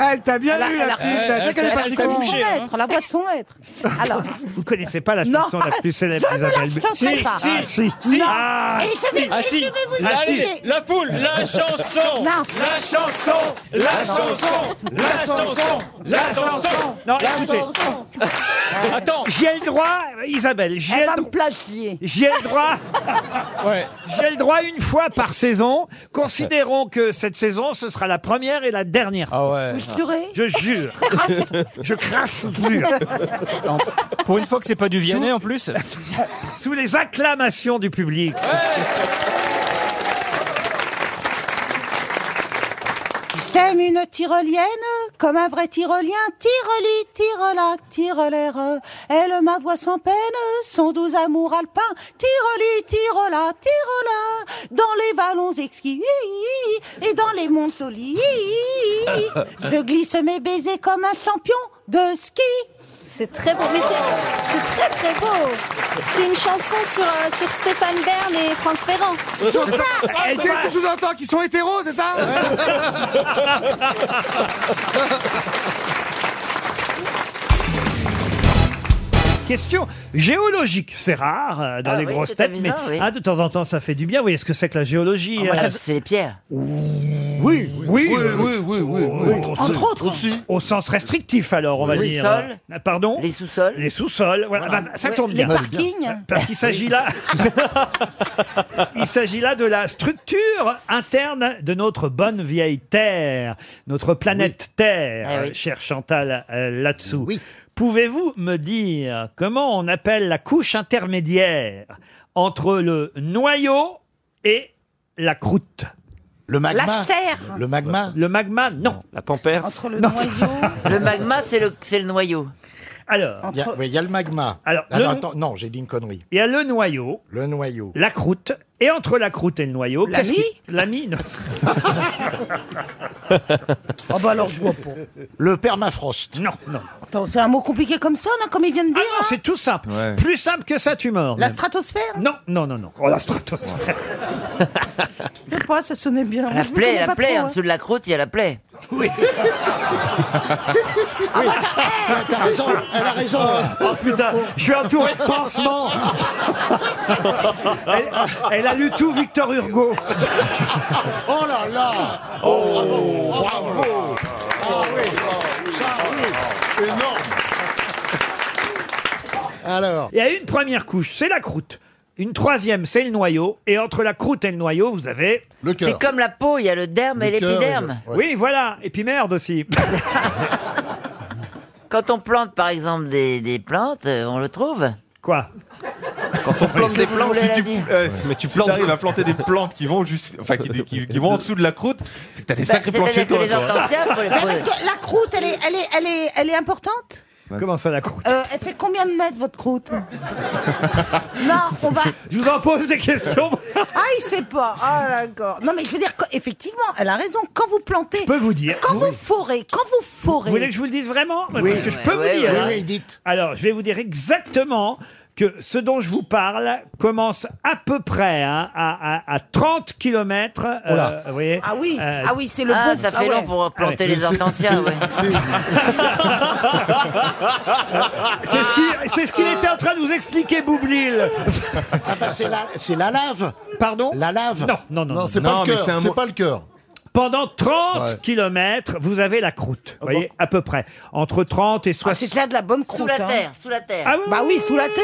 [SPEAKER 23] Ah, elle t'a bien
[SPEAKER 28] Elle a-
[SPEAKER 23] vu
[SPEAKER 28] elle
[SPEAKER 23] la
[SPEAKER 28] a-
[SPEAKER 23] petite. Elle,
[SPEAKER 28] elle-
[SPEAKER 23] qu'elle est
[SPEAKER 28] elle-
[SPEAKER 23] pas
[SPEAKER 28] elle
[SPEAKER 23] si
[SPEAKER 28] t'a
[SPEAKER 23] con.
[SPEAKER 28] bouché, hein.
[SPEAKER 23] la voix de son maître. Alors,
[SPEAKER 1] Vous connaissez pas la
[SPEAKER 23] Non.
[SPEAKER 1] chanson la plus célèbre
[SPEAKER 23] Je ne la
[SPEAKER 1] d'Isabelle
[SPEAKER 23] chanterai
[SPEAKER 1] Si,
[SPEAKER 23] pas.
[SPEAKER 1] si, si,
[SPEAKER 23] Non.
[SPEAKER 1] Ah,
[SPEAKER 23] Et je vais-
[SPEAKER 1] Ah,
[SPEAKER 23] et je
[SPEAKER 1] si.
[SPEAKER 23] vais vous
[SPEAKER 1] Ah, si.
[SPEAKER 23] expliquer.
[SPEAKER 3] La poule, la chanson,
[SPEAKER 23] Non.
[SPEAKER 3] la chanson, la chanson, la chanson, la chanson.
[SPEAKER 1] Non,
[SPEAKER 3] la
[SPEAKER 1] écoutez.
[SPEAKER 3] chanson.
[SPEAKER 1] Attends. J'y ai le droit, Isabelle. J'y ai, le... plagier. J'y ai le droit. J'y ai le droit une fois par saison. Considérons que cette saison, ce sera la première et la dernière. Ah ouais.
[SPEAKER 23] Vous jurez
[SPEAKER 1] Je jure. Je crache plus.
[SPEAKER 3] Pour une fois que c'est pas du Vianney en plus.
[SPEAKER 1] Sous les acclamations du public.
[SPEAKER 18] J'aime une tyrolienne, comme un vrai tyrolien, tyroli, tyrola, tyrolaire. Elle ma voix sans peine, son doux amour alpin, tyroli, tyrola, tyrola. Dans les vallons exquis et dans les monts solis, je glisse mes baisers comme un champion de ski.
[SPEAKER 28] C'est très beau. Mais c'est c'est très très beau. C'est une chanson sur, euh, sur Stéphane Bern et Franck Ferrand.
[SPEAKER 23] C'est ça Ah, Qu'est-ce que tu sous-entends Qu'ils sont hétéros, c'est ça
[SPEAKER 1] Question géologique. C'est rare euh, dans
[SPEAKER 10] Ah
[SPEAKER 1] les
[SPEAKER 10] oui,
[SPEAKER 1] grosses
[SPEAKER 10] c'est
[SPEAKER 1] têtes,
[SPEAKER 10] amusant,
[SPEAKER 1] mais
[SPEAKER 10] oui. Ah,
[SPEAKER 1] hein, de temps en temps, ça fait du bien. Vous voyez ce que c'est que la géologie
[SPEAKER 3] Ah,
[SPEAKER 23] euh,
[SPEAKER 10] moi,
[SPEAKER 1] hein.
[SPEAKER 10] j'aime, c'est les pierres.
[SPEAKER 1] Oui, oui, oui, oui, oui,
[SPEAKER 10] Entre
[SPEAKER 1] autres, hein. au sens restrictif alors, on va
[SPEAKER 10] Les
[SPEAKER 1] dire.
[SPEAKER 10] sols.
[SPEAKER 1] Ah, Pardon. Les
[SPEAKER 10] sous-sols.
[SPEAKER 1] Les sous-sols. Voilà.
[SPEAKER 10] Voilà.
[SPEAKER 1] bah, ça
[SPEAKER 10] Ouais,
[SPEAKER 1] tombe
[SPEAKER 10] les
[SPEAKER 1] bien.
[SPEAKER 10] parkings.
[SPEAKER 1] Parce qu'il s'agit là, il s'agit là de la structure interne de notre bonne vieille Terre, notre planète Terre,
[SPEAKER 10] Ah oui.
[SPEAKER 1] chère Chantal euh, là-dessous. Pouvez-vous me dire comment on appelle la couche intermédiaire entre le noyau et la croûte le
[SPEAKER 10] magma. La chair.
[SPEAKER 1] Le magma Le magma, non. La pampère
[SPEAKER 10] le noyau. le magma, c'est le, c'est le noyau.
[SPEAKER 1] Alors,
[SPEAKER 10] Entre-
[SPEAKER 1] il y a le magma. Alors,
[SPEAKER 10] Ah
[SPEAKER 1] le-
[SPEAKER 10] non,
[SPEAKER 4] Non, j'ai dit une connerie.
[SPEAKER 1] il y a le noyau. Le noyau. La croûte. Et entre la croûte et le noyau,
[SPEAKER 10] La
[SPEAKER 1] qu'est-ce
[SPEAKER 10] mie
[SPEAKER 1] qui- La mie, non.
[SPEAKER 18] Ah
[SPEAKER 10] Oh,
[SPEAKER 18] bah alors je vois pas.
[SPEAKER 1] Le permafrost. Non, non.
[SPEAKER 18] Attends, c'est un mot compliqué comme ça, là, comme il vient de dire. hein?
[SPEAKER 1] Non, c'est tout simple. Plus simple que ça, tu meurs.
[SPEAKER 18] La
[SPEAKER 1] même.
[SPEAKER 18] stratosphère
[SPEAKER 10] hein
[SPEAKER 1] Non, non, non, non. Oh, la stratosphère.
[SPEAKER 18] Je sais pas, ça sonnait bien.
[SPEAKER 10] La
[SPEAKER 18] Je me
[SPEAKER 10] plaie,
[SPEAKER 18] connais
[SPEAKER 10] la
[SPEAKER 18] pas
[SPEAKER 10] plaie,
[SPEAKER 18] trop,
[SPEAKER 10] en
[SPEAKER 18] hein.
[SPEAKER 10] dessous de la croûte, il y a la plaie.
[SPEAKER 18] Ah,
[SPEAKER 4] T'as raison, elle a raison.
[SPEAKER 1] Oh putain, je suis entouré de pansements. elle, elle a lu tout Victor Hugo.
[SPEAKER 4] Oh là là Oh, bravo oh, bravo
[SPEAKER 3] Ah
[SPEAKER 4] Oh oui Ça, oui Énorme
[SPEAKER 1] Alors. Il y a une première couche, c'est la croûte. Une troisième, c'est le noyau. Et entre la croûte et le noyau, vous avez. Le
[SPEAKER 10] C'est comme la peau, il y a le derme et l'épiderme.
[SPEAKER 1] Oui, voilà. Et puis merde aussi.
[SPEAKER 10] Quand on plante, par exemple, des, des plantes, euh, on le trouve.
[SPEAKER 1] Quoi
[SPEAKER 5] Quand on plante des plantes, si tu euh, si-
[SPEAKER 3] Mais tu
[SPEAKER 5] si
[SPEAKER 3] plantes-
[SPEAKER 5] t'arrives à planter des plantes qui vont juste, enfin qui, qui- qui vont en dessous de la croûte, c'est que t'as des
[SPEAKER 10] Bah,
[SPEAKER 5] sacrés plantes chez
[SPEAKER 10] c'est-à-dire que
[SPEAKER 5] toi.
[SPEAKER 10] les
[SPEAKER 18] Bah,
[SPEAKER 5] quoi.
[SPEAKER 10] hortensias, faut les-
[SPEAKER 18] Mais parce que la croûte, elle est, elle est, elle est, elle est importante
[SPEAKER 1] Comment ça, la croûte
[SPEAKER 18] Euh, elle fait combien de mètres votre croûte
[SPEAKER 10] Bah,
[SPEAKER 18] Non, on va.
[SPEAKER 1] Je vous en pose des questions.
[SPEAKER 18] Ah, il sait pas. Ah, d'accord. Non, mais je veux dire, que- effectivement, elle a raison. Quand vous plantez. Je
[SPEAKER 1] peux vous dire.
[SPEAKER 18] Quand
[SPEAKER 1] Oui.
[SPEAKER 18] vous forez, quand vous forez.
[SPEAKER 1] Vous voulez que je vous le dise vraiment
[SPEAKER 18] Oui.
[SPEAKER 1] Parce que je peux
[SPEAKER 18] Ouais,
[SPEAKER 1] vous
[SPEAKER 18] ouais,
[SPEAKER 1] dire.
[SPEAKER 18] ouais,
[SPEAKER 1] hein.
[SPEAKER 18] ouais,
[SPEAKER 1] Alors, je vais vous dire exactement que ce dont je vous parle commence à peu près hein, à, à- à 30 km.
[SPEAKER 18] Oula.
[SPEAKER 1] ah
[SPEAKER 18] oui, ah oui, c'est le
[SPEAKER 10] Ah,
[SPEAKER 18] bon.
[SPEAKER 10] ça fait long pour planter les hortensias, ouais.
[SPEAKER 1] C'est ce qu'il c'est ce qu'il était en train de vous expliquer, Boublil.
[SPEAKER 3] Ah bah, c'est la, c'est la lave.
[SPEAKER 1] Pardon
[SPEAKER 3] La lave.
[SPEAKER 1] Non, non, non.
[SPEAKER 3] Non, c'est pas le cœur. C'est pas le cœur.
[SPEAKER 1] Pendant 30
[SPEAKER 3] Ouais.
[SPEAKER 1] km, vous avez la croûte, vous voyez, à peu près. Entre 30 et 60.
[SPEAKER 18] Ah, C'est là de la bonne
[SPEAKER 10] Ah, Sous
[SPEAKER 18] croûte.
[SPEAKER 10] la
[SPEAKER 18] hein.
[SPEAKER 10] terre, sous la terre.
[SPEAKER 1] Ah oui,
[SPEAKER 18] Bah oui, sous la terre.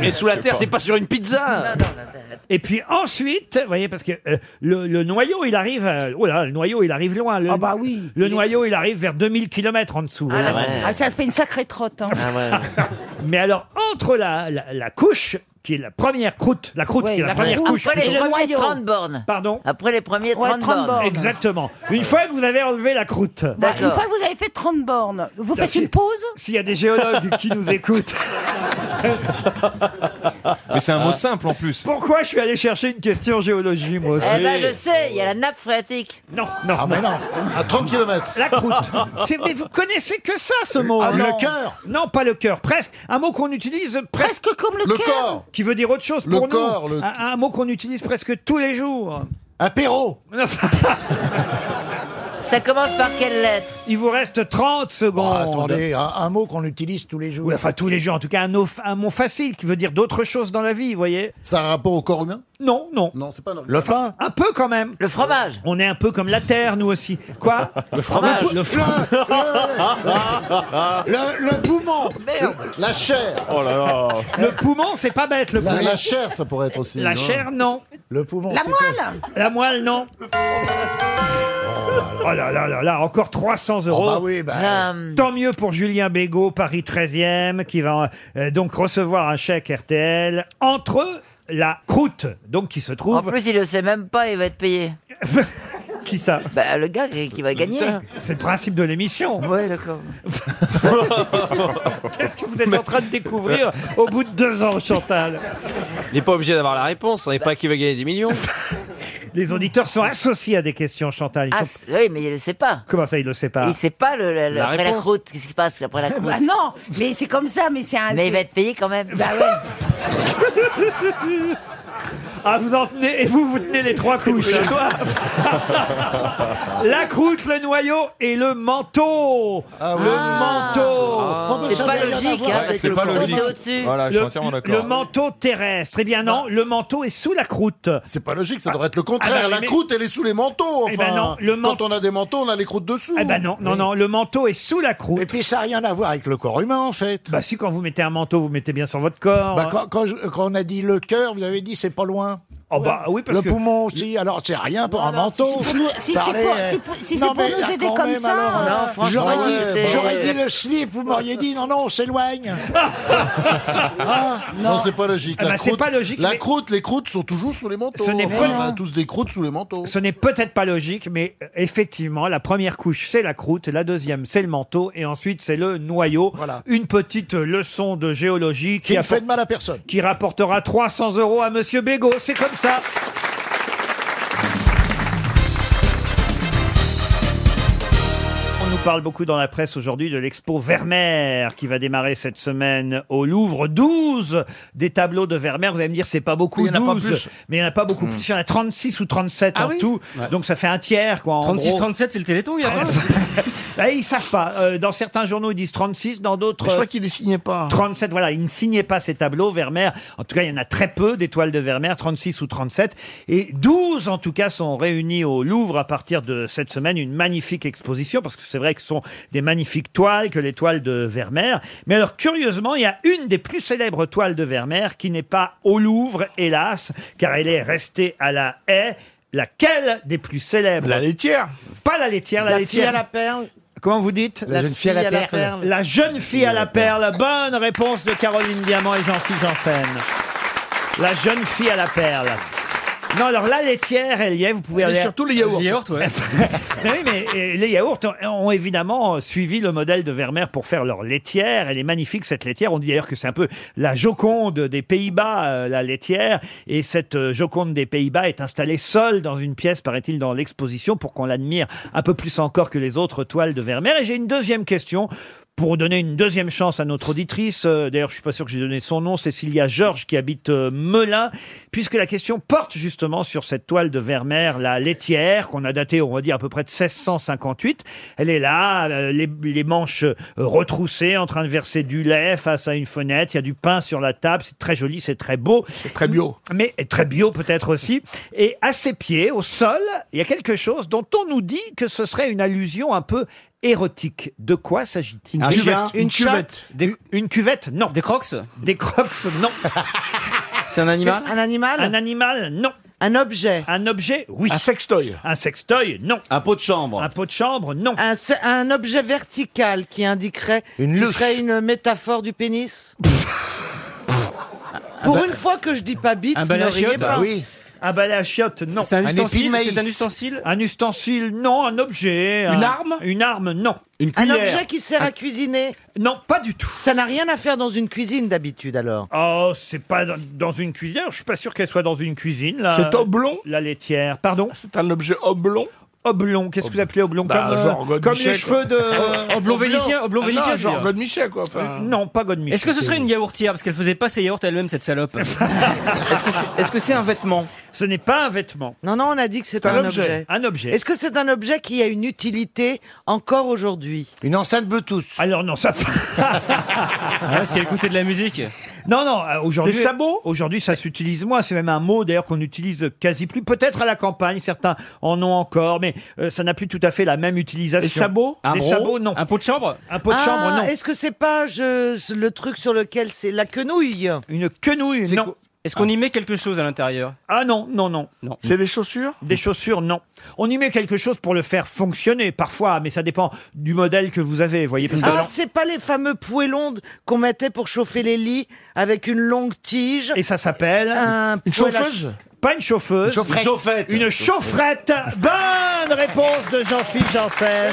[SPEAKER 1] Mais sous la terre, c'est pas sur une
[SPEAKER 10] Non, non, la terre.
[SPEAKER 1] Et puis ensuite, vous voyez, parce que euh, le, le noyau, il arrive. euh, oh là, là, le noyau, il arrive loin. Le, bah
[SPEAKER 18] Ah oui.
[SPEAKER 1] Le noyau, il arrive vers 2000 km en dessous.
[SPEAKER 18] Ah,
[SPEAKER 1] voilà.
[SPEAKER 18] ça fait une sacrée trotte. hein.
[SPEAKER 10] Ah,
[SPEAKER 1] Mais alors, entre la, la, la couche, qui est la première croûte, la croûte qui est la,
[SPEAKER 10] la
[SPEAKER 1] première
[SPEAKER 10] croûte.
[SPEAKER 1] couche.
[SPEAKER 10] Après les
[SPEAKER 1] plutôt.
[SPEAKER 10] premiers 30 bornes.
[SPEAKER 1] Pardon
[SPEAKER 10] Après les premiers 30, bornes.
[SPEAKER 1] Exactement. Une fois que vous avez enlevé la croûte.
[SPEAKER 18] Bah, une fois que vous avez fait 30 bornes, vous faites
[SPEAKER 1] si-
[SPEAKER 18] une pause
[SPEAKER 1] S'il y a des géologues qui nous écoutent.
[SPEAKER 20] Mais c'est un mot simple en plus.
[SPEAKER 1] Pourquoi je suis allé chercher une question géologie, moi aussi
[SPEAKER 10] Eh ben, je sais, il y a la nappe phréatique.
[SPEAKER 1] Non, non.
[SPEAKER 3] Ah, mais non. À 30 km.
[SPEAKER 1] La croûte. C'est- mais vous connaissez que ça, ce mot.
[SPEAKER 3] Ah,
[SPEAKER 1] hein.
[SPEAKER 3] le cœur.
[SPEAKER 1] Non, pas le cœur. Presque. Un mot qu'on utilise presque,
[SPEAKER 18] Presque comme le,
[SPEAKER 3] Le
[SPEAKER 18] cœur.
[SPEAKER 3] corps.
[SPEAKER 1] Qui veut dire autre chose
[SPEAKER 3] Le
[SPEAKER 1] pour
[SPEAKER 3] corps,
[SPEAKER 1] nous.
[SPEAKER 3] le-
[SPEAKER 1] Un, un mot qu'on utilise presque tous les jours.
[SPEAKER 3] Un perrot.
[SPEAKER 10] Ça commence par quelle lettre
[SPEAKER 1] Il vous reste 30 secondes.
[SPEAKER 3] Ah, attendez, un, un mot qu'on utilise tous les jours.
[SPEAKER 1] Oui, enfin tous les jours. En tout cas, un, of- un mot facile qui veut dire d'autres choses dans la vie, vous voyez.
[SPEAKER 3] Ça a un rapport au corps humain
[SPEAKER 1] Non, non.
[SPEAKER 3] Non, c'est pas un
[SPEAKER 1] Le pain Un peu quand même.
[SPEAKER 10] Le fromage.
[SPEAKER 1] On est un peu comme la terre, nous aussi. Quoi Le
[SPEAKER 10] fromage.
[SPEAKER 1] Le fromage.
[SPEAKER 3] Le, le poumon. Merde. La chair.
[SPEAKER 20] Oh là là.
[SPEAKER 1] Le poumon, c'est pas bête, le poumon.
[SPEAKER 3] La, la chair, ça pourrait être aussi.
[SPEAKER 1] La
[SPEAKER 3] non
[SPEAKER 1] chair, non.
[SPEAKER 3] Le poumon.
[SPEAKER 18] La
[SPEAKER 3] c'est
[SPEAKER 18] moelle.
[SPEAKER 1] La moelle, non. Oh là là là là, encore 300
[SPEAKER 3] quoi
[SPEAKER 1] euros.
[SPEAKER 3] Ah bah oui, bah.
[SPEAKER 10] Euh,
[SPEAKER 1] Tant mieux pour Julien Bégaud, Paris 13e, qui va euh, donc recevoir un chèque RTL entre la croûte, donc qui se
[SPEAKER 10] En
[SPEAKER 1] trouve.
[SPEAKER 10] plus, il le sait même pas, il va être payé.
[SPEAKER 1] Qui ça
[SPEAKER 10] Bah, le gars qui qui va gagner.
[SPEAKER 1] C'est le principe de l'émission.
[SPEAKER 10] Ouais, d'accord.
[SPEAKER 1] Qu'est-ce que vous êtes en train de découvrir au bout de deux ans, Chantal
[SPEAKER 29] Il n'est pas obligé d'avoir la réponse. On n'est pas qui va gagner 10 millions.
[SPEAKER 1] Les auditeurs sont associés à des questions, Chantal. Ils
[SPEAKER 10] Ah,
[SPEAKER 1] sont-
[SPEAKER 10] c'est- oui, mais il le sait pas.
[SPEAKER 1] Comment ça, ils le séparent
[SPEAKER 10] Il sait pas le, le- le-
[SPEAKER 29] La
[SPEAKER 10] après la
[SPEAKER 29] réponse.
[SPEAKER 10] croûte. Qu'est-ce qui se passe après la croûte
[SPEAKER 18] Bah non, mais c'est comme ça, mais c'est un.
[SPEAKER 10] Mais
[SPEAKER 18] c'est-
[SPEAKER 10] il va être payé quand même.
[SPEAKER 18] Bah ouais.
[SPEAKER 1] Ah, vous en tenez, et vous, vous tenez les trois couches. hein. la croûte, le noyau et le manteau.
[SPEAKER 3] Ah
[SPEAKER 1] le
[SPEAKER 3] oui.
[SPEAKER 1] manteau.
[SPEAKER 3] Oh, bah,
[SPEAKER 10] C'est
[SPEAKER 3] ça
[SPEAKER 10] pas
[SPEAKER 3] n'a rien à
[SPEAKER 10] logique,
[SPEAKER 3] voir
[SPEAKER 10] hein,
[SPEAKER 3] avec
[SPEAKER 10] parce
[SPEAKER 20] C'est
[SPEAKER 10] le
[SPEAKER 3] le
[SPEAKER 20] pas
[SPEAKER 3] corps
[SPEAKER 10] manteau,
[SPEAKER 20] logique.
[SPEAKER 10] c'est au-dessus.
[SPEAKER 20] Voilà, je suis
[SPEAKER 1] Le-
[SPEAKER 20] entièrement
[SPEAKER 1] le
[SPEAKER 20] d'accord.
[SPEAKER 1] manteau terrestre. Eh bien non, le manteau est sous la croûte.
[SPEAKER 3] C'est pas logique, ça devrait être le
[SPEAKER 1] Ah bah
[SPEAKER 3] contraire.
[SPEAKER 1] oui,
[SPEAKER 3] la
[SPEAKER 1] mais-
[SPEAKER 3] croûte, elle est sous les manteaux. Enfin,
[SPEAKER 1] Eh ben non, le man-
[SPEAKER 3] Quand on a des manteaux, on a les croûtes dessous.
[SPEAKER 1] Eh ben non, non, non, le manteau est sous la croûte.
[SPEAKER 3] Et puis ça n'a rien à voir avec le corps humain, en fait.
[SPEAKER 1] Bah si, quand vous mettez un manteau, vous mettez bien sur votre corps.
[SPEAKER 3] Bah, quand, quand je- quand on a dit le cœur, vous avez dit c'est pas loin.
[SPEAKER 1] Oh bah oui, parce
[SPEAKER 3] le
[SPEAKER 1] que...
[SPEAKER 3] poumon aussi, alors c'est rien pour un manteau.
[SPEAKER 18] si c'est pour nous- si c'est
[SPEAKER 3] Parlez,
[SPEAKER 18] pour-
[SPEAKER 3] euh,
[SPEAKER 18] si pour- si
[SPEAKER 3] non,
[SPEAKER 18] c'est pour
[SPEAKER 3] mais
[SPEAKER 18] nous aider
[SPEAKER 3] quand
[SPEAKER 18] comme
[SPEAKER 3] même,
[SPEAKER 18] ça,
[SPEAKER 3] alors,
[SPEAKER 18] euh,
[SPEAKER 10] Non, franchement,
[SPEAKER 3] J'aurais dit,
[SPEAKER 10] c'était-
[SPEAKER 3] j'aurais dit le slip, vous m'auriez dit non, non, on s'éloigne. Ah, non, c'est pas logique.
[SPEAKER 1] Ah bah, c'est pas logique,
[SPEAKER 3] la
[SPEAKER 1] mais-
[SPEAKER 3] croûte, les croûtes sont toujours sous les manteaux.
[SPEAKER 1] Ce n'est pas-
[SPEAKER 3] Enfin, On a tous des croûtes sous les manteaux.
[SPEAKER 1] Ce n'est peut-être pas logique, mais euh, effectivement, la première couche, c'est la croûte, la deuxième, c'est le manteau, et ensuite, c'est le noyau.
[SPEAKER 3] Voilà.
[SPEAKER 1] Une petite leçon de géologie qui,
[SPEAKER 3] Qui ne
[SPEAKER 1] a
[SPEAKER 3] fait de mal à personne.
[SPEAKER 1] qui rapportera 300 euros à Monsieur Bégaud. C'est comme ça. On nous parle beaucoup dans la presse aujourd'hui de l'expo Vermeer qui va démarrer cette semaine au Louvre. 12 des tableaux de Vermeer. Vous allez me dire, c'est pas beaucoup,
[SPEAKER 30] Il y en a pas
[SPEAKER 1] 12.
[SPEAKER 30] plus.
[SPEAKER 1] Mais il n'y en a pas beaucoup plus. Il y en a 36 ou 37
[SPEAKER 30] Ah
[SPEAKER 1] en
[SPEAKER 30] oui
[SPEAKER 1] tout. Donc ça fait un tiers, quoi. en gros.
[SPEAKER 29] 36-37, c'est le téléthon, il y a
[SPEAKER 1] Ah, ils savent pas. Euh, dans certains journaux, ils disent 36, dans d'autres. euh,
[SPEAKER 30] qu'il ne signait pas. hein.
[SPEAKER 1] 37, voilà, il ne signait pas ces tableaux, Vermeer. En tout cas, il y en a très peu d'étoiles de Vermeer, 36 ou 37. Et 12, en tout cas, sont réunis au Louvre à partir de cette semaine. Une magnifique exposition, parce que c'est vrai que ce sont des magnifiques toiles que les toiles de Vermeer. Mais alors, curieusement, il y a une des plus célèbres toiles de Vermeer qui n'est pas au Louvre, hélas, car elle est restée à la haie. Laquelle des plus célèbres
[SPEAKER 30] laitière.
[SPEAKER 1] Pas la laitière, la,
[SPEAKER 31] La fille
[SPEAKER 1] laitière.
[SPEAKER 31] à la perle.
[SPEAKER 1] Comment vous dites
[SPEAKER 31] La jeune fille à la perle.
[SPEAKER 1] la jeune fille à la perle. Bonne réponse de Caroline Diamant et Jean-Philippe Janssen. La jeune fille à la perle. Non, alors là, laitière, elle y est, vous pouvez
[SPEAKER 3] Mais
[SPEAKER 1] aller.
[SPEAKER 3] surtout les yaourts. Les yaourts, ouais.
[SPEAKER 1] Mais oui, mais euh, les yaourts ont, ont évidemment suivi le modèle de Vermeer pour faire leur laitière. Elle est magnifique, cette laitière. On dit d'ailleurs que c'est un peu la Joconde des Pays-Bas, euh, la laitière. Et cette euh, Joconde des Pays-Bas est installée seule dans une pièce, paraît-il, dans l'exposition pour qu'on l'admire un peu plus encore que les autres toiles de Vermeer. Et j'ai une deuxième question pour donner une deuxième chance à notre auditrice, euh, d'ailleurs je suis pas sûr que j'ai donné son nom, Cécilia Georges qui habite euh, Melun, puisque la question porte justement sur cette toile de Vermeer, la laitière, qu'on a datée on va dire à peu près de 1658. Elle est là, euh, les, les manches euh, retroussées, en train de verser du lait face à une fenêtre, il y a du pain sur la table, c'est très joli, c'est très beau. très bio. Mais et très bio peut-être aussi. Et à ses pieds, au sol, il y a quelque chose dont on nous dit que ce serait une allusion un peu érotique. De quoi s'agit-il
[SPEAKER 3] Un chien, une cuvette.
[SPEAKER 1] Des- Une cuvette, non. Des crocs Des crocs, non. C'est un
[SPEAKER 9] animal C'est un animal
[SPEAKER 1] Un animal, non. Un objet Un objet, oui. Un sextoy Un sextoy, non. Un pot de chambre Un pot de chambre, non.
[SPEAKER 9] Un, se- un objet vertical qui indiquerait
[SPEAKER 1] Une
[SPEAKER 9] qui
[SPEAKER 1] louche.
[SPEAKER 9] serait une métaphore du pénis
[SPEAKER 3] Ah bah
[SPEAKER 9] Pour une fois que je dis pas bite,
[SPEAKER 1] Un
[SPEAKER 9] ne
[SPEAKER 1] balai à
[SPEAKER 9] riez
[SPEAKER 1] chiottes
[SPEAKER 9] pas.
[SPEAKER 1] Un balai à chiottes, non.
[SPEAKER 9] bah C'est un Un ustensile, épi de maïs. c'est un
[SPEAKER 1] ustensile Un ustensile, non. Un objet.
[SPEAKER 9] Une
[SPEAKER 1] un-
[SPEAKER 9] arme
[SPEAKER 1] Une arme, non.
[SPEAKER 9] Un objet qui sert à cuisiner
[SPEAKER 1] Non, pas du tout.
[SPEAKER 9] Ça n'a rien à faire dans une cuisine d'habitude alors.
[SPEAKER 1] Oh, c'est pas dans- dans une cuisine. Alors, Je suis pas sûr qu'elle soit dans une cuisine. là.
[SPEAKER 3] C'est oblong
[SPEAKER 1] La laitière. Pardon
[SPEAKER 3] C'est un objet oblong
[SPEAKER 1] Oblong, qu'est-ce que vous appelez oblong
[SPEAKER 3] Bah,
[SPEAKER 1] Comme, euh,
[SPEAKER 3] genre Godemichet,
[SPEAKER 1] comme les
[SPEAKER 3] quoi.
[SPEAKER 1] cheveux de...
[SPEAKER 3] Oblong vénitien, oblong
[SPEAKER 1] Ah
[SPEAKER 3] vénitien,
[SPEAKER 1] non,
[SPEAKER 3] je veux dire.
[SPEAKER 1] Godemichet, quoi.
[SPEAKER 3] enfin.
[SPEAKER 1] Euh, Non, pas Godemichet.
[SPEAKER 3] Est-ce que ce serait une yaourtière Parce qu'elle faisait pas ses yaourts elle-même, cette salope. Hein, Est-ce que c'est- est-ce que c'est un vêtement
[SPEAKER 1] Ce n'est pas un vêtement.
[SPEAKER 9] Non, non, on a dit que c'est
[SPEAKER 3] C'est
[SPEAKER 9] un,
[SPEAKER 3] un
[SPEAKER 9] objet.
[SPEAKER 3] objet.
[SPEAKER 1] Un objet.
[SPEAKER 9] Est-ce que c'est un objet qui a une utilité encore aujourd'hui
[SPEAKER 1] Une enceinte Bluetooth. Alors non, ça...
[SPEAKER 3] Parce qu'elle écoutait de la musique.
[SPEAKER 1] Non, non, euh, aujourd'hui.
[SPEAKER 3] Des sabots
[SPEAKER 1] Aujourd'hui, ça s'utilise moins. C'est même un mot d'ailleurs qu'on utilise quasi plus. Peut-être à la campagne, certains en ont encore, mais euh, ça n'a plus tout à fait la même utilisation.
[SPEAKER 3] Des sabots
[SPEAKER 1] Des sabots, non.
[SPEAKER 3] Un pot de chambre
[SPEAKER 1] Un pot de
[SPEAKER 9] Ah,
[SPEAKER 1] chambre, non.
[SPEAKER 9] Est-ce que c'est pas je- le truc sur lequel c'est la quenouille
[SPEAKER 1] Une quenouille, non.
[SPEAKER 3] Est-ce qu'on y met quelque chose à l'intérieur
[SPEAKER 1] Ah non, non, non.
[SPEAKER 3] Non.
[SPEAKER 1] C'est des chaussures Des chaussures, non. On y met quelque chose pour le faire fonctionner parfois, mais ça dépend du modèle que vous avez, voyez. Parce que-
[SPEAKER 9] Ah, c'est pas les fameux poêlons de- qu'on mettait pour chauffer les lits avec une longue tige.
[SPEAKER 1] Et ça s'appelle
[SPEAKER 9] Un
[SPEAKER 1] Une
[SPEAKER 9] poêle à-
[SPEAKER 1] chauffeuse Pas une chauffeuse.
[SPEAKER 9] Une chaufferette.
[SPEAKER 1] Une chaufferette. Bonne réponse de Jean-Philippe Janssen.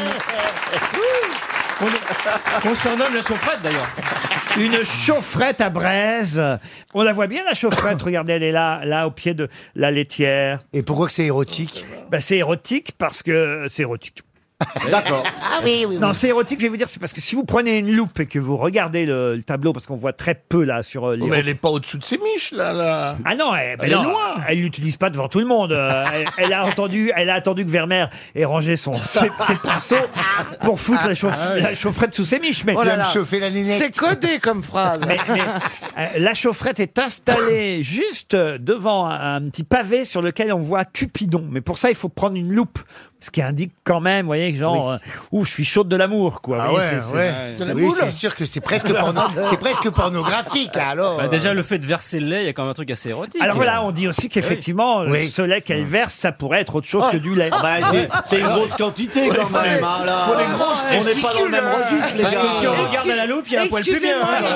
[SPEAKER 3] On, est- on surnomme la chaufferette d'ailleurs.
[SPEAKER 1] Une chaufferette à braise. On la voit bien, la chaufferette. Regardez, elle est là, là, au pied de la laitière. Et pourquoi que c'est érotique C'est érotique parce que c'est érotique.
[SPEAKER 11] D'accord.
[SPEAKER 23] Ah oui, oui, oui.
[SPEAKER 1] Non, c'est érotique, je vais vous dire, c'est parce que si vous prenez une loupe et que vous regardez le, le tableau, parce qu'on voit très peu là sur euh, les.
[SPEAKER 3] Oh, mais elle est pas au-dessous de ses miches là. là.
[SPEAKER 1] Ah non, elle, ben
[SPEAKER 3] Elle est
[SPEAKER 1] non,
[SPEAKER 3] loin.
[SPEAKER 1] elle l'utilise pas devant tout le monde. Euh, elle, elle a entendu, elle a attendu que Vermeer ait rangé son ses, ses pinceaux pour foutre la, chauffe-
[SPEAKER 11] Ah ouais.
[SPEAKER 1] la chaufferette sous ses miches. Mais
[SPEAKER 9] Oh là là. C'est codé comme phrase.
[SPEAKER 1] Mais- mais, euh, la chaufferette est installée juste euh, devant un, un petit pavé sur lequel on voit Cupidon. Mais pour ça, il faut prendre une loupe, ce qui indique quand même, vous voyez, genre, euh, où je suis chaude de l'amour, quoi.
[SPEAKER 4] Ah
[SPEAKER 1] Vous
[SPEAKER 4] ouais,
[SPEAKER 1] voyez, c'est-
[SPEAKER 4] ouais.
[SPEAKER 1] c'est- c'est-
[SPEAKER 4] Oui, c'est sûr que c'est presque, porno...
[SPEAKER 3] Ah,
[SPEAKER 4] c'est presque pornographique, alors.
[SPEAKER 3] Bah, déjà le fait de verser le lait, il y a quand même un truc assez érotique.
[SPEAKER 1] Alors voilà, on dit aussi qu'effectivement, le
[SPEAKER 3] Oui.
[SPEAKER 1] ce lait qu'elle verse, ça pourrait être autre chose que du lait.
[SPEAKER 3] Bah, c'est- c'est une grosse
[SPEAKER 4] quantité, quand même, hein, là. On n'est pas dans le même
[SPEAKER 1] euh,
[SPEAKER 4] registre, les gars.
[SPEAKER 9] Excusez-moi, mais-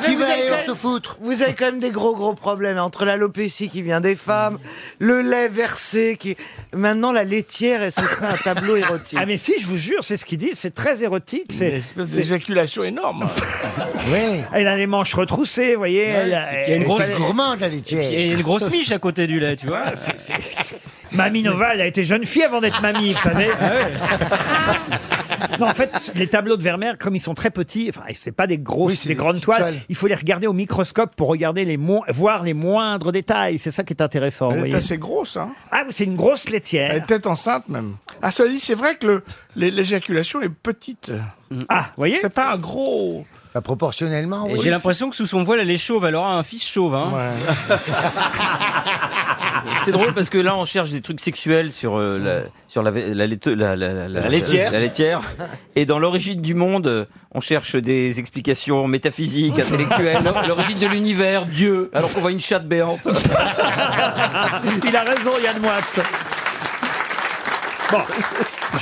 [SPEAKER 9] mais
[SPEAKER 4] Qui
[SPEAKER 9] vous
[SPEAKER 4] va
[SPEAKER 9] avez
[SPEAKER 4] aller
[SPEAKER 9] quand
[SPEAKER 4] te
[SPEAKER 9] même-
[SPEAKER 4] foutre
[SPEAKER 9] Vous avez quand même des gros gros problèmes entre l'alopécie qui vient des femmes, le lait versé qui. Maintenant la laitière et ce serait un tableau érotique.
[SPEAKER 1] Ah mais si, je vous jure, c'est ce qu'il dit, c'est très érotique.
[SPEAKER 3] Une
[SPEAKER 1] C'est
[SPEAKER 3] espèce
[SPEAKER 1] c'est-
[SPEAKER 3] d'éjaculation énorme.
[SPEAKER 4] Oui.
[SPEAKER 1] Elle a les manches retroussées, vous voyez. elle a-
[SPEAKER 3] Il y a une
[SPEAKER 1] elle-
[SPEAKER 3] grosse
[SPEAKER 1] elle-
[SPEAKER 4] gourmande, la laitière.
[SPEAKER 3] Et puis, Il y a une grosse miche à côté du lait, tu vois. C'est- c'est-
[SPEAKER 1] Mamie Nova, elle a été jeune fille avant d'être mamie, vous savez. Non, en fait, les tableaux de Vermeer, comme ils sont très petits, enfin, c'est pas des grosses, des grandes toiles, il faut les regarder au microscope pour regarder les mo- voir les moindres détails. C'est ça qui est intéressant. vous
[SPEAKER 3] Elle est
[SPEAKER 1] voyez.
[SPEAKER 3] assez grosse, hein.
[SPEAKER 1] Ah, c'est une grosse laitière.
[SPEAKER 3] Elle était enceinte même. Ah, cela dit, c'est vrai que le- l'é- l'éjaculation est petite.
[SPEAKER 1] Ah, vous voyez
[SPEAKER 3] C'est pas un gros.
[SPEAKER 4] Bah, proportionnellement,
[SPEAKER 3] Et
[SPEAKER 4] oui.
[SPEAKER 3] j'ai l'impression
[SPEAKER 2] que sous son voile, elle est chauve, elle aura un fils chauve. hein.
[SPEAKER 6] C'est drôle parce que là, on cherche des trucs sexuels sur euh, la sur la, la, laite- la- la- la- la-
[SPEAKER 4] La laitière.
[SPEAKER 6] la laitière. Et dans l'origine du monde, euh, on cherche des explications métaphysiques, intellectuelles, l'or- l'origine de l'univers, Dieu. Alors qu'on voit une chatte béante.
[SPEAKER 1] Il a raison, Yann Moix. Bon.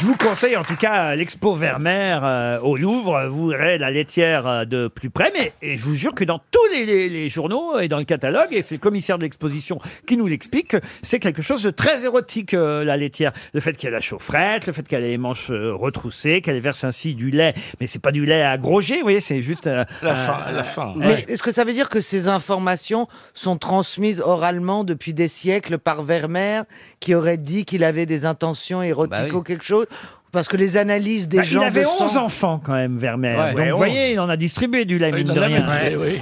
[SPEAKER 1] Je vous conseille en tout cas l'expo Vermeer euh, au Louvre. Vous verrez la laitière euh, de plus près. Mais et je vous jure que dans tous les, les- les journaux et dans le catalogue, et c'est le commissaire de l'exposition qui nous l'explique, c'est quelque chose de très érotique, euh, la laitière. Le fait qu'elle a la chaufferette, le fait qu'elle ait les manches euh, retroussées, qu'elle verse ainsi du lait, mais c'est pas du lait à gros jet, vous voyez, c'est juste... euh,
[SPEAKER 9] La
[SPEAKER 1] un-
[SPEAKER 9] fin,
[SPEAKER 1] un-
[SPEAKER 9] la fin.
[SPEAKER 1] Ouais.
[SPEAKER 9] Mais est-ce que ça veut dire que ces informations sont transmises oralement depuis des siècles par Vermeer, qui aurait dit qu'il avait des intentions érotiques ou quelque chose Parce que les analyses des
[SPEAKER 1] Bah,
[SPEAKER 9] gens.
[SPEAKER 1] il avait
[SPEAKER 9] de sang-
[SPEAKER 1] 11 enfants quand même, Vermeer.
[SPEAKER 9] Ouais.
[SPEAKER 1] Donc
[SPEAKER 9] Ouais,
[SPEAKER 1] vous
[SPEAKER 9] 11.
[SPEAKER 1] voyez, il en a distribué du lait, mine de rien.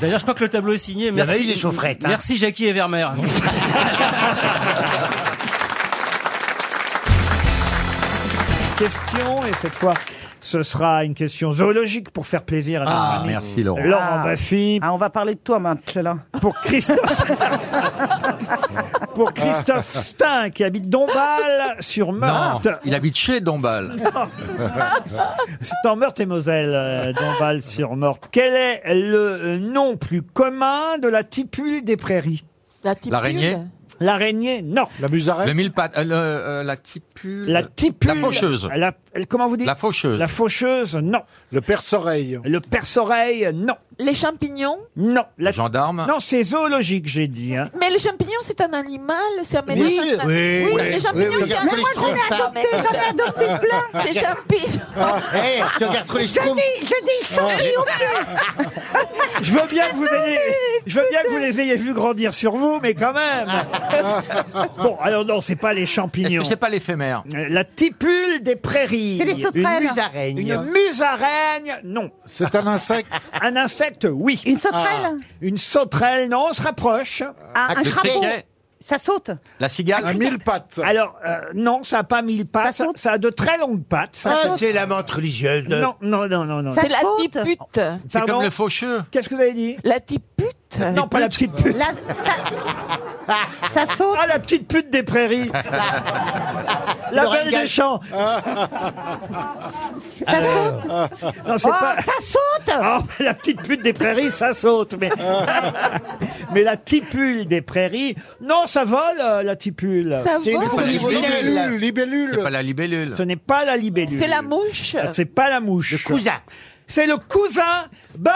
[SPEAKER 32] D'ailleurs, je crois que le tableau est signé.
[SPEAKER 1] en a
[SPEAKER 32] Merci.
[SPEAKER 1] eu des chaufferettes, hein.
[SPEAKER 32] Merci Jackie et Vermeer.
[SPEAKER 1] question, et cette fois, ce sera une question zoologique pour faire plaisir à notre
[SPEAKER 3] Ah,
[SPEAKER 1] ami
[SPEAKER 3] merci, Laurent.
[SPEAKER 1] Laurent Baffy.
[SPEAKER 3] Ah, on va parler de toi maintenant.
[SPEAKER 1] Pour Christophe. Pour Christophe Stein, qui habite Dombasle sur
[SPEAKER 3] Non,
[SPEAKER 1] Meurthe.
[SPEAKER 3] il habite chez Dombal.
[SPEAKER 1] C'est en Meurthe et Moselle, euh, Dombasle sur Meurthe. Quel est le euh, nom plus commun de la tipule des prairies
[SPEAKER 3] L'araignée
[SPEAKER 1] L'araignée, non.
[SPEAKER 3] La musaraigne Le mille pattes. euh, le, euh, la tipule.
[SPEAKER 1] La tipule.
[SPEAKER 3] La faucheuse.
[SPEAKER 1] La- elle- comment vous dites
[SPEAKER 3] La faucheuse.
[SPEAKER 1] La faucheuse, non. Le perce-oreille. Le perce-oreille, non.
[SPEAKER 8] Les champignons
[SPEAKER 1] Non. La...
[SPEAKER 3] Gendarme.
[SPEAKER 1] Non, c'est zoologique, j'ai dit. hein.
[SPEAKER 8] Mais les champignons, c'est un animal, c'est un mélange.
[SPEAKER 1] Oui,
[SPEAKER 8] animal.
[SPEAKER 1] oui, oui,
[SPEAKER 8] les
[SPEAKER 1] oui,
[SPEAKER 8] champignons,
[SPEAKER 1] oui, Ah,
[SPEAKER 8] il y a
[SPEAKER 1] regarde les
[SPEAKER 8] Moi, j'en ai
[SPEAKER 1] schtroumpfs,
[SPEAKER 8] adopté, j'en ai adopté plein. Les champignons.
[SPEAKER 23] Hey, tu regardes trop les
[SPEAKER 8] Je dis, je dis champignons.
[SPEAKER 1] Je veux bien que vous ayez, je veux bien que vous les ayez vus grandir sur vous, mais quand même. Bon, alors non, c'est pas les
[SPEAKER 3] Est-ce
[SPEAKER 1] champignons.
[SPEAKER 3] que c'est pas l'éphémère
[SPEAKER 1] Euh, La tipule des prairies.
[SPEAKER 3] C'est les sauterelles. Une musaraigne.
[SPEAKER 1] Une musaraigne, non. C'est un insecte. un insecte, oui. Une
[SPEAKER 3] sauterelle
[SPEAKER 1] Une sauterelle, non, on se rapproche.
[SPEAKER 3] Ah, un Le crapaud. criquet.
[SPEAKER 1] Ça saute.
[SPEAKER 3] La cigale
[SPEAKER 1] mille pattes. Alors, euh, non, ça n'a pas mille pattes. Ça, a de très longues pattes.
[SPEAKER 3] Ah, Ça saute. c'est
[SPEAKER 1] la menthe religieuse. Non, non, non, non. non.
[SPEAKER 8] C'est la tipute.
[SPEAKER 3] C'est comme le faucheux.
[SPEAKER 1] Qu'est-ce que vous avez dit
[SPEAKER 8] La tipute.
[SPEAKER 1] Non, pas la petite pute.
[SPEAKER 8] ça...
[SPEAKER 1] Ça saute. Ah, la petite pute des prairies. la
[SPEAKER 11] Lorraine
[SPEAKER 1] belle
[SPEAKER 11] Gage.
[SPEAKER 1] des champs.
[SPEAKER 11] Ah, Ça
[SPEAKER 1] saute. Non, c'est
[SPEAKER 11] Oh,
[SPEAKER 1] pas.
[SPEAKER 11] ça
[SPEAKER 1] saute. la petite pute des prairies, ça saute. Mais, mais la tipule des prairies, non, ça vole, euh, la tipule.
[SPEAKER 8] Ça C'est une vole. forme de libellule.
[SPEAKER 1] libellule.
[SPEAKER 3] C'est pas la libellule.
[SPEAKER 1] Ce n'est pas la libellule.
[SPEAKER 8] C'est la mouche.
[SPEAKER 1] Ah, C'est pas la mouche. Le cousin. C'est le cousin. Bonne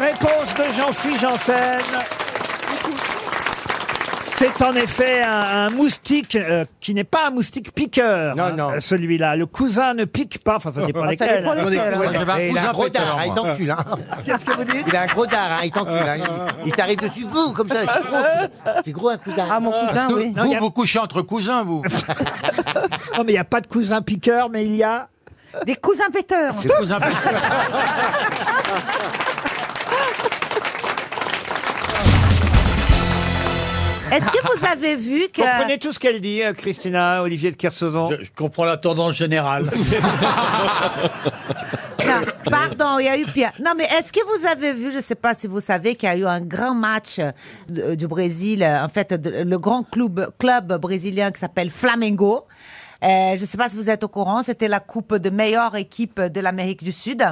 [SPEAKER 1] réponse de Jean-Philippe Janssen. C'est en effet un, un moustique euh, qui n'est pas un moustique piqueur. Non, non. Celui-là. Le cousin ne pique pas. Enfin, ça dépend
[SPEAKER 4] Ah, ça
[SPEAKER 1] lesquels.
[SPEAKER 4] dépend lesquels, hein. Et il a un gros dard, hein, il t'encule, hein.
[SPEAKER 1] Qu'est-ce que vous dites
[SPEAKER 4] Il a un gros dard, hein, il t'encule. hein. Il, il t'arrive dessus, vous, comme ça. C'est gros, c'est
[SPEAKER 1] hein.
[SPEAKER 4] gros un cousin. Ah, mon
[SPEAKER 3] Parce que Vous, vous couchez entre cousins, vous.
[SPEAKER 1] Non, mais il n'y a pas de cousin piqueur, mais il y a.
[SPEAKER 3] Des cousins péteurs. Des cousins péteurs.
[SPEAKER 1] Est-ce que vous avez vu que... Comprenez tout ce qu'elle dit, euh, Christina, Olivier de Kersauzon. Je, comprends la tendance générale.
[SPEAKER 24] Non, pardon, il y a eu pire. Non, mais est-ce que vous avez vu, je ne sais pas si vous savez qu'il y a eu un grand match euh, du Brésil, euh, en fait, de- le grand club, club brésilien qui s'appelle Flamengo. Euh, je ne sais pas si vous êtes au courant, c'était la coupe de meilleure équipe de l'Amérique du Sud.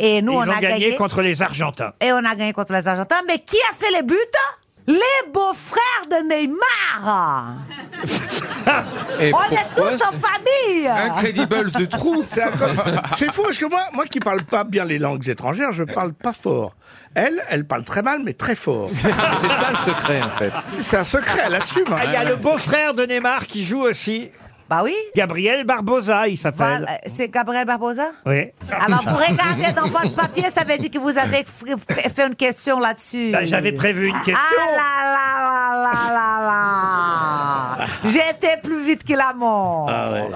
[SPEAKER 24] Et nous,
[SPEAKER 1] Ils
[SPEAKER 24] on
[SPEAKER 1] ont
[SPEAKER 24] a
[SPEAKER 1] gagné contre les Argentins.
[SPEAKER 24] Et on a gagné contre les Argentins. Mais qui a fait les buts Les beaux-frères de Neymar
[SPEAKER 4] Et
[SPEAKER 24] On est
[SPEAKER 4] pourquoi
[SPEAKER 24] tous en famille
[SPEAKER 4] Incredibles de trou.
[SPEAKER 20] C'est un com- C'est fou parce que moi, moi qui parle pas bien les langues étrangères, je parle pas fort. Elle, elle parle très mal, mais très fort.
[SPEAKER 1] C'est
[SPEAKER 20] ça le secret, en fait. C'est un secret, elle assume.
[SPEAKER 1] Ah, Il y a le beau-frère de Neymar qui joue aussi.
[SPEAKER 24] Bah oui.
[SPEAKER 1] Gabriel Barbosa, il s'appelle.
[SPEAKER 24] Voilà, C'est Gabriel Barbosa
[SPEAKER 1] Oui.
[SPEAKER 24] Alors, Ah bah, vous regardez dans votre papier, ça veut dire que vous avez f- f- fait une question là-dessus.
[SPEAKER 1] Bah, J'avais prévu une question.
[SPEAKER 24] Ah là là là là là là J'étais plus vite que la mort.
[SPEAKER 20] Ah ouais.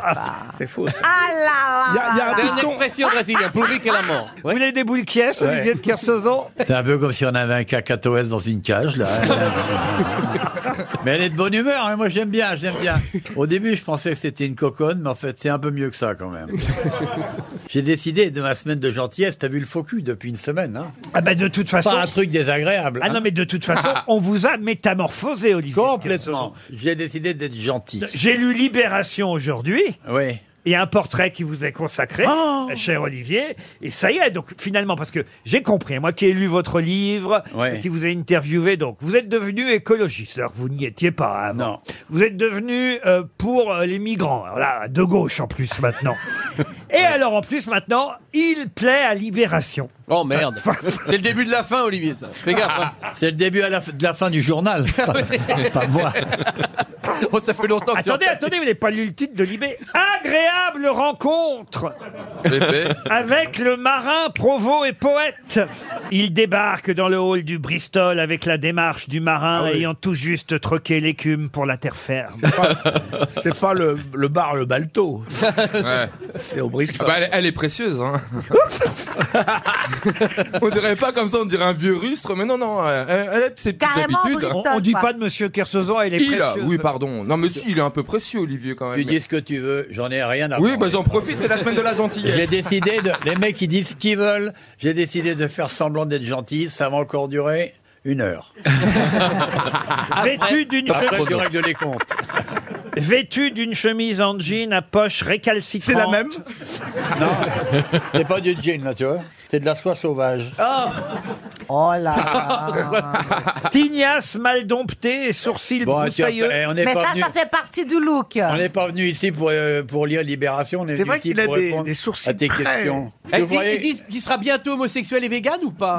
[SPEAKER 20] C'est fou.
[SPEAKER 24] Ah là là
[SPEAKER 20] Il y a- il y a un
[SPEAKER 24] là là.
[SPEAKER 20] dicton-
[SPEAKER 33] Expression brésilienne, pour lui qu'elle a mort.
[SPEAKER 1] Vous voulez des boules qui est, Olivier de Kersauzon
[SPEAKER 12] C'est un peu comme si on avait un cacatoès dans une cage, là. mais elle est de bonne humeur, hein. moi j'aime bien, j'aime bien. Au début, je pensais que c'était une coconne, mais en fait, c'est un peu mieux que ça, quand même. J'ai décidé de ma semaine de gentillesse, t'as vu le faux cul depuis une semaine, hein
[SPEAKER 1] Ah ben de toute façon.
[SPEAKER 12] Pas un truc désagréable. hein.
[SPEAKER 1] Ah non, mais de toute façon, on vous a métamorphosé, Olivier.
[SPEAKER 12] Complètement. J'ai décidé d'être gentil.
[SPEAKER 1] J'ai lu Libération aujourd'hui.
[SPEAKER 12] Oui. Oh
[SPEAKER 1] Il y a un portrait qui vous est consacré. cher Olivier. Et ça y est, donc finalement, parce que j'ai compris, hein, moi qui ai lu votre livre,
[SPEAKER 12] Ouais.
[SPEAKER 1] et qui vous ai interviewé, donc vous êtes devenu écologiste, alors que vous n'y étiez pas hein, avant. Vous êtes devenu euh, pour euh, les migrants, alors là, de gauche en plus maintenant. et alors en plus maintenant, il plaît à Libération.
[SPEAKER 34] Oh merde. C'est le début de la fin, Olivier, ça. Fais gaffe. hein.
[SPEAKER 12] C'est le début à la f- de la fin du journal. Pas- pas moi.
[SPEAKER 34] Oh, ça fait longtemps que tu
[SPEAKER 1] Attendez,
[SPEAKER 34] entends-
[SPEAKER 1] attendez, vous n'avez pas lu le titre de Libé. Agréable rencontre avec le marin, provost et poète. Il débarque dans le hall du Bristol avec la démarche du marin
[SPEAKER 3] Ah oui.
[SPEAKER 1] ayant tout juste troqué l'écume pour la terre ferme.
[SPEAKER 3] C'est pas le, le bar, le balto.
[SPEAKER 20] C'est au Bah, elle, elle est précieuse. Hein. on dirait pas comme ça, on dirait un vieux rustre, mais non, non, elle, elle a ses petites
[SPEAKER 24] Carrément au
[SPEAKER 20] habitudes.
[SPEAKER 24] Bristol, On- on dit quoi. pas de
[SPEAKER 1] Monsieur Kersozan, elle
[SPEAKER 20] est il a- oui, pardon. Non, mais si, il est un peu précieux, Olivier, quand même.
[SPEAKER 12] Tu dis ce que tu veux, j'en ai rien à
[SPEAKER 20] Oui,
[SPEAKER 12] branler.
[SPEAKER 20] bah, j'en profite, c'est la semaine de la gentillesse.
[SPEAKER 12] J'ai décidé de. Les mecs, ils disent ce qu'ils veulent. J'ai décidé de faire semblant d'être gentil. Ça va encore durer une heure.
[SPEAKER 1] Vêtu d'une
[SPEAKER 12] Après,
[SPEAKER 1] chemise-
[SPEAKER 12] tu règles les comptes.
[SPEAKER 1] Vêtu d'une chemise en jean à poche récalcitrante.
[SPEAKER 12] C'est la même Non, c'est pas du jean, là, tu vois. C'est de la soie sauvage.
[SPEAKER 24] Oh là
[SPEAKER 1] Tignasse mal dompté et sourcils
[SPEAKER 12] Bon, tiens,
[SPEAKER 1] broussailleux.
[SPEAKER 12] eh, on est
[SPEAKER 24] Mais
[SPEAKER 12] pas
[SPEAKER 24] ça,
[SPEAKER 12] venu-
[SPEAKER 24] ça fait partie du look.
[SPEAKER 12] On n'est pas venu ici pour, euh, pour lire Libération, on est,
[SPEAKER 3] C'est
[SPEAKER 12] venu
[SPEAKER 3] vrai
[SPEAKER 12] ici
[SPEAKER 3] qu'il a
[SPEAKER 12] pour
[SPEAKER 3] des-
[SPEAKER 12] répondre
[SPEAKER 3] des sourcils
[SPEAKER 12] à tes
[SPEAKER 3] très-
[SPEAKER 12] questions.
[SPEAKER 34] Eh,
[SPEAKER 12] Vous
[SPEAKER 34] dis-
[SPEAKER 12] voyez-
[SPEAKER 34] Ils disent qu'il sera bientôt homosexuel et vegan ou pas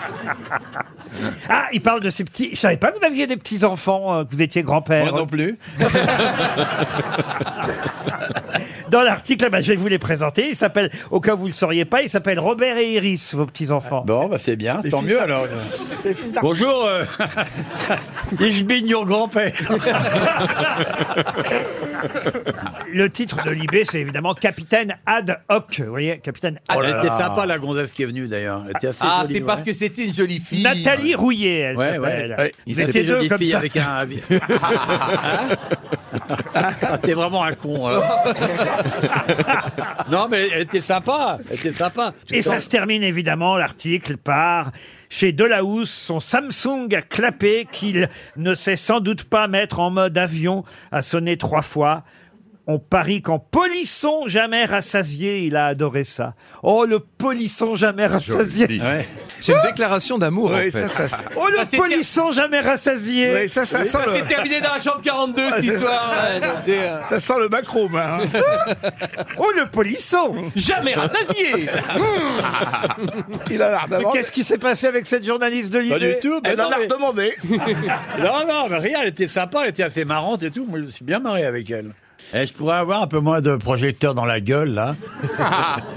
[SPEAKER 1] Ah, il parle de ses petits. Je savais pas que vous aviez des petits enfants, que vous étiez grand-père.
[SPEAKER 12] Moi non plus.
[SPEAKER 1] Dans l'article, bah, je vais vous les présenter. Il s'appelle, au cas où vous le sauriez pas, il s'appelle Robert et Iris, vos petits enfants.
[SPEAKER 12] Bon, bah c'est bien, tant mieux alors.
[SPEAKER 3] C'est fils d'artiste.
[SPEAKER 12] Bonjour, euh, je bigne your grand-père.
[SPEAKER 1] Le titre de Libé, c'est évidemment Capitaine Ad Hoc. Vous voyez, Capitaine
[SPEAKER 12] Ah,
[SPEAKER 1] Ad
[SPEAKER 12] Oh Elle
[SPEAKER 1] Hoc.
[SPEAKER 12] était sympa la gonzesse qui est venue d'ailleurs. Elle était assez
[SPEAKER 34] Ah,
[SPEAKER 12] jolie,
[SPEAKER 34] c'est
[SPEAKER 12] ouais.
[SPEAKER 34] parce que c'était une jolie fille.
[SPEAKER 1] Nathalie Rouillet, elle
[SPEAKER 12] Ouais,
[SPEAKER 1] s'appelle.
[SPEAKER 12] ouais. ouais.
[SPEAKER 1] Vous
[SPEAKER 12] Ils étaient
[SPEAKER 1] étiez deux
[SPEAKER 12] deux
[SPEAKER 1] comme
[SPEAKER 12] filles
[SPEAKER 1] ça.
[SPEAKER 12] avec un. Ah, T'es vraiment un con. alors. non, mais elle était sympa. Elle était sympa.
[SPEAKER 1] Et ça se termine évidemment l'article par chez Delahousse, son Samsung a clapé qu'il ne sait sans doute pas mettre en mode avion a sonné trois fois. On parie qu'en polisson jamais rassasié, il a adoré ça. Oh, le polisson jamais rassasié.
[SPEAKER 20] C'est une déclaration d'amour.
[SPEAKER 1] en fait. Oh, le polisson jamais rassasié.
[SPEAKER 3] Oui, ça, Ah, ça
[SPEAKER 34] Oui,
[SPEAKER 3] sent
[SPEAKER 34] ça
[SPEAKER 3] le-
[SPEAKER 34] s'est terminé dans la chambre 42, cette histoire. ouais, donc, et, euh,
[SPEAKER 3] Ça sent le macro, hein.
[SPEAKER 1] oh, le polisson
[SPEAKER 34] Jamais rassasié.
[SPEAKER 3] Il a l'air d'avoir...
[SPEAKER 1] Qu'est-ce qui s'est passé avec cette journaliste de
[SPEAKER 12] Pas
[SPEAKER 1] l'idée
[SPEAKER 12] du tout. mais
[SPEAKER 3] Elle
[SPEAKER 12] non,
[SPEAKER 3] en a
[SPEAKER 12] mais-
[SPEAKER 3] redemandé.
[SPEAKER 12] non, non, mais rien, elle était sympa, elle était assez marrante et tout. Moi, je me suis bien marré avec elle. Eh, je pourrais avoir un peu moins de projecteurs dans la gueule, là.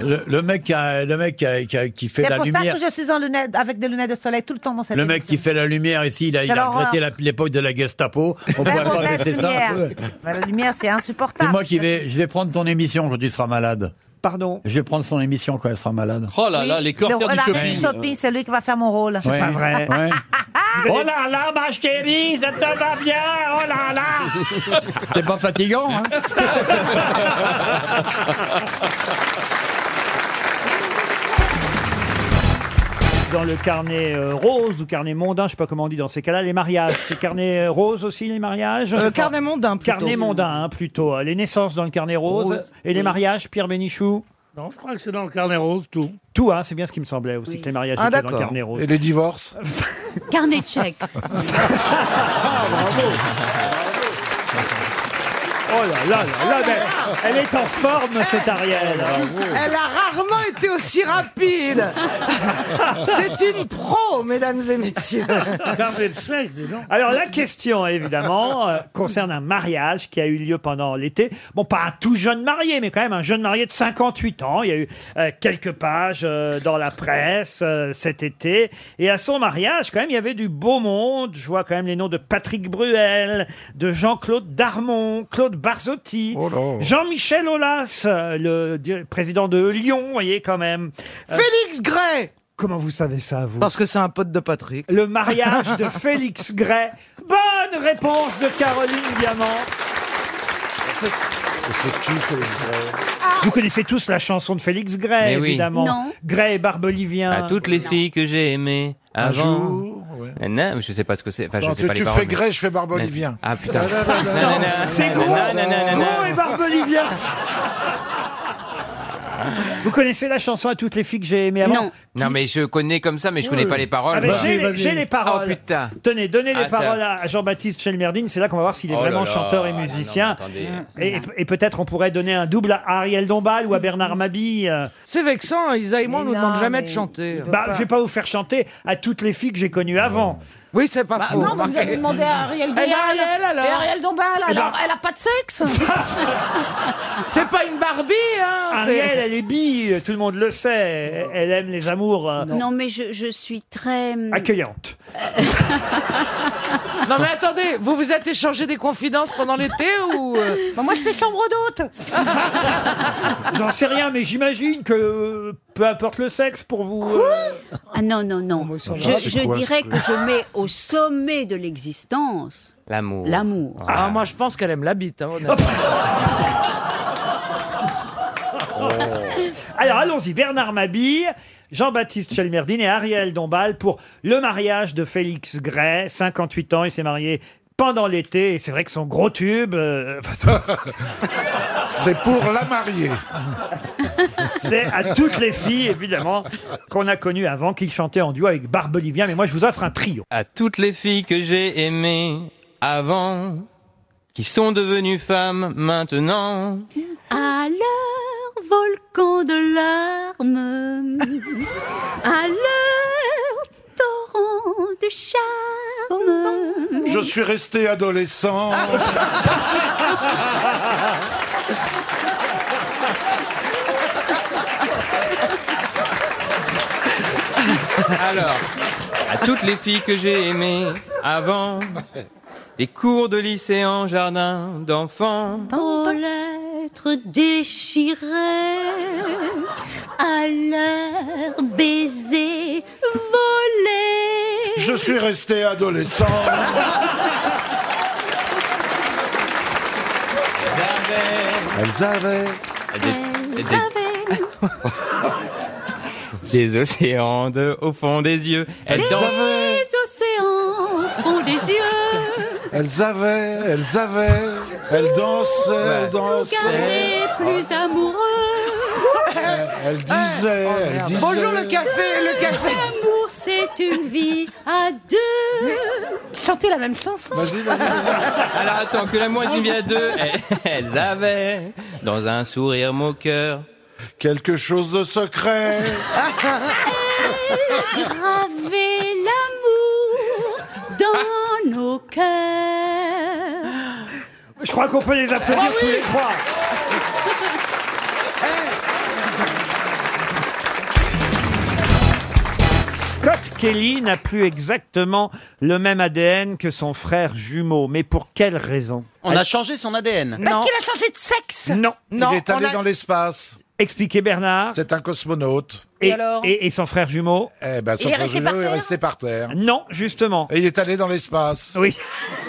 [SPEAKER 12] le, le mec, qui a- le mec qui, a- qui a- qui fait
[SPEAKER 24] C'est
[SPEAKER 12] la
[SPEAKER 24] pour
[SPEAKER 12] lumière.
[SPEAKER 24] ça que je suis en lunettes, avec des lunettes de soleil tout le temps dans cette
[SPEAKER 12] Le mec qui fait la lumière ici, il a, il a
[SPEAKER 24] Alors,
[SPEAKER 12] regretté
[SPEAKER 24] voilà.
[SPEAKER 12] la- l'époque de la Gestapo. On pourrait pas laisser ça un
[SPEAKER 24] lumière.
[SPEAKER 12] peu.
[SPEAKER 24] Bah, La lumière, c'est
[SPEAKER 12] C'est
[SPEAKER 24] insupportable.
[SPEAKER 12] moi qui vais, je vais prendre ton émission quand tu seras malade.
[SPEAKER 1] Pardon
[SPEAKER 12] Je vais prendre son émission quand elle sera malade.
[SPEAKER 34] Oh là là, les corsaires
[SPEAKER 24] Le-
[SPEAKER 34] du
[SPEAKER 24] la reine
[SPEAKER 34] shopping.
[SPEAKER 24] du shopping, c'est lui qui va faire mon rôle. Ah,
[SPEAKER 12] Ouais, ouais.
[SPEAKER 1] Oh là là, ma chérie, ça te va bien Oh là là
[SPEAKER 12] C'est pas fatigant, hein
[SPEAKER 1] Dans le carnet euh, rose ou carnet mondain, je sais pas comment on dit dans ces cas-là, les mariages. C'est carnet euh, rose aussi, les mariages
[SPEAKER 9] Euh, carnet mondain, plutôt.
[SPEAKER 1] Carnet mondain, hein, plutôt. Euh, Les naissances dans le carnet rose.
[SPEAKER 9] Rose,
[SPEAKER 1] et les
[SPEAKER 9] oui.
[SPEAKER 1] mariages, Pierre Bénichou
[SPEAKER 9] Non, je crois que c'est dans le carnet rose, tout.
[SPEAKER 1] Tout, hein, c'est bien ce qui me semblait aussi, que les mariages
[SPEAKER 9] Ah,
[SPEAKER 1] étaient dans le
[SPEAKER 9] d'accord.
[SPEAKER 1] carnet rose.
[SPEAKER 9] Et
[SPEAKER 1] les divorces
[SPEAKER 23] Carnet tchèque.
[SPEAKER 1] Oh là là là là, mais Elle est en forme, cette Ariel
[SPEAKER 9] Elle a rarement été aussi rapide. C'est une pro, mesdames et messieurs. Carnet de chèque, dis donc.
[SPEAKER 1] Alors la question, évidemment, euh, concerne un mariage qui a eu lieu pendant l'été. Bon, pas un tout jeune marié, mais quand même un jeune marié de 58 ans. Il y a eu euh, quelques pages euh, dans la presse euh, cet été. Et à son mariage, quand même, il y avait du beau monde. Je vois quand même les noms de Patrick Bruel, de Jean-Claude Darmon, Claude Barzotti,
[SPEAKER 9] Oh
[SPEAKER 1] Jean-Michel Aulas, euh, le di- président de Lyon, vous voyez quand même. Euh,
[SPEAKER 9] Félix Gray
[SPEAKER 1] Comment vous savez ça, vous
[SPEAKER 9] Parce que c'est un pote de Patrick.
[SPEAKER 1] Le mariage de Félix Gray. Bonne réponse de Caroline Diamant. Vous connaissez tous la chanson de Félix Gray,
[SPEAKER 11] Mais oui.
[SPEAKER 1] évidemment.
[SPEAKER 11] Non.
[SPEAKER 1] Gray et Barbe Bolivien.
[SPEAKER 11] À toutes les filles que j'ai aimées
[SPEAKER 1] Un
[SPEAKER 11] avant.
[SPEAKER 1] jour,
[SPEAKER 3] Euh,
[SPEAKER 11] Nana, mais je sais pas ce que c'est. Enfin, je
[SPEAKER 1] Non,
[SPEAKER 11] sais
[SPEAKER 1] tu-
[SPEAKER 11] pas les
[SPEAKER 1] tu
[SPEAKER 11] paroles,
[SPEAKER 1] fais
[SPEAKER 11] mais-
[SPEAKER 1] Grèce, je fais Barbe
[SPEAKER 11] Mais-
[SPEAKER 1] Olivien.
[SPEAKER 11] Ah putain.
[SPEAKER 1] Non, C'est gros,
[SPEAKER 11] Nanana, nanana.
[SPEAKER 1] gros et Barbe Bolivien. Vous connaissez la chanson à toutes les filles que j'ai aimées avant
[SPEAKER 3] Non, mais je connais comme ça, mais je connais pas les paroles.
[SPEAKER 1] Ah, mais
[SPEAKER 3] Bah.
[SPEAKER 1] j'ai, les- j'ai les paroles.
[SPEAKER 3] Oh putain.
[SPEAKER 1] Tenez, donnez les
[SPEAKER 3] Ah, ça-
[SPEAKER 1] paroles à Jean-Baptiste Chelmerdine. C'est là qu'on va voir s'il est
[SPEAKER 3] Oh là
[SPEAKER 1] vraiment
[SPEAKER 3] là.
[SPEAKER 1] chanteur
[SPEAKER 3] Ah,
[SPEAKER 1] et
[SPEAKER 3] non, mais
[SPEAKER 1] musicien.
[SPEAKER 3] attendez.
[SPEAKER 1] et, et peut-être on pourrait donner un double à Ariel Dombal ou à Bernard Mabille. euh.
[SPEAKER 9] C'est vexant, hein. Isa et moi, on nous demande jamais de
[SPEAKER 1] Bah,
[SPEAKER 9] chanter.
[SPEAKER 1] je vais pas vous faire chanter à toutes les filles que j'ai connues avant.
[SPEAKER 9] Oui, c'est pas
[SPEAKER 1] faux.
[SPEAKER 9] faux.
[SPEAKER 1] Bah, non, vous avez demandé à
[SPEAKER 9] Ariel
[SPEAKER 6] Dombal.
[SPEAKER 9] Et Ariel, ben, alors
[SPEAKER 6] Et Ariel Dombal,
[SPEAKER 9] Eh ben-
[SPEAKER 6] alors, elle a pas de sexe C'est pas une Barbie, hein
[SPEAKER 1] Ariel, Ah, elle est bille, tout le monde le sait. Elle aime les amours euh,
[SPEAKER 23] Non, mais je, je suis très.
[SPEAKER 6] hum,
[SPEAKER 1] Ah, accueillantes.
[SPEAKER 18] Non mais attendez, vous vous êtes échangé des confidences pendant l'été ou
[SPEAKER 9] euh
[SPEAKER 18] Moi je fais chambre d'hôte.
[SPEAKER 1] J'en sais rien, mais j'imagine que euh, peu importe le sexe pour vous. euh,
[SPEAKER 23] Ah non, non, non.
[SPEAKER 1] ça va.
[SPEAKER 23] Je,
[SPEAKER 1] C'est
[SPEAKER 23] je
[SPEAKER 1] quoi,
[SPEAKER 23] dirais
[SPEAKER 1] ce
[SPEAKER 23] que je mets au sommet de l'existence
[SPEAKER 3] L'amour.
[SPEAKER 23] l'amour.
[SPEAKER 9] Ah, moi, je pense qu'elle aime la bite. hein, honnêtement.
[SPEAKER 1] Alors allons-y, Bernard Mabille, Jean-Baptiste Chelmerdine et Ariel Dombal pour le mariage de Félix Gray, 58 ans, il s'est marié pendant l'été, et c'est vrai que son gros tube... euh, c'est pour la mariée. C'est à toutes les filles, évidemment, qu'on a connues avant, qu'il chantait en duo avec Barbe Olivia, mais moi je vous offre un trio.
[SPEAKER 3] À toutes les filles que j'ai aimées avant, qui sont devenues femmes maintenant.
[SPEAKER 23] À l'heure, volcan de larmes. À l'heure, torrent de charme.
[SPEAKER 11] Je suis resté adolescent.
[SPEAKER 3] Alors, à toutes les filles que j'ai aimées avant, des cours de lycée en jardin d'enfants.
[SPEAKER 23] Aux lettres déchirées, à l'heure baiser, voler.
[SPEAKER 11] Je suis resté adolescent.
[SPEAKER 3] Elles avaient des, des océans de- au fond des yeux. Elles
[SPEAKER 23] Des
[SPEAKER 3] dansaient.
[SPEAKER 23] océans au fond des yeux.
[SPEAKER 11] Elles avaient, elles avaient, elles dansaient, elles dansaient.
[SPEAKER 23] Regardez plus
[SPEAKER 18] Oh.
[SPEAKER 23] amoureux.
[SPEAKER 11] Elles disaient, elles disaient.
[SPEAKER 18] Bonjour le café, le café.
[SPEAKER 23] L'amour, c'est une vie à deux.
[SPEAKER 18] Chantez la même chanson.
[SPEAKER 3] Vas-y, Alors attends, que la moitié vie à deux, Eh. elles avaient, dans un sourire moqueur,
[SPEAKER 11] quelque chose de secret.
[SPEAKER 23] Graver l'amour dans nos cœurs.
[SPEAKER 1] Je crois qu'on peut les applaudir
[SPEAKER 23] Ah oui
[SPEAKER 1] tous les trois. Scott Kelly n'a plus exactement le même ADN que son frère jumeau. Mais pour quelle raison
[SPEAKER 35] On a changé son ADN.
[SPEAKER 1] Non.
[SPEAKER 18] a changé de sexe.
[SPEAKER 1] Non.
[SPEAKER 18] Non, Il est allé on a- dans
[SPEAKER 1] l'espace. Expliquez Bernard.
[SPEAKER 11] C'est un cosmonaute.
[SPEAKER 1] Et, et- et son frère jumeau
[SPEAKER 11] Eh ben, son
[SPEAKER 1] Il est
[SPEAKER 11] frère
[SPEAKER 1] resté
[SPEAKER 11] jumeau
[SPEAKER 1] par
[SPEAKER 11] est
[SPEAKER 1] terre
[SPEAKER 11] resté par terre.
[SPEAKER 1] Non, justement.
[SPEAKER 11] Et il est allé dans l'espace.
[SPEAKER 1] Oui.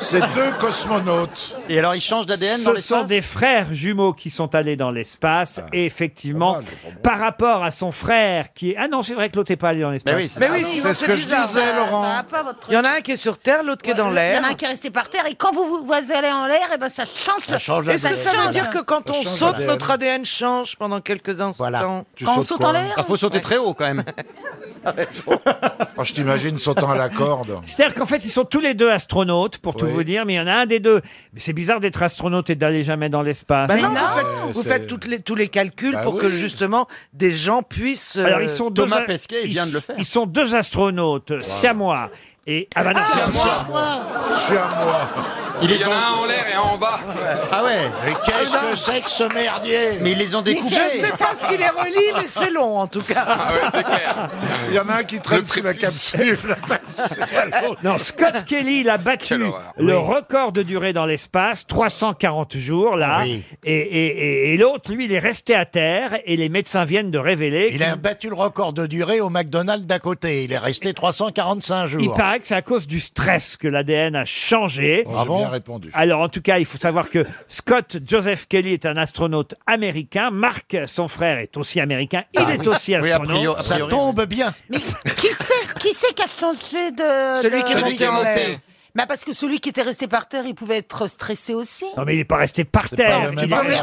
[SPEAKER 11] C'est deux cosmonautes.
[SPEAKER 35] Et alors, ils changent d'ADN dans
[SPEAKER 1] Ce sont
[SPEAKER 35] l'espace
[SPEAKER 1] des frères jumeaux qui sont allés dans
[SPEAKER 9] Ah,
[SPEAKER 1] l'espace. et effectivement, par rapport à son frère qui est... Ah non, c'est vrai que l'autre n'est pas allé dans l'espace.
[SPEAKER 9] Mais oui, sinon, bizarre.
[SPEAKER 36] Ah,
[SPEAKER 9] Il y en a un qui est sur Terre, l'autre qui est dans
[SPEAKER 36] Il y
[SPEAKER 9] l'air.
[SPEAKER 36] en a un qui est resté par terre et quand vous vous, vous allez en l'air, et ben ça change.
[SPEAKER 9] Est-ce que ça veut dire que quand
[SPEAKER 36] Ça
[SPEAKER 9] on
[SPEAKER 36] change
[SPEAKER 9] saute,
[SPEAKER 36] l'ADN.
[SPEAKER 9] notre ADN change pendant quelques instants
[SPEAKER 11] Tu Quand on sautes saute quoi en l'air
[SPEAKER 3] Ah, faut sauter très haut quand même.
[SPEAKER 11] Oh, je t'imagine sautant à la corde.
[SPEAKER 1] C'est-à-dire qu'en fait, ils sont tous les deux astronautes, pour tout vous dire, mais il y en a un des deux. Mais c'est bizarre d'être astronaute et d'aller jamais dans l'espace.
[SPEAKER 9] Bah non, vous faites, vous faites toutes les, tous les calculs
[SPEAKER 1] Bah
[SPEAKER 9] pour
[SPEAKER 1] oui.
[SPEAKER 9] que justement des gens puissent. euh,
[SPEAKER 1] Alors, ils sont deux a- ils- Ils sont deux astronautes, siamois. Et, ah bah non.
[SPEAKER 11] moi.
[SPEAKER 20] Il y en a un en l'air et un en bas.
[SPEAKER 35] Ah ouais.
[SPEAKER 11] Mais qu'est-ce que c'est que ce merdier
[SPEAKER 35] Mais ils les ont
[SPEAKER 9] Mais c'est- Je sais pas ce qui les relie, mais c'est long en tout cas.
[SPEAKER 11] Il y en a un qui traîne sous la capsule.
[SPEAKER 1] Non, Scott Kelly, il a battu le record de durée dans l'espace, 340 jours, là.
[SPEAKER 11] Oui.
[SPEAKER 1] Et, et- et- et l'autre, lui, il est resté à terre et les médecins viennent de révéler
[SPEAKER 4] Il
[SPEAKER 1] qu'il-
[SPEAKER 4] a battu le record de durée au McDonald's d'à côté. Il est resté 345 jours.
[SPEAKER 1] Il paraît que c'est à cause du stress que l'ADN a changé.
[SPEAKER 4] Oh, j'ai Ah bon bien répondu.
[SPEAKER 1] Alors, en tout cas, il faut savoir que Scott Joseph Kelly est un astronaute américain. Mark, son frère, est aussi américain. Il
[SPEAKER 4] Ah
[SPEAKER 1] est
[SPEAKER 4] oui.
[SPEAKER 1] aussi
[SPEAKER 4] Oui, a
[SPEAKER 1] astronaute.
[SPEAKER 4] priori- a Ça priori, tombe bien.
[SPEAKER 36] Qui c'est qui c'est qui a changé de
[SPEAKER 1] Celui
[SPEAKER 36] de-
[SPEAKER 1] qui est monté en l'air.
[SPEAKER 18] Bah parce que celui qui était resté par terre, il pouvait être stressé aussi.
[SPEAKER 1] Non, mais il n'est pas resté par terre.
[SPEAKER 18] même
[SPEAKER 1] il est-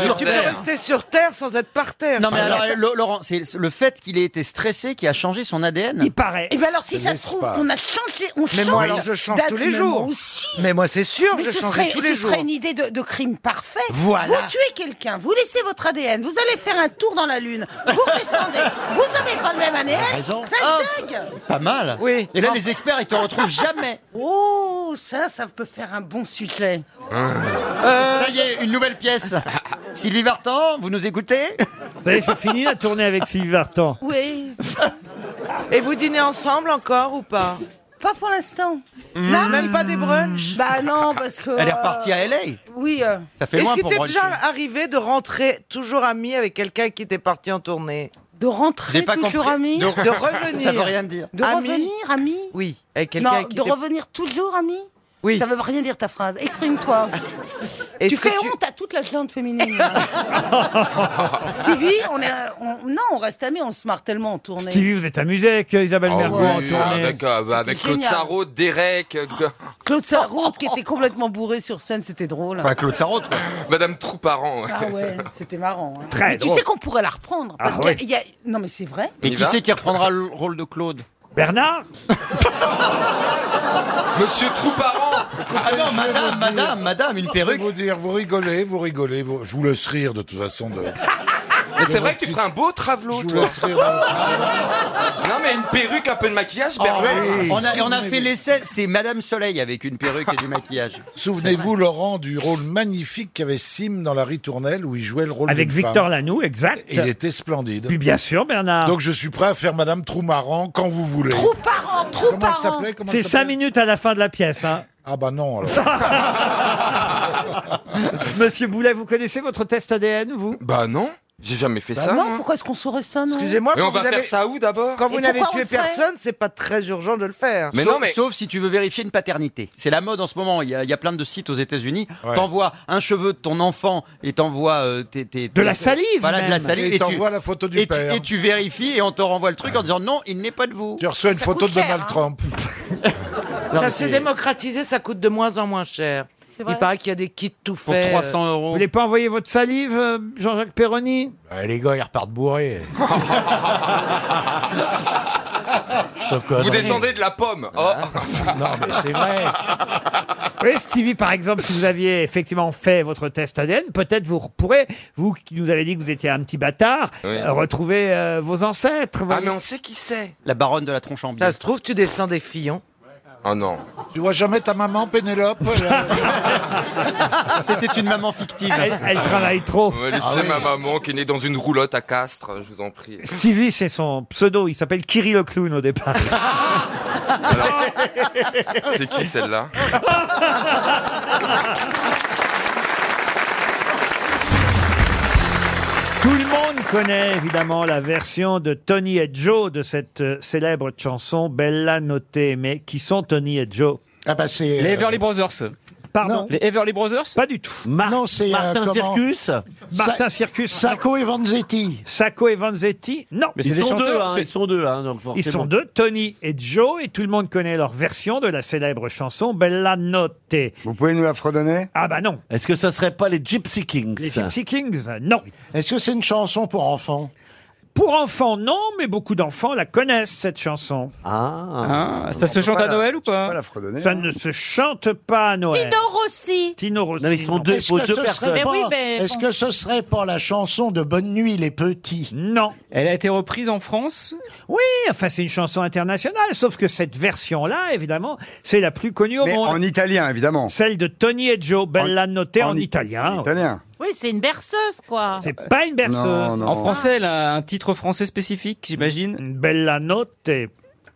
[SPEAKER 3] Sur Terre.
[SPEAKER 9] sur Terre sans être par terre.
[SPEAKER 3] Non mais alors Lo- Laurent, c'est le fait qu'il ait été stressé qui a changé son ADN.
[SPEAKER 1] Il paraît.
[SPEAKER 18] Et ben alors si ça se trouve, on a changé, on
[SPEAKER 3] Mais
[SPEAKER 18] change.
[SPEAKER 3] moi, alors, je
[SPEAKER 9] change
[SPEAKER 18] d'ad-
[SPEAKER 9] tous les
[SPEAKER 18] mais
[SPEAKER 9] jours.
[SPEAKER 18] moi aussi.
[SPEAKER 9] Mais moi, c'est sûr,
[SPEAKER 18] Mais
[SPEAKER 9] je
[SPEAKER 18] ce
[SPEAKER 9] changerai
[SPEAKER 18] serait,
[SPEAKER 9] tous
[SPEAKER 18] ce
[SPEAKER 9] les
[SPEAKER 18] serait
[SPEAKER 9] jours.
[SPEAKER 18] une idée de, de crime parfait.
[SPEAKER 9] Voilà.
[SPEAKER 18] Vous tuez quelqu'un, vous laissez votre ADN, vous allez faire un tour dans la lune, vous redescendez, vous avez pas le même ADN.
[SPEAKER 3] raison.
[SPEAKER 18] Zag, zag.
[SPEAKER 3] Pas mal. Oui. Et là les experts ils te retrouvent jamais.
[SPEAKER 18] Oh, ça, ça peut faire un bon sujet.
[SPEAKER 11] Ah.
[SPEAKER 3] Euh, Ça y est, une nouvelle pièce. Sylvie Vartan, vous nous écoutez
[SPEAKER 1] Vous savez, c'est fini la tournée avec Sylvie Vartan.
[SPEAKER 18] Oui.
[SPEAKER 9] Et vous dînez ensemble encore ou pas
[SPEAKER 18] Pas pour l'instant.
[SPEAKER 9] Là, même pas des brunchs
[SPEAKER 18] Bah non, parce que. euh,
[SPEAKER 3] Elle est repartie à LA.
[SPEAKER 18] Oui.
[SPEAKER 3] Ça fait
[SPEAKER 9] Est-ce
[SPEAKER 3] loin
[SPEAKER 9] qu'il
[SPEAKER 3] pour
[SPEAKER 9] t'est
[SPEAKER 3] bruncher.
[SPEAKER 9] déjà arrivé de rentrer toujours ami avec quelqu'un qui était parti en tournée
[SPEAKER 18] De rentrer
[SPEAKER 3] J'ai pas toujours compris. ami
[SPEAKER 9] De,
[SPEAKER 3] De-
[SPEAKER 9] revenir.
[SPEAKER 3] Ça veut rien dire.
[SPEAKER 18] De
[SPEAKER 9] Ami
[SPEAKER 18] revenir, ami
[SPEAKER 9] Oui, avec quelqu'un
[SPEAKER 18] Non,
[SPEAKER 9] qui
[SPEAKER 18] de
[SPEAKER 9] était-
[SPEAKER 18] revenir toujours, ami
[SPEAKER 9] Oui.
[SPEAKER 18] Ça veut rien dire ta phrase. Exprime-toi.
[SPEAKER 9] Est-ce
[SPEAKER 18] tu
[SPEAKER 9] que
[SPEAKER 18] fais
[SPEAKER 9] tu-
[SPEAKER 18] honte à toute la gente féminine. Stevie, on est, on- non, on reste amis, on se marre tellement en tournée.
[SPEAKER 1] Stevie, vous êtes amusé avec euh, Isabelle
[SPEAKER 20] Ah
[SPEAKER 1] Mergo
[SPEAKER 20] oui,
[SPEAKER 1] en tournée.
[SPEAKER 20] avec, euh, bah, avec Claude
[SPEAKER 18] génial. Ah.
[SPEAKER 20] Sarraud, Derek, euh,
[SPEAKER 18] Claude
[SPEAKER 20] Oh,
[SPEAKER 18] Sarraute, qui était complètement bourré sur scène, c'était drôle.
[SPEAKER 20] Claude Sarraud, Madame Trouparan.
[SPEAKER 18] Ah ouais, c'était marrant. hein.
[SPEAKER 20] Très
[SPEAKER 18] mais tu
[SPEAKER 20] drôle.
[SPEAKER 18] sais qu'on pourrait la reprendre. Parce
[SPEAKER 20] Ah ouais.
[SPEAKER 18] qu'il y a- il y a... Non, mais c'est vrai.
[SPEAKER 3] Mais qui c'est qui reprendra le rôle de Claude
[SPEAKER 1] Bernard
[SPEAKER 20] Monsieur Trouparan
[SPEAKER 3] Ah non, madame, madame, madame, une
[SPEAKER 11] Je vais
[SPEAKER 3] perruque
[SPEAKER 11] vous dire, vous rigolez, vous rigolez. vous- Je vous laisse rire de toute façon. De...
[SPEAKER 20] Mais c'est vrai que tu ferais un beau travelot,
[SPEAKER 11] Je vous
[SPEAKER 20] toi.
[SPEAKER 11] laisserai
[SPEAKER 20] non, mais une perruque, un peu de
[SPEAKER 18] Oh,
[SPEAKER 11] Oh,
[SPEAKER 20] maquillage, Bernard.
[SPEAKER 3] on, a, on a fait l'essai, c'est Madame Soleil avec une perruque et du maquillage.
[SPEAKER 11] Souvenez-vous, Laurent, du rôle magnifique qu'avait Sim dans La Ritournelle où il jouait le rôle
[SPEAKER 1] Avec
[SPEAKER 11] d'une
[SPEAKER 1] Victor
[SPEAKER 11] femme.
[SPEAKER 1] Lanoux, exact.
[SPEAKER 11] Et Il était splendide.
[SPEAKER 1] Puis bien sûr, Bernard.
[SPEAKER 11] Donc je suis prêt à faire Madame Troumaran quand vous voulez.
[SPEAKER 18] Trouparan, Trouparan.
[SPEAKER 11] Comment elle s'appelait Comment elle
[SPEAKER 1] C'est cinq
[SPEAKER 11] s'appelait
[SPEAKER 1] minutes à la fin de la pièce. Hein.
[SPEAKER 11] Ah bah non, alors.
[SPEAKER 1] Monsieur Boulet, vous connaissez votre test ADN, vous
[SPEAKER 20] Bah non, j'ai jamais fait
[SPEAKER 18] Bah
[SPEAKER 20] ça.
[SPEAKER 18] non,
[SPEAKER 20] moi.
[SPEAKER 18] pourquoi est-ce qu'on saurait ça, non
[SPEAKER 9] Excusez-moi,
[SPEAKER 20] Mais
[SPEAKER 9] quand
[SPEAKER 20] on va
[SPEAKER 9] vous avez-
[SPEAKER 20] faire ça où d'abord
[SPEAKER 9] Quand vous
[SPEAKER 18] Et
[SPEAKER 9] n'avez
[SPEAKER 18] pourquoi on
[SPEAKER 9] tué
[SPEAKER 18] le ferait
[SPEAKER 9] personne, c'est pas très urgent de le faire.
[SPEAKER 3] sauf,
[SPEAKER 9] Sauf-
[SPEAKER 3] sauf si tu veux vérifier une paternité. C'est la mode en ce moment. Il y a, il y a plein de sites aux États-Unis. T'envoies un cheveu de ton enfant et t'envoies euh, tes, tes-
[SPEAKER 1] De la
[SPEAKER 3] tes-
[SPEAKER 1] salive
[SPEAKER 3] Voilà, de la
[SPEAKER 11] même.
[SPEAKER 3] salive.
[SPEAKER 11] Et t'envoies la photo du
[SPEAKER 3] et tu-
[SPEAKER 11] père.
[SPEAKER 3] et tu vérifies et on te renvoie le truc en disant non, il n'est pas de vous.
[SPEAKER 11] Tu reçois une photo de
[SPEAKER 20] hein.
[SPEAKER 11] Donald Trump.
[SPEAKER 9] Ça s'est démocratisé, ça coûte de moins en moins cher.
[SPEAKER 18] vrai.
[SPEAKER 9] Il paraît qu'il y a des kits tout faits. euh,
[SPEAKER 1] euh, Vous voulez pas envoyer votre salive, euh, Jean-Jacques Perroni
[SPEAKER 11] Bah,
[SPEAKER 37] les gars, ils repartent bourrés.
[SPEAKER 20] Vous descendez de la pomme. Oh.
[SPEAKER 37] Non, mais c'est vrai.
[SPEAKER 1] Oui, Stevie, par exemple, si vous aviez effectivement fait votre test ADN, peut-être vous pourrez, vous qui nous avez dit que vous étiez un petit bâtard,
[SPEAKER 3] Oui.
[SPEAKER 1] euh, retrouver euh, vos ancêtres.
[SPEAKER 20] Ah,
[SPEAKER 1] voyez.
[SPEAKER 20] mais on sait qui c'est.
[SPEAKER 3] La baronne de la tronche en biais.
[SPEAKER 9] Ça se trouve, tu descends des fillons.
[SPEAKER 20] Oh non.
[SPEAKER 11] Tu vois jamais ta maman, Pénélope là
[SPEAKER 3] C'était une maman fictive.
[SPEAKER 1] Elle, elle travaille trop.
[SPEAKER 20] Ouais, laissez ma maman qui est née dans une roulotte à Castres, je vous en prie.
[SPEAKER 1] Stevie, c'est son pseudo. Il s'appelle Kiri le clown au départ.
[SPEAKER 20] C'est qui celle-là
[SPEAKER 1] Tout le monde connaît évidemment la version de Tony et Joe de cette euh, célèbre chanson Bella Notte. Mais qui sont Tony et Joe
[SPEAKER 16] Ah bah c'est.
[SPEAKER 3] Les
[SPEAKER 16] euh,
[SPEAKER 3] Everly Brothers.
[SPEAKER 1] Pardon
[SPEAKER 3] Les Everly Brothers
[SPEAKER 1] Pas du tout.
[SPEAKER 16] non, c'est. euh,
[SPEAKER 1] Martin Circus Martin Circus.
[SPEAKER 16] Sacco et Vanzetti.
[SPEAKER 1] Sacco et Vanzetti Non.
[SPEAKER 16] Mais c'est Ils des sont chanteurs, deux, hein, c'est-
[SPEAKER 1] ils sont deux. ils sont deux, Tony et Joe, et tout le monde connaît leur version de la célèbre chanson Bella Notte.
[SPEAKER 37] Vous pouvez nous la fredonner
[SPEAKER 1] Ah bah non.
[SPEAKER 37] Est-ce que ça serait pas les Gypsy Kings
[SPEAKER 1] Les Gypsy Kings, euh, non.
[SPEAKER 16] Est-ce que c'est une chanson pour enfants
[SPEAKER 1] Pour enfants, non, mais beaucoup d'enfants la connaissent, cette chanson.
[SPEAKER 37] Ah,
[SPEAKER 1] ça se chante à Noël
[SPEAKER 37] ou pas, la fredonner. hein.
[SPEAKER 1] Ça ne se chante pas à Noël.
[SPEAKER 18] Tino Rossi.
[SPEAKER 1] Tino Rossi.
[SPEAKER 37] Non, mais ils sont
[SPEAKER 1] non.
[SPEAKER 37] deux-
[SPEAKER 16] Est-ce que, ce serait pas, est-ce que ce serait pas la chanson de Bonne Nuit les Petits
[SPEAKER 1] Non.
[SPEAKER 37] Elle a été reprise en France
[SPEAKER 1] Oui, enfin c'est une chanson internationale, sauf que cette version-là, évidemment, c'est la plus connue au
[SPEAKER 37] Mais
[SPEAKER 1] monde.
[SPEAKER 37] en italien, évidemment.
[SPEAKER 1] Celle de Tony et Joe, Bella Notte en,
[SPEAKER 37] i-
[SPEAKER 1] italien.
[SPEAKER 37] Italien.
[SPEAKER 10] Oui, c'est une berceuse, quoi.
[SPEAKER 1] C'est pas une berceuse.
[SPEAKER 37] Non, non. En français,
[SPEAKER 1] elle a un titre français spécifique, j'imagine. Bella Notte.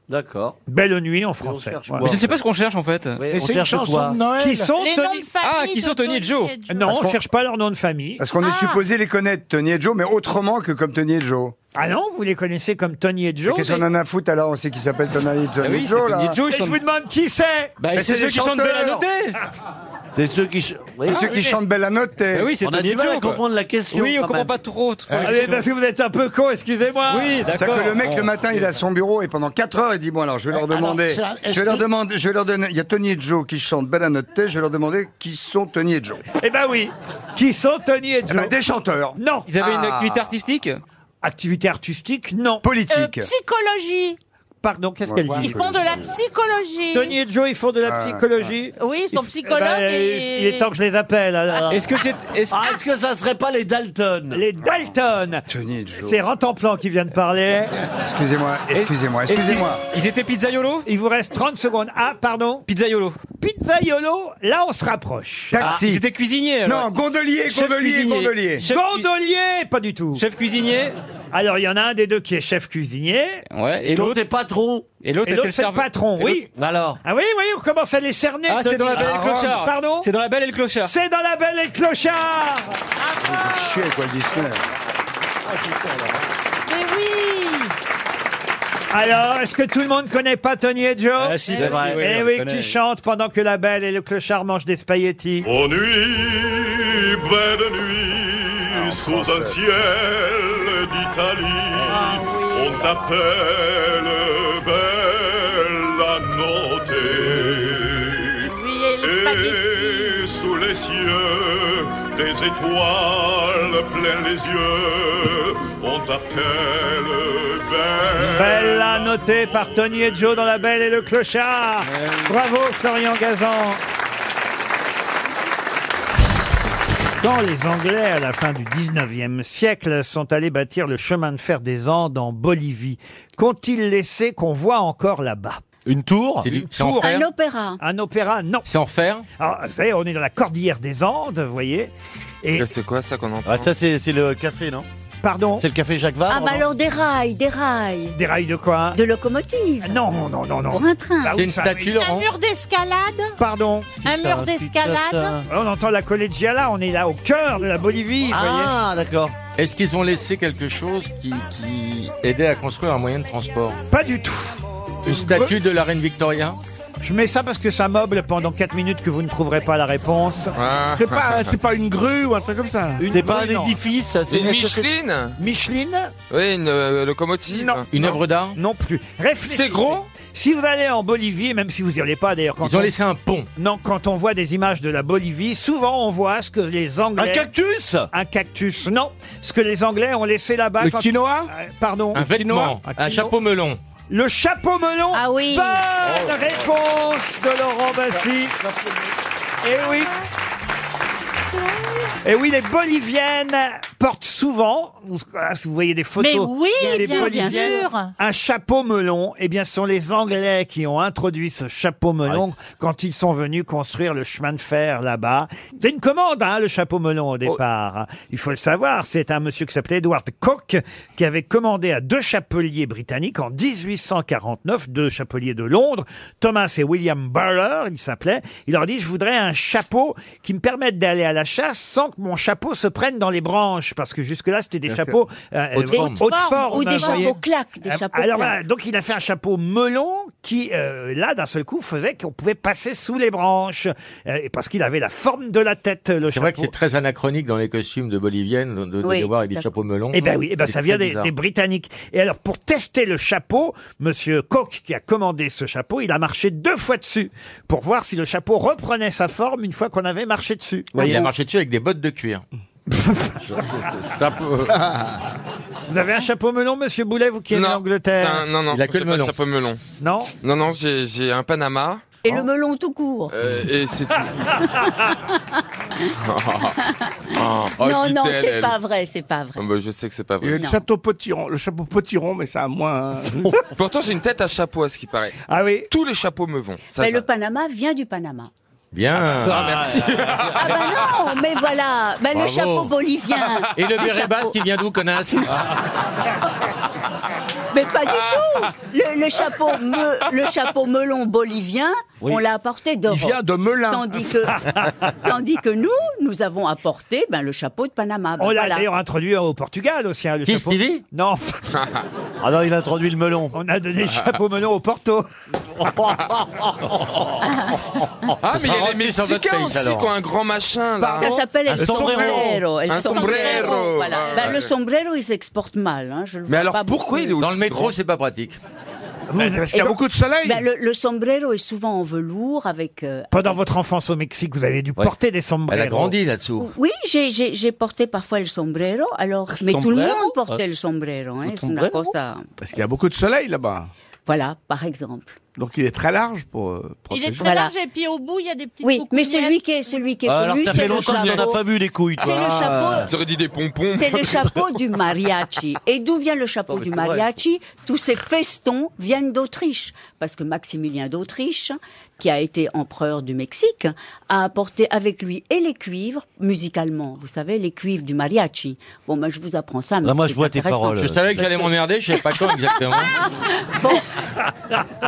[SPEAKER 37] D'accord.
[SPEAKER 1] Belle nuit en français.
[SPEAKER 37] cherche
[SPEAKER 1] Ouais.
[SPEAKER 37] quoi Mais je ne sais
[SPEAKER 38] pas ce qu'on cherche en fait.
[SPEAKER 37] Et on c'est une cherche chanson quoi de Noël.
[SPEAKER 1] Qui sont
[SPEAKER 37] Les noms
[SPEAKER 1] Tony
[SPEAKER 37] de famille Ah, qui de sont Tony et Tony Joe. et Joe. Ah.
[SPEAKER 1] Non,
[SPEAKER 37] Parce
[SPEAKER 1] on
[SPEAKER 37] qu'on-
[SPEAKER 1] cherche pas leur nom de famille.
[SPEAKER 37] Parce qu'on est supposé les connaître, Tony et Joe, mais autrement que comme Tony et Joe.
[SPEAKER 1] Ah non, vous les connaissez comme Tony et Joe.
[SPEAKER 37] Qu'est-ce qu'on
[SPEAKER 1] mais- Ah
[SPEAKER 37] en a à foutre alors On sait qui
[SPEAKER 3] Ah
[SPEAKER 37] s'appelle Tony et Joe,
[SPEAKER 1] Mais
[SPEAKER 37] Joe là.
[SPEAKER 1] je vous demande qui c'est
[SPEAKER 37] Mais c'est les chanteurs.
[SPEAKER 1] Bella Notte.
[SPEAKER 20] C'est ceux qui, ch-
[SPEAKER 3] C'est ceux qui chantent Bella Notte. et-
[SPEAKER 20] Ben oui, c'est
[SPEAKER 3] On a
[SPEAKER 20] Tony
[SPEAKER 3] du mal à
[SPEAKER 20] Joe, quoi.
[SPEAKER 3] comprendre la question,
[SPEAKER 20] Oui, on
[SPEAKER 3] quand
[SPEAKER 20] comprend
[SPEAKER 3] même.
[SPEAKER 20] pas trop. trop
[SPEAKER 3] Ah,
[SPEAKER 20] la
[SPEAKER 3] mais
[SPEAKER 20] question.
[SPEAKER 3] parce que
[SPEAKER 1] vous êtes un peu con, Oh, excusez-moi.
[SPEAKER 20] Oui, d'accord.
[SPEAKER 3] C'est-à-dire que le mec, le
[SPEAKER 20] Oh.
[SPEAKER 3] matin, il a son bureau et pendant 4 heures, il dit Bon, alors, je vais leur
[SPEAKER 20] alors,
[SPEAKER 3] demander.
[SPEAKER 20] c'est un- est-ce
[SPEAKER 3] je vais leur
[SPEAKER 20] que-
[SPEAKER 3] demander. Je vais leur donner. Il y a Tony et Joe qui chantent Bella Notte. Je vais leur demander qui sont Tony et Joe. Eh ben,
[SPEAKER 1] Eh ben oui. Qui sont Tony et Joe
[SPEAKER 3] Des chanteurs.
[SPEAKER 1] Non.
[SPEAKER 3] Ils avaient une Ah. activité
[SPEAKER 1] artistique Activité artistique, non.
[SPEAKER 3] Politique.
[SPEAKER 10] Euh, Psychologie.
[SPEAKER 1] Pardon, qu'est-ce qu'elle dit
[SPEAKER 10] Ils font de la psychologie.
[SPEAKER 1] Tony et Joe, ils font de la
[SPEAKER 10] Ah.
[SPEAKER 1] psychologie.
[SPEAKER 10] Oui, ils sont
[SPEAKER 1] f-
[SPEAKER 10] psychologues
[SPEAKER 1] Eh ben,
[SPEAKER 10] et-
[SPEAKER 1] Il est temps que je les appelle. alors.
[SPEAKER 20] Est-ce que c'est- est-ce- Ah, est-ce
[SPEAKER 1] que ça serait pas les Dalton Les Dalton. C'est Rentemplan qui vient de parler.
[SPEAKER 3] Excusez-moi, excusez-moi,
[SPEAKER 1] Est-ce-
[SPEAKER 3] excusez-moi.
[SPEAKER 1] Ils étaient pizzaiolo Il vous reste 30 secondes. Ah, pardon Pizzaiolo. Pizzaiolo, là on se rapproche.
[SPEAKER 3] Taxi. Ah, ils étaient
[SPEAKER 1] cuisinier.
[SPEAKER 3] alors. Non, gondolier, gondolier, gondolier. Chef cu-
[SPEAKER 1] gondolier, pas du tout. Chef cuisinier Alors il y en a un des deux qui est chef cuisinier.
[SPEAKER 20] Ouais, et l'autre est patron.
[SPEAKER 1] Et l'autre, c'est le patron, oui.
[SPEAKER 20] Alors.
[SPEAKER 1] Ah oui, voyez, on commence à les cerner.
[SPEAKER 20] Ah, c'est
[SPEAKER 1] Denis.
[SPEAKER 20] dans la belle et le clochard.
[SPEAKER 1] Pardon
[SPEAKER 20] C'est dans la belle et le clochard.
[SPEAKER 1] C'est dans la belle et le clochard
[SPEAKER 3] Chier, quoi, Disney.
[SPEAKER 1] Mais oui alors, est-ce que tout le monde connaît pas Tony et Joe
[SPEAKER 20] Ah, si, Eh bah, si, oui. oui,
[SPEAKER 1] Eh
[SPEAKER 20] on
[SPEAKER 1] oui,
[SPEAKER 20] le connaît.
[SPEAKER 1] qui chante pendant que la belle et le clochard mangent des spaghettis.
[SPEAKER 19] Ô nuit, belle nuit, sous un ciel
[SPEAKER 5] Ah,
[SPEAKER 19] d'Italie, on t'appelle Bella Notte. et sous les cieux, des étoiles plein les yeux, on t'appelle Bella.
[SPEAKER 1] Belle à noter par Tony et Joe dans la belle et le clochard.
[SPEAKER 20] Eh
[SPEAKER 1] Bravo, Florian Gazan. Quand les Anglais, à la fin du 19e siècle, sont allés bâtir le chemin de fer des Andes en Bolivie, qu'ont-ils laissé qu'on voit encore là-bas Une tour Une
[SPEAKER 20] c'est en
[SPEAKER 1] tour.
[SPEAKER 20] fer Un
[SPEAKER 1] opéra Un opéra, non. C'est en fer Alors, vous savez, on est dans la cordillère des Andes, vous voyez. Et
[SPEAKER 20] C'est quoi ça qu'on entend
[SPEAKER 1] Ah, ça,
[SPEAKER 20] c'est le café, non
[SPEAKER 1] Pardon
[SPEAKER 20] C'est le café Jacques Vabre
[SPEAKER 6] Ah bah alors des rails, des rails.
[SPEAKER 1] Des rails de quoi hein
[SPEAKER 6] De locomotive.
[SPEAKER 1] Non, non, non, non.
[SPEAKER 6] Pour un train.
[SPEAKER 1] Bah oui, ça, oui.
[SPEAKER 10] Un mur d'escalade.
[SPEAKER 1] Pardon
[SPEAKER 10] Un mur d'escalade.
[SPEAKER 1] On entend la collegiala, on est là au cœur de la Bolivie.
[SPEAKER 20] Ah,
[SPEAKER 1] d'accord.
[SPEAKER 20] Est-ce qu'ils ont laissé quelque chose qui, qui aidait à construire un moyen de transport
[SPEAKER 1] Pas du tout.
[SPEAKER 20] Une statue de la reine Victoria
[SPEAKER 1] Je mets ça parce que ça meuble pendant 4 minutes que vous ne trouverez pas la réponse.
[SPEAKER 39] C'est pas, c'est pas une grue ou un truc comme ça.
[SPEAKER 1] C'est pas un édifice, ça, c'est-
[SPEAKER 39] Une
[SPEAKER 1] Une
[SPEAKER 39] Micheline
[SPEAKER 1] Micheline
[SPEAKER 20] Oui, une euh, locomotive Une œuvre d'art
[SPEAKER 1] Non plus. Réfléchissez. C'est gros Si vous allez en Bolivie, même si vous n'y allez pas d'ailleurs. quand
[SPEAKER 20] Ils ont laissé un pont.
[SPEAKER 1] Non, quand on voit des images de la Bolivie, souvent on voit ce que les Anglais.
[SPEAKER 20] Un
[SPEAKER 1] cactus Un cactus, non. Ce que les Anglais ont laissé là-bas.
[SPEAKER 20] Le
[SPEAKER 1] quand-
[SPEAKER 20] quinoa
[SPEAKER 1] Euh, Pardon.
[SPEAKER 20] Un
[SPEAKER 1] Le quinoa
[SPEAKER 20] vêtement, un chapeau melon. Oh.
[SPEAKER 1] Le chapeau melon
[SPEAKER 6] Ah oui.
[SPEAKER 1] Bonne réponse de Laurent Bassi. Eh oui. Et oui, les Boliviennes portent souvent, vous, ah, si vous voyez des photos,
[SPEAKER 10] Mais oui,
[SPEAKER 1] des
[SPEAKER 10] bien
[SPEAKER 1] Boliviennes,
[SPEAKER 10] sûr.
[SPEAKER 1] un chapeau melon. Eh bien, ce sont les Anglais qui ont introduit ce chapeau melon quand ils sont venus construire le chemin de fer là-bas. C'est une commande, hein, le chapeau melon au départ. Il faut le savoir, c'est un monsieur qui s'appelait Edward Cook qui avait commandé à deux chapeliers britanniques en 1849, deux chapeliers de Londres, Thomas et William Barler, il s'appelait. Il leur dit, je voudrais un chapeau qui me permette d'aller à la chasse sans que mon chapeau se prenne dans les branches, parce que jusque-là, c'était des
[SPEAKER 20] sûr.
[SPEAKER 1] chapeaux euh,
[SPEAKER 20] Haute forme.
[SPEAKER 1] haute forme,
[SPEAKER 6] Ou des
[SPEAKER 1] vous voyez.
[SPEAKER 6] chapeaux claques. Des
[SPEAKER 1] Euh,
[SPEAKER 6] chapeaux
[SPEAKER 1] Alors
[SPEAKER 6] claques.
[SPEAKER 1] voilà, donc il a fait un chapeau melon qui, euh, là, d'un seul coup, faisait qu'on pouvait passer sous les branches. Euh, et parce qu'il avait la forme de la tête, le
[SPEAKER 20] C'est
[SPEAKER 1] chapeau.
[SPEAKER 20] vrai que c'est très anachronique dans les costumes de Bolivienne de, de
[SPEAKER 1] Oui,
[SPEAKER 20] devoir avec des
[SPEAKER 1] d'accord.
[SPEAKER 20] chapeaux melons.
[SPEAKER 1] Eh ben oui, eh ben
[SPEAKER 20] C'est
[SPEAKER 1] ça vient
[SPEAKER 20] très
[SPEAKER 1] des,
[SPEAKER 20] bizarre.
[SPEAKER 1] des Britanniques. Et alors, pour tester le chapeau, Monsieur Koch, qui a commandé ce chapeau, il a marché deux fois dessus pour voir si le chapeau reprenait sa forme une fois qu'on avait marché dessus.
[SPEAKER 20] Ah, Il a
[SPEAKER 1] Voyez-vous.
[SPEAKER 20] marché dessus avec des bottes de cuir. Chapeau-
[SPEAKER 1] Vous avez un chapeau melon, Monsieur Boulet, vous qui êtes en Angleterre
[SPEAKER 40] Non, non, non.
[SPEAKER 20] Il a que
[SPEAKER 40] j'ai
[SPEAKER 20] le
[SPEAKER 40] pas de
[SPEAKER 20] melon.
[SPEAKER 40] chapeau melon.
[SPEAKER 1] Non
[SPEAKER 40] Non, non, j'ai j'ai un Panama.
[SPEAKER 6] Et le melon tout court.
[SPEAKER 40] euh, et c'est tout.
[SPEAKER 39] Oh,
[SPEAKER 6] non,
[SPEAKER 39] dit-elle,
[SPEAKER 6] non,
[SPEAKER 39] elle.
[SPEAKER 6] c'est pas vrai, c'est pas vrai.
[SPEAKER 40] Ah bah, je sais que c'est pas
[SPEAKER 39] Il y a
[SPEAKER 40] vrai.
[SPEAKER 39] le château potiron, le chapeau potiron, mais ça a moins.
[SPEAKER 3] hein.
[SPEAKER 6] Oh.
[SPEAKER 40] Pourtant, j'ai une tête à chapeau, à ce qui paraît.
[SPEAKER 1] Ah oui
[SPEAKER 40] Tous les chapeaux me vont. Ça,
[SPEAKER 6] Mais
[SPEAKER 40] ça.
[SPEAKER 6] le Panama vient du Panama.
[SPEAKER 20] Bien.
[SPEAKER 40] Ah, merci.
[SPEAKER 6] Ah bah non, mais voilà, bah le
[SPEAKER 20] Bravo.
[SPEAKER 6] chapeau bolivien.
[SPEAKER 20] Et le béret
[SPEAKER 6] chapeau-
[SPEAKER 20] basque, il vient d'où, connasse
[SPEAKER 6] Mais pas du tout. Le, le chapeau me- le chapeau melon bolivien On l'a apporté d'Europe.
[SPEAKER 3] Il vient de Melun.
[SPEAKER 6] Tandis que, tandis que nous, nous avons apporté ben, le chapeau de Panama. Ben,
[SPEAKER 1] On l'a
[SPEAKER 6] voilà.
[SPEAKER 1] d'ailleurs introduit au Portugal aussi. Hein, le
[SPEAKER 41] Qui,
[SPEAKER 1] chapeau.
[SPEAKER 41] Stevie
[SPEAKER 1] Non.
[SPEAKER 23] Ah non, il a introduit le melon.
[SPEAKER 1] On a donné le chapeau melon au Porto.
[SPEAKER 20] Ah, mais il y a les
[SPEAKER 23] rempli sur votre
[SPEAKER 20] Mexicains
[SPEAKER 23] page,
[SPEAKER 20] aussi qui
[SPEAKER 23] alors.
[SPEAKER 20] ont un grand machin, là. hein.
[SPEAKER 6] Ça s'appelle
[SPEAKER 20] Un
[SPEAKER 6] El Sombrero. El
[SPEAKER 20] Un sombrero.
[SPEAKER 6] voilà.
[SPEAKER 20] Ouais,
[SPEAKER 6] Ben,
[SPEAKER 20] ouais.
[SPEAKER 6] le sombrero, il s'exporte mal. hein, je le
[SPEAKER 23] Mais
[SPEAKER 6] vois
[SPEAKER 23] alors
[SPEAKER 6] pas
[SPEAKER 23] pourquoi
[SPEAKER 6] beaucoup.
[SPEAKER 23] il est aussi Dans le métro, grand c'est pas pratique.
[SPEAKER 6] Et donc- Ben, le, le sombrero est souvent en velours avec. euh,
[SPEAKER 1] Pendant votre enfance au Mexique, vous avez dû porter des sombreros.
[SPEAKER 23] Elle a grandi là-dessous.
[SPEAKER 6] Oui, j'ai- j'ai j'ai porté parfois le sombrero, alors, mais tout le
[SPEAKER 3] sombrero
[SPEAKER 6] monde portait le sombrero. Hein, c'est una
[SPEAKER 3] sombrero
[SPEAKER 6] cosa-
[SPEAKER 3] Parce qu'il y a beaucoup de soleil là-bas.
[SPEAKER 6] Voilà, par exemple.
[SPEAKER 3] Donc il est très large pour euh,
[SPEAKER 6] Il
[SPEAKER 3] protéger.
[SPEAKER 6] est très Voilà. large.
[SPEAKER 42] Et puis au bout, il y a des petites
[SPEAKER 6] Oui, mais celui qui est, celui qui est
[SPEAKER 23] Ah,
[SPEAKER 6] connu, c'est le chapeau.
[SPEAKER 23] vu les couilles,
[SPEAKER 6] toi. C'est le chapeau-
[SPEAKER 20] J'aurais dit des pompons.
[SPEAKER 6] C'est le chapeau du mariachi. Et d'où vient le chapeau du
[SPEAKER 20] c'est vrai.
[SPEAKER 6] mariachi Tous ces festons viennent d'Autriche. Parce que Maximilien d'Autriche, qui a été empereur du Mexique, a apporté avec lui et les cuivres, musicalement, vous savez, les cuivres du mariachi. Bon, ben, je vous apprends ça. mais
[SPEAKER 23] Là, moi,
[SPEAKER 6] c'est
[SPEAKER 23] je vois tes
[SPEAKER 6] intéressant.
[SPEAKER 23] paroles.
[SPEAKER 6] Parce
[SPEAKER 23] Je savais que
[SPEAKER 6] parce
[SPEAKER 23] j'allais m'emmerder, je savais pas quand exactement.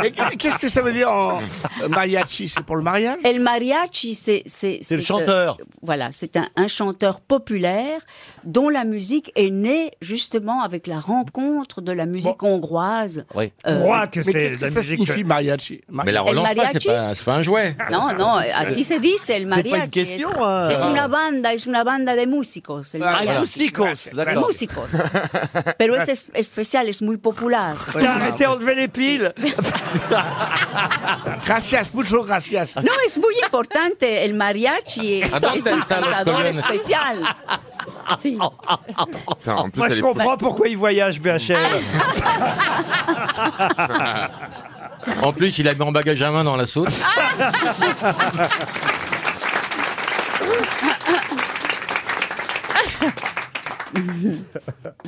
[SPEAKER 3] Et qu- Qu'est-ce que ça veut dire en euh, mariachi C'est pour le mariage
[SPEAKER 6] Et le mariachi, c'est... C'est
[SPEAKER 3] C'est le
[SPEAKER 6] euh,
[SPEAKER 3] chanteur.
[SPEAKER 6] voilà, c'est un, un chanteur populaire dont la musique est née justement avec la rencontre de la musique hongroise.
[SPEAKER 23] Oui.
[SPEAKER 6] Euh,
[SPEAKER 3] Roi que Mais c'est, qu'est-ce que la ça musique- signifie, mariachi
[SPEAKER 23] Mais la
[SPEAKER 6] El
[SPEAKER 23] relance pas,
[SPEAKER 6] mariachi
[SPEAKER 23] c'est pas, c'est pas un jouet.
[SPEAKER 3] Ah,
[SPEAKER 6] Non, non, ah, así se dice el
[SPEAKER 23] pas une
[SPEAKER 6] mariachi.
[SPEAKER 23] question,
[SPEAKER 6] Es-
[SPEAKER 23] hein.
[SPEAKER 6] Es una banda, es una banda de músicos. El
[SPEAKER 23] Ah,
[SPEAKER 6] mariachi.
[SPEAKER 23] músicos, d'accord.
[SPEAKER 6] Músicos. Pero es, es- especial, es muy popular.
[SPEAKER 1] Arrêtez, enlevez les piles
[SPEAKER 3] Gracias, mucho gracias.
[SPEAKER 6] No, es muy importante el mariachi. Es,
[SPEAKER 3] Ah, donc,
[SPEAKER 6] es
[SPEAKER 3] elle
[SPEAKER 6] un
[SPEAKER 3] parle
[SPEAKER 6] sabor
[SPEAKER 3] espagnol.
[SPEAKER 6] especial. Sí.
[SPEAKER 1] Ah, Moi, je comprends pourquoi il voyage, BHL.
[SPEAKER 23] En plus, il a mis en bagage à main dans la sauce.
[SPEAKER 6] Ah.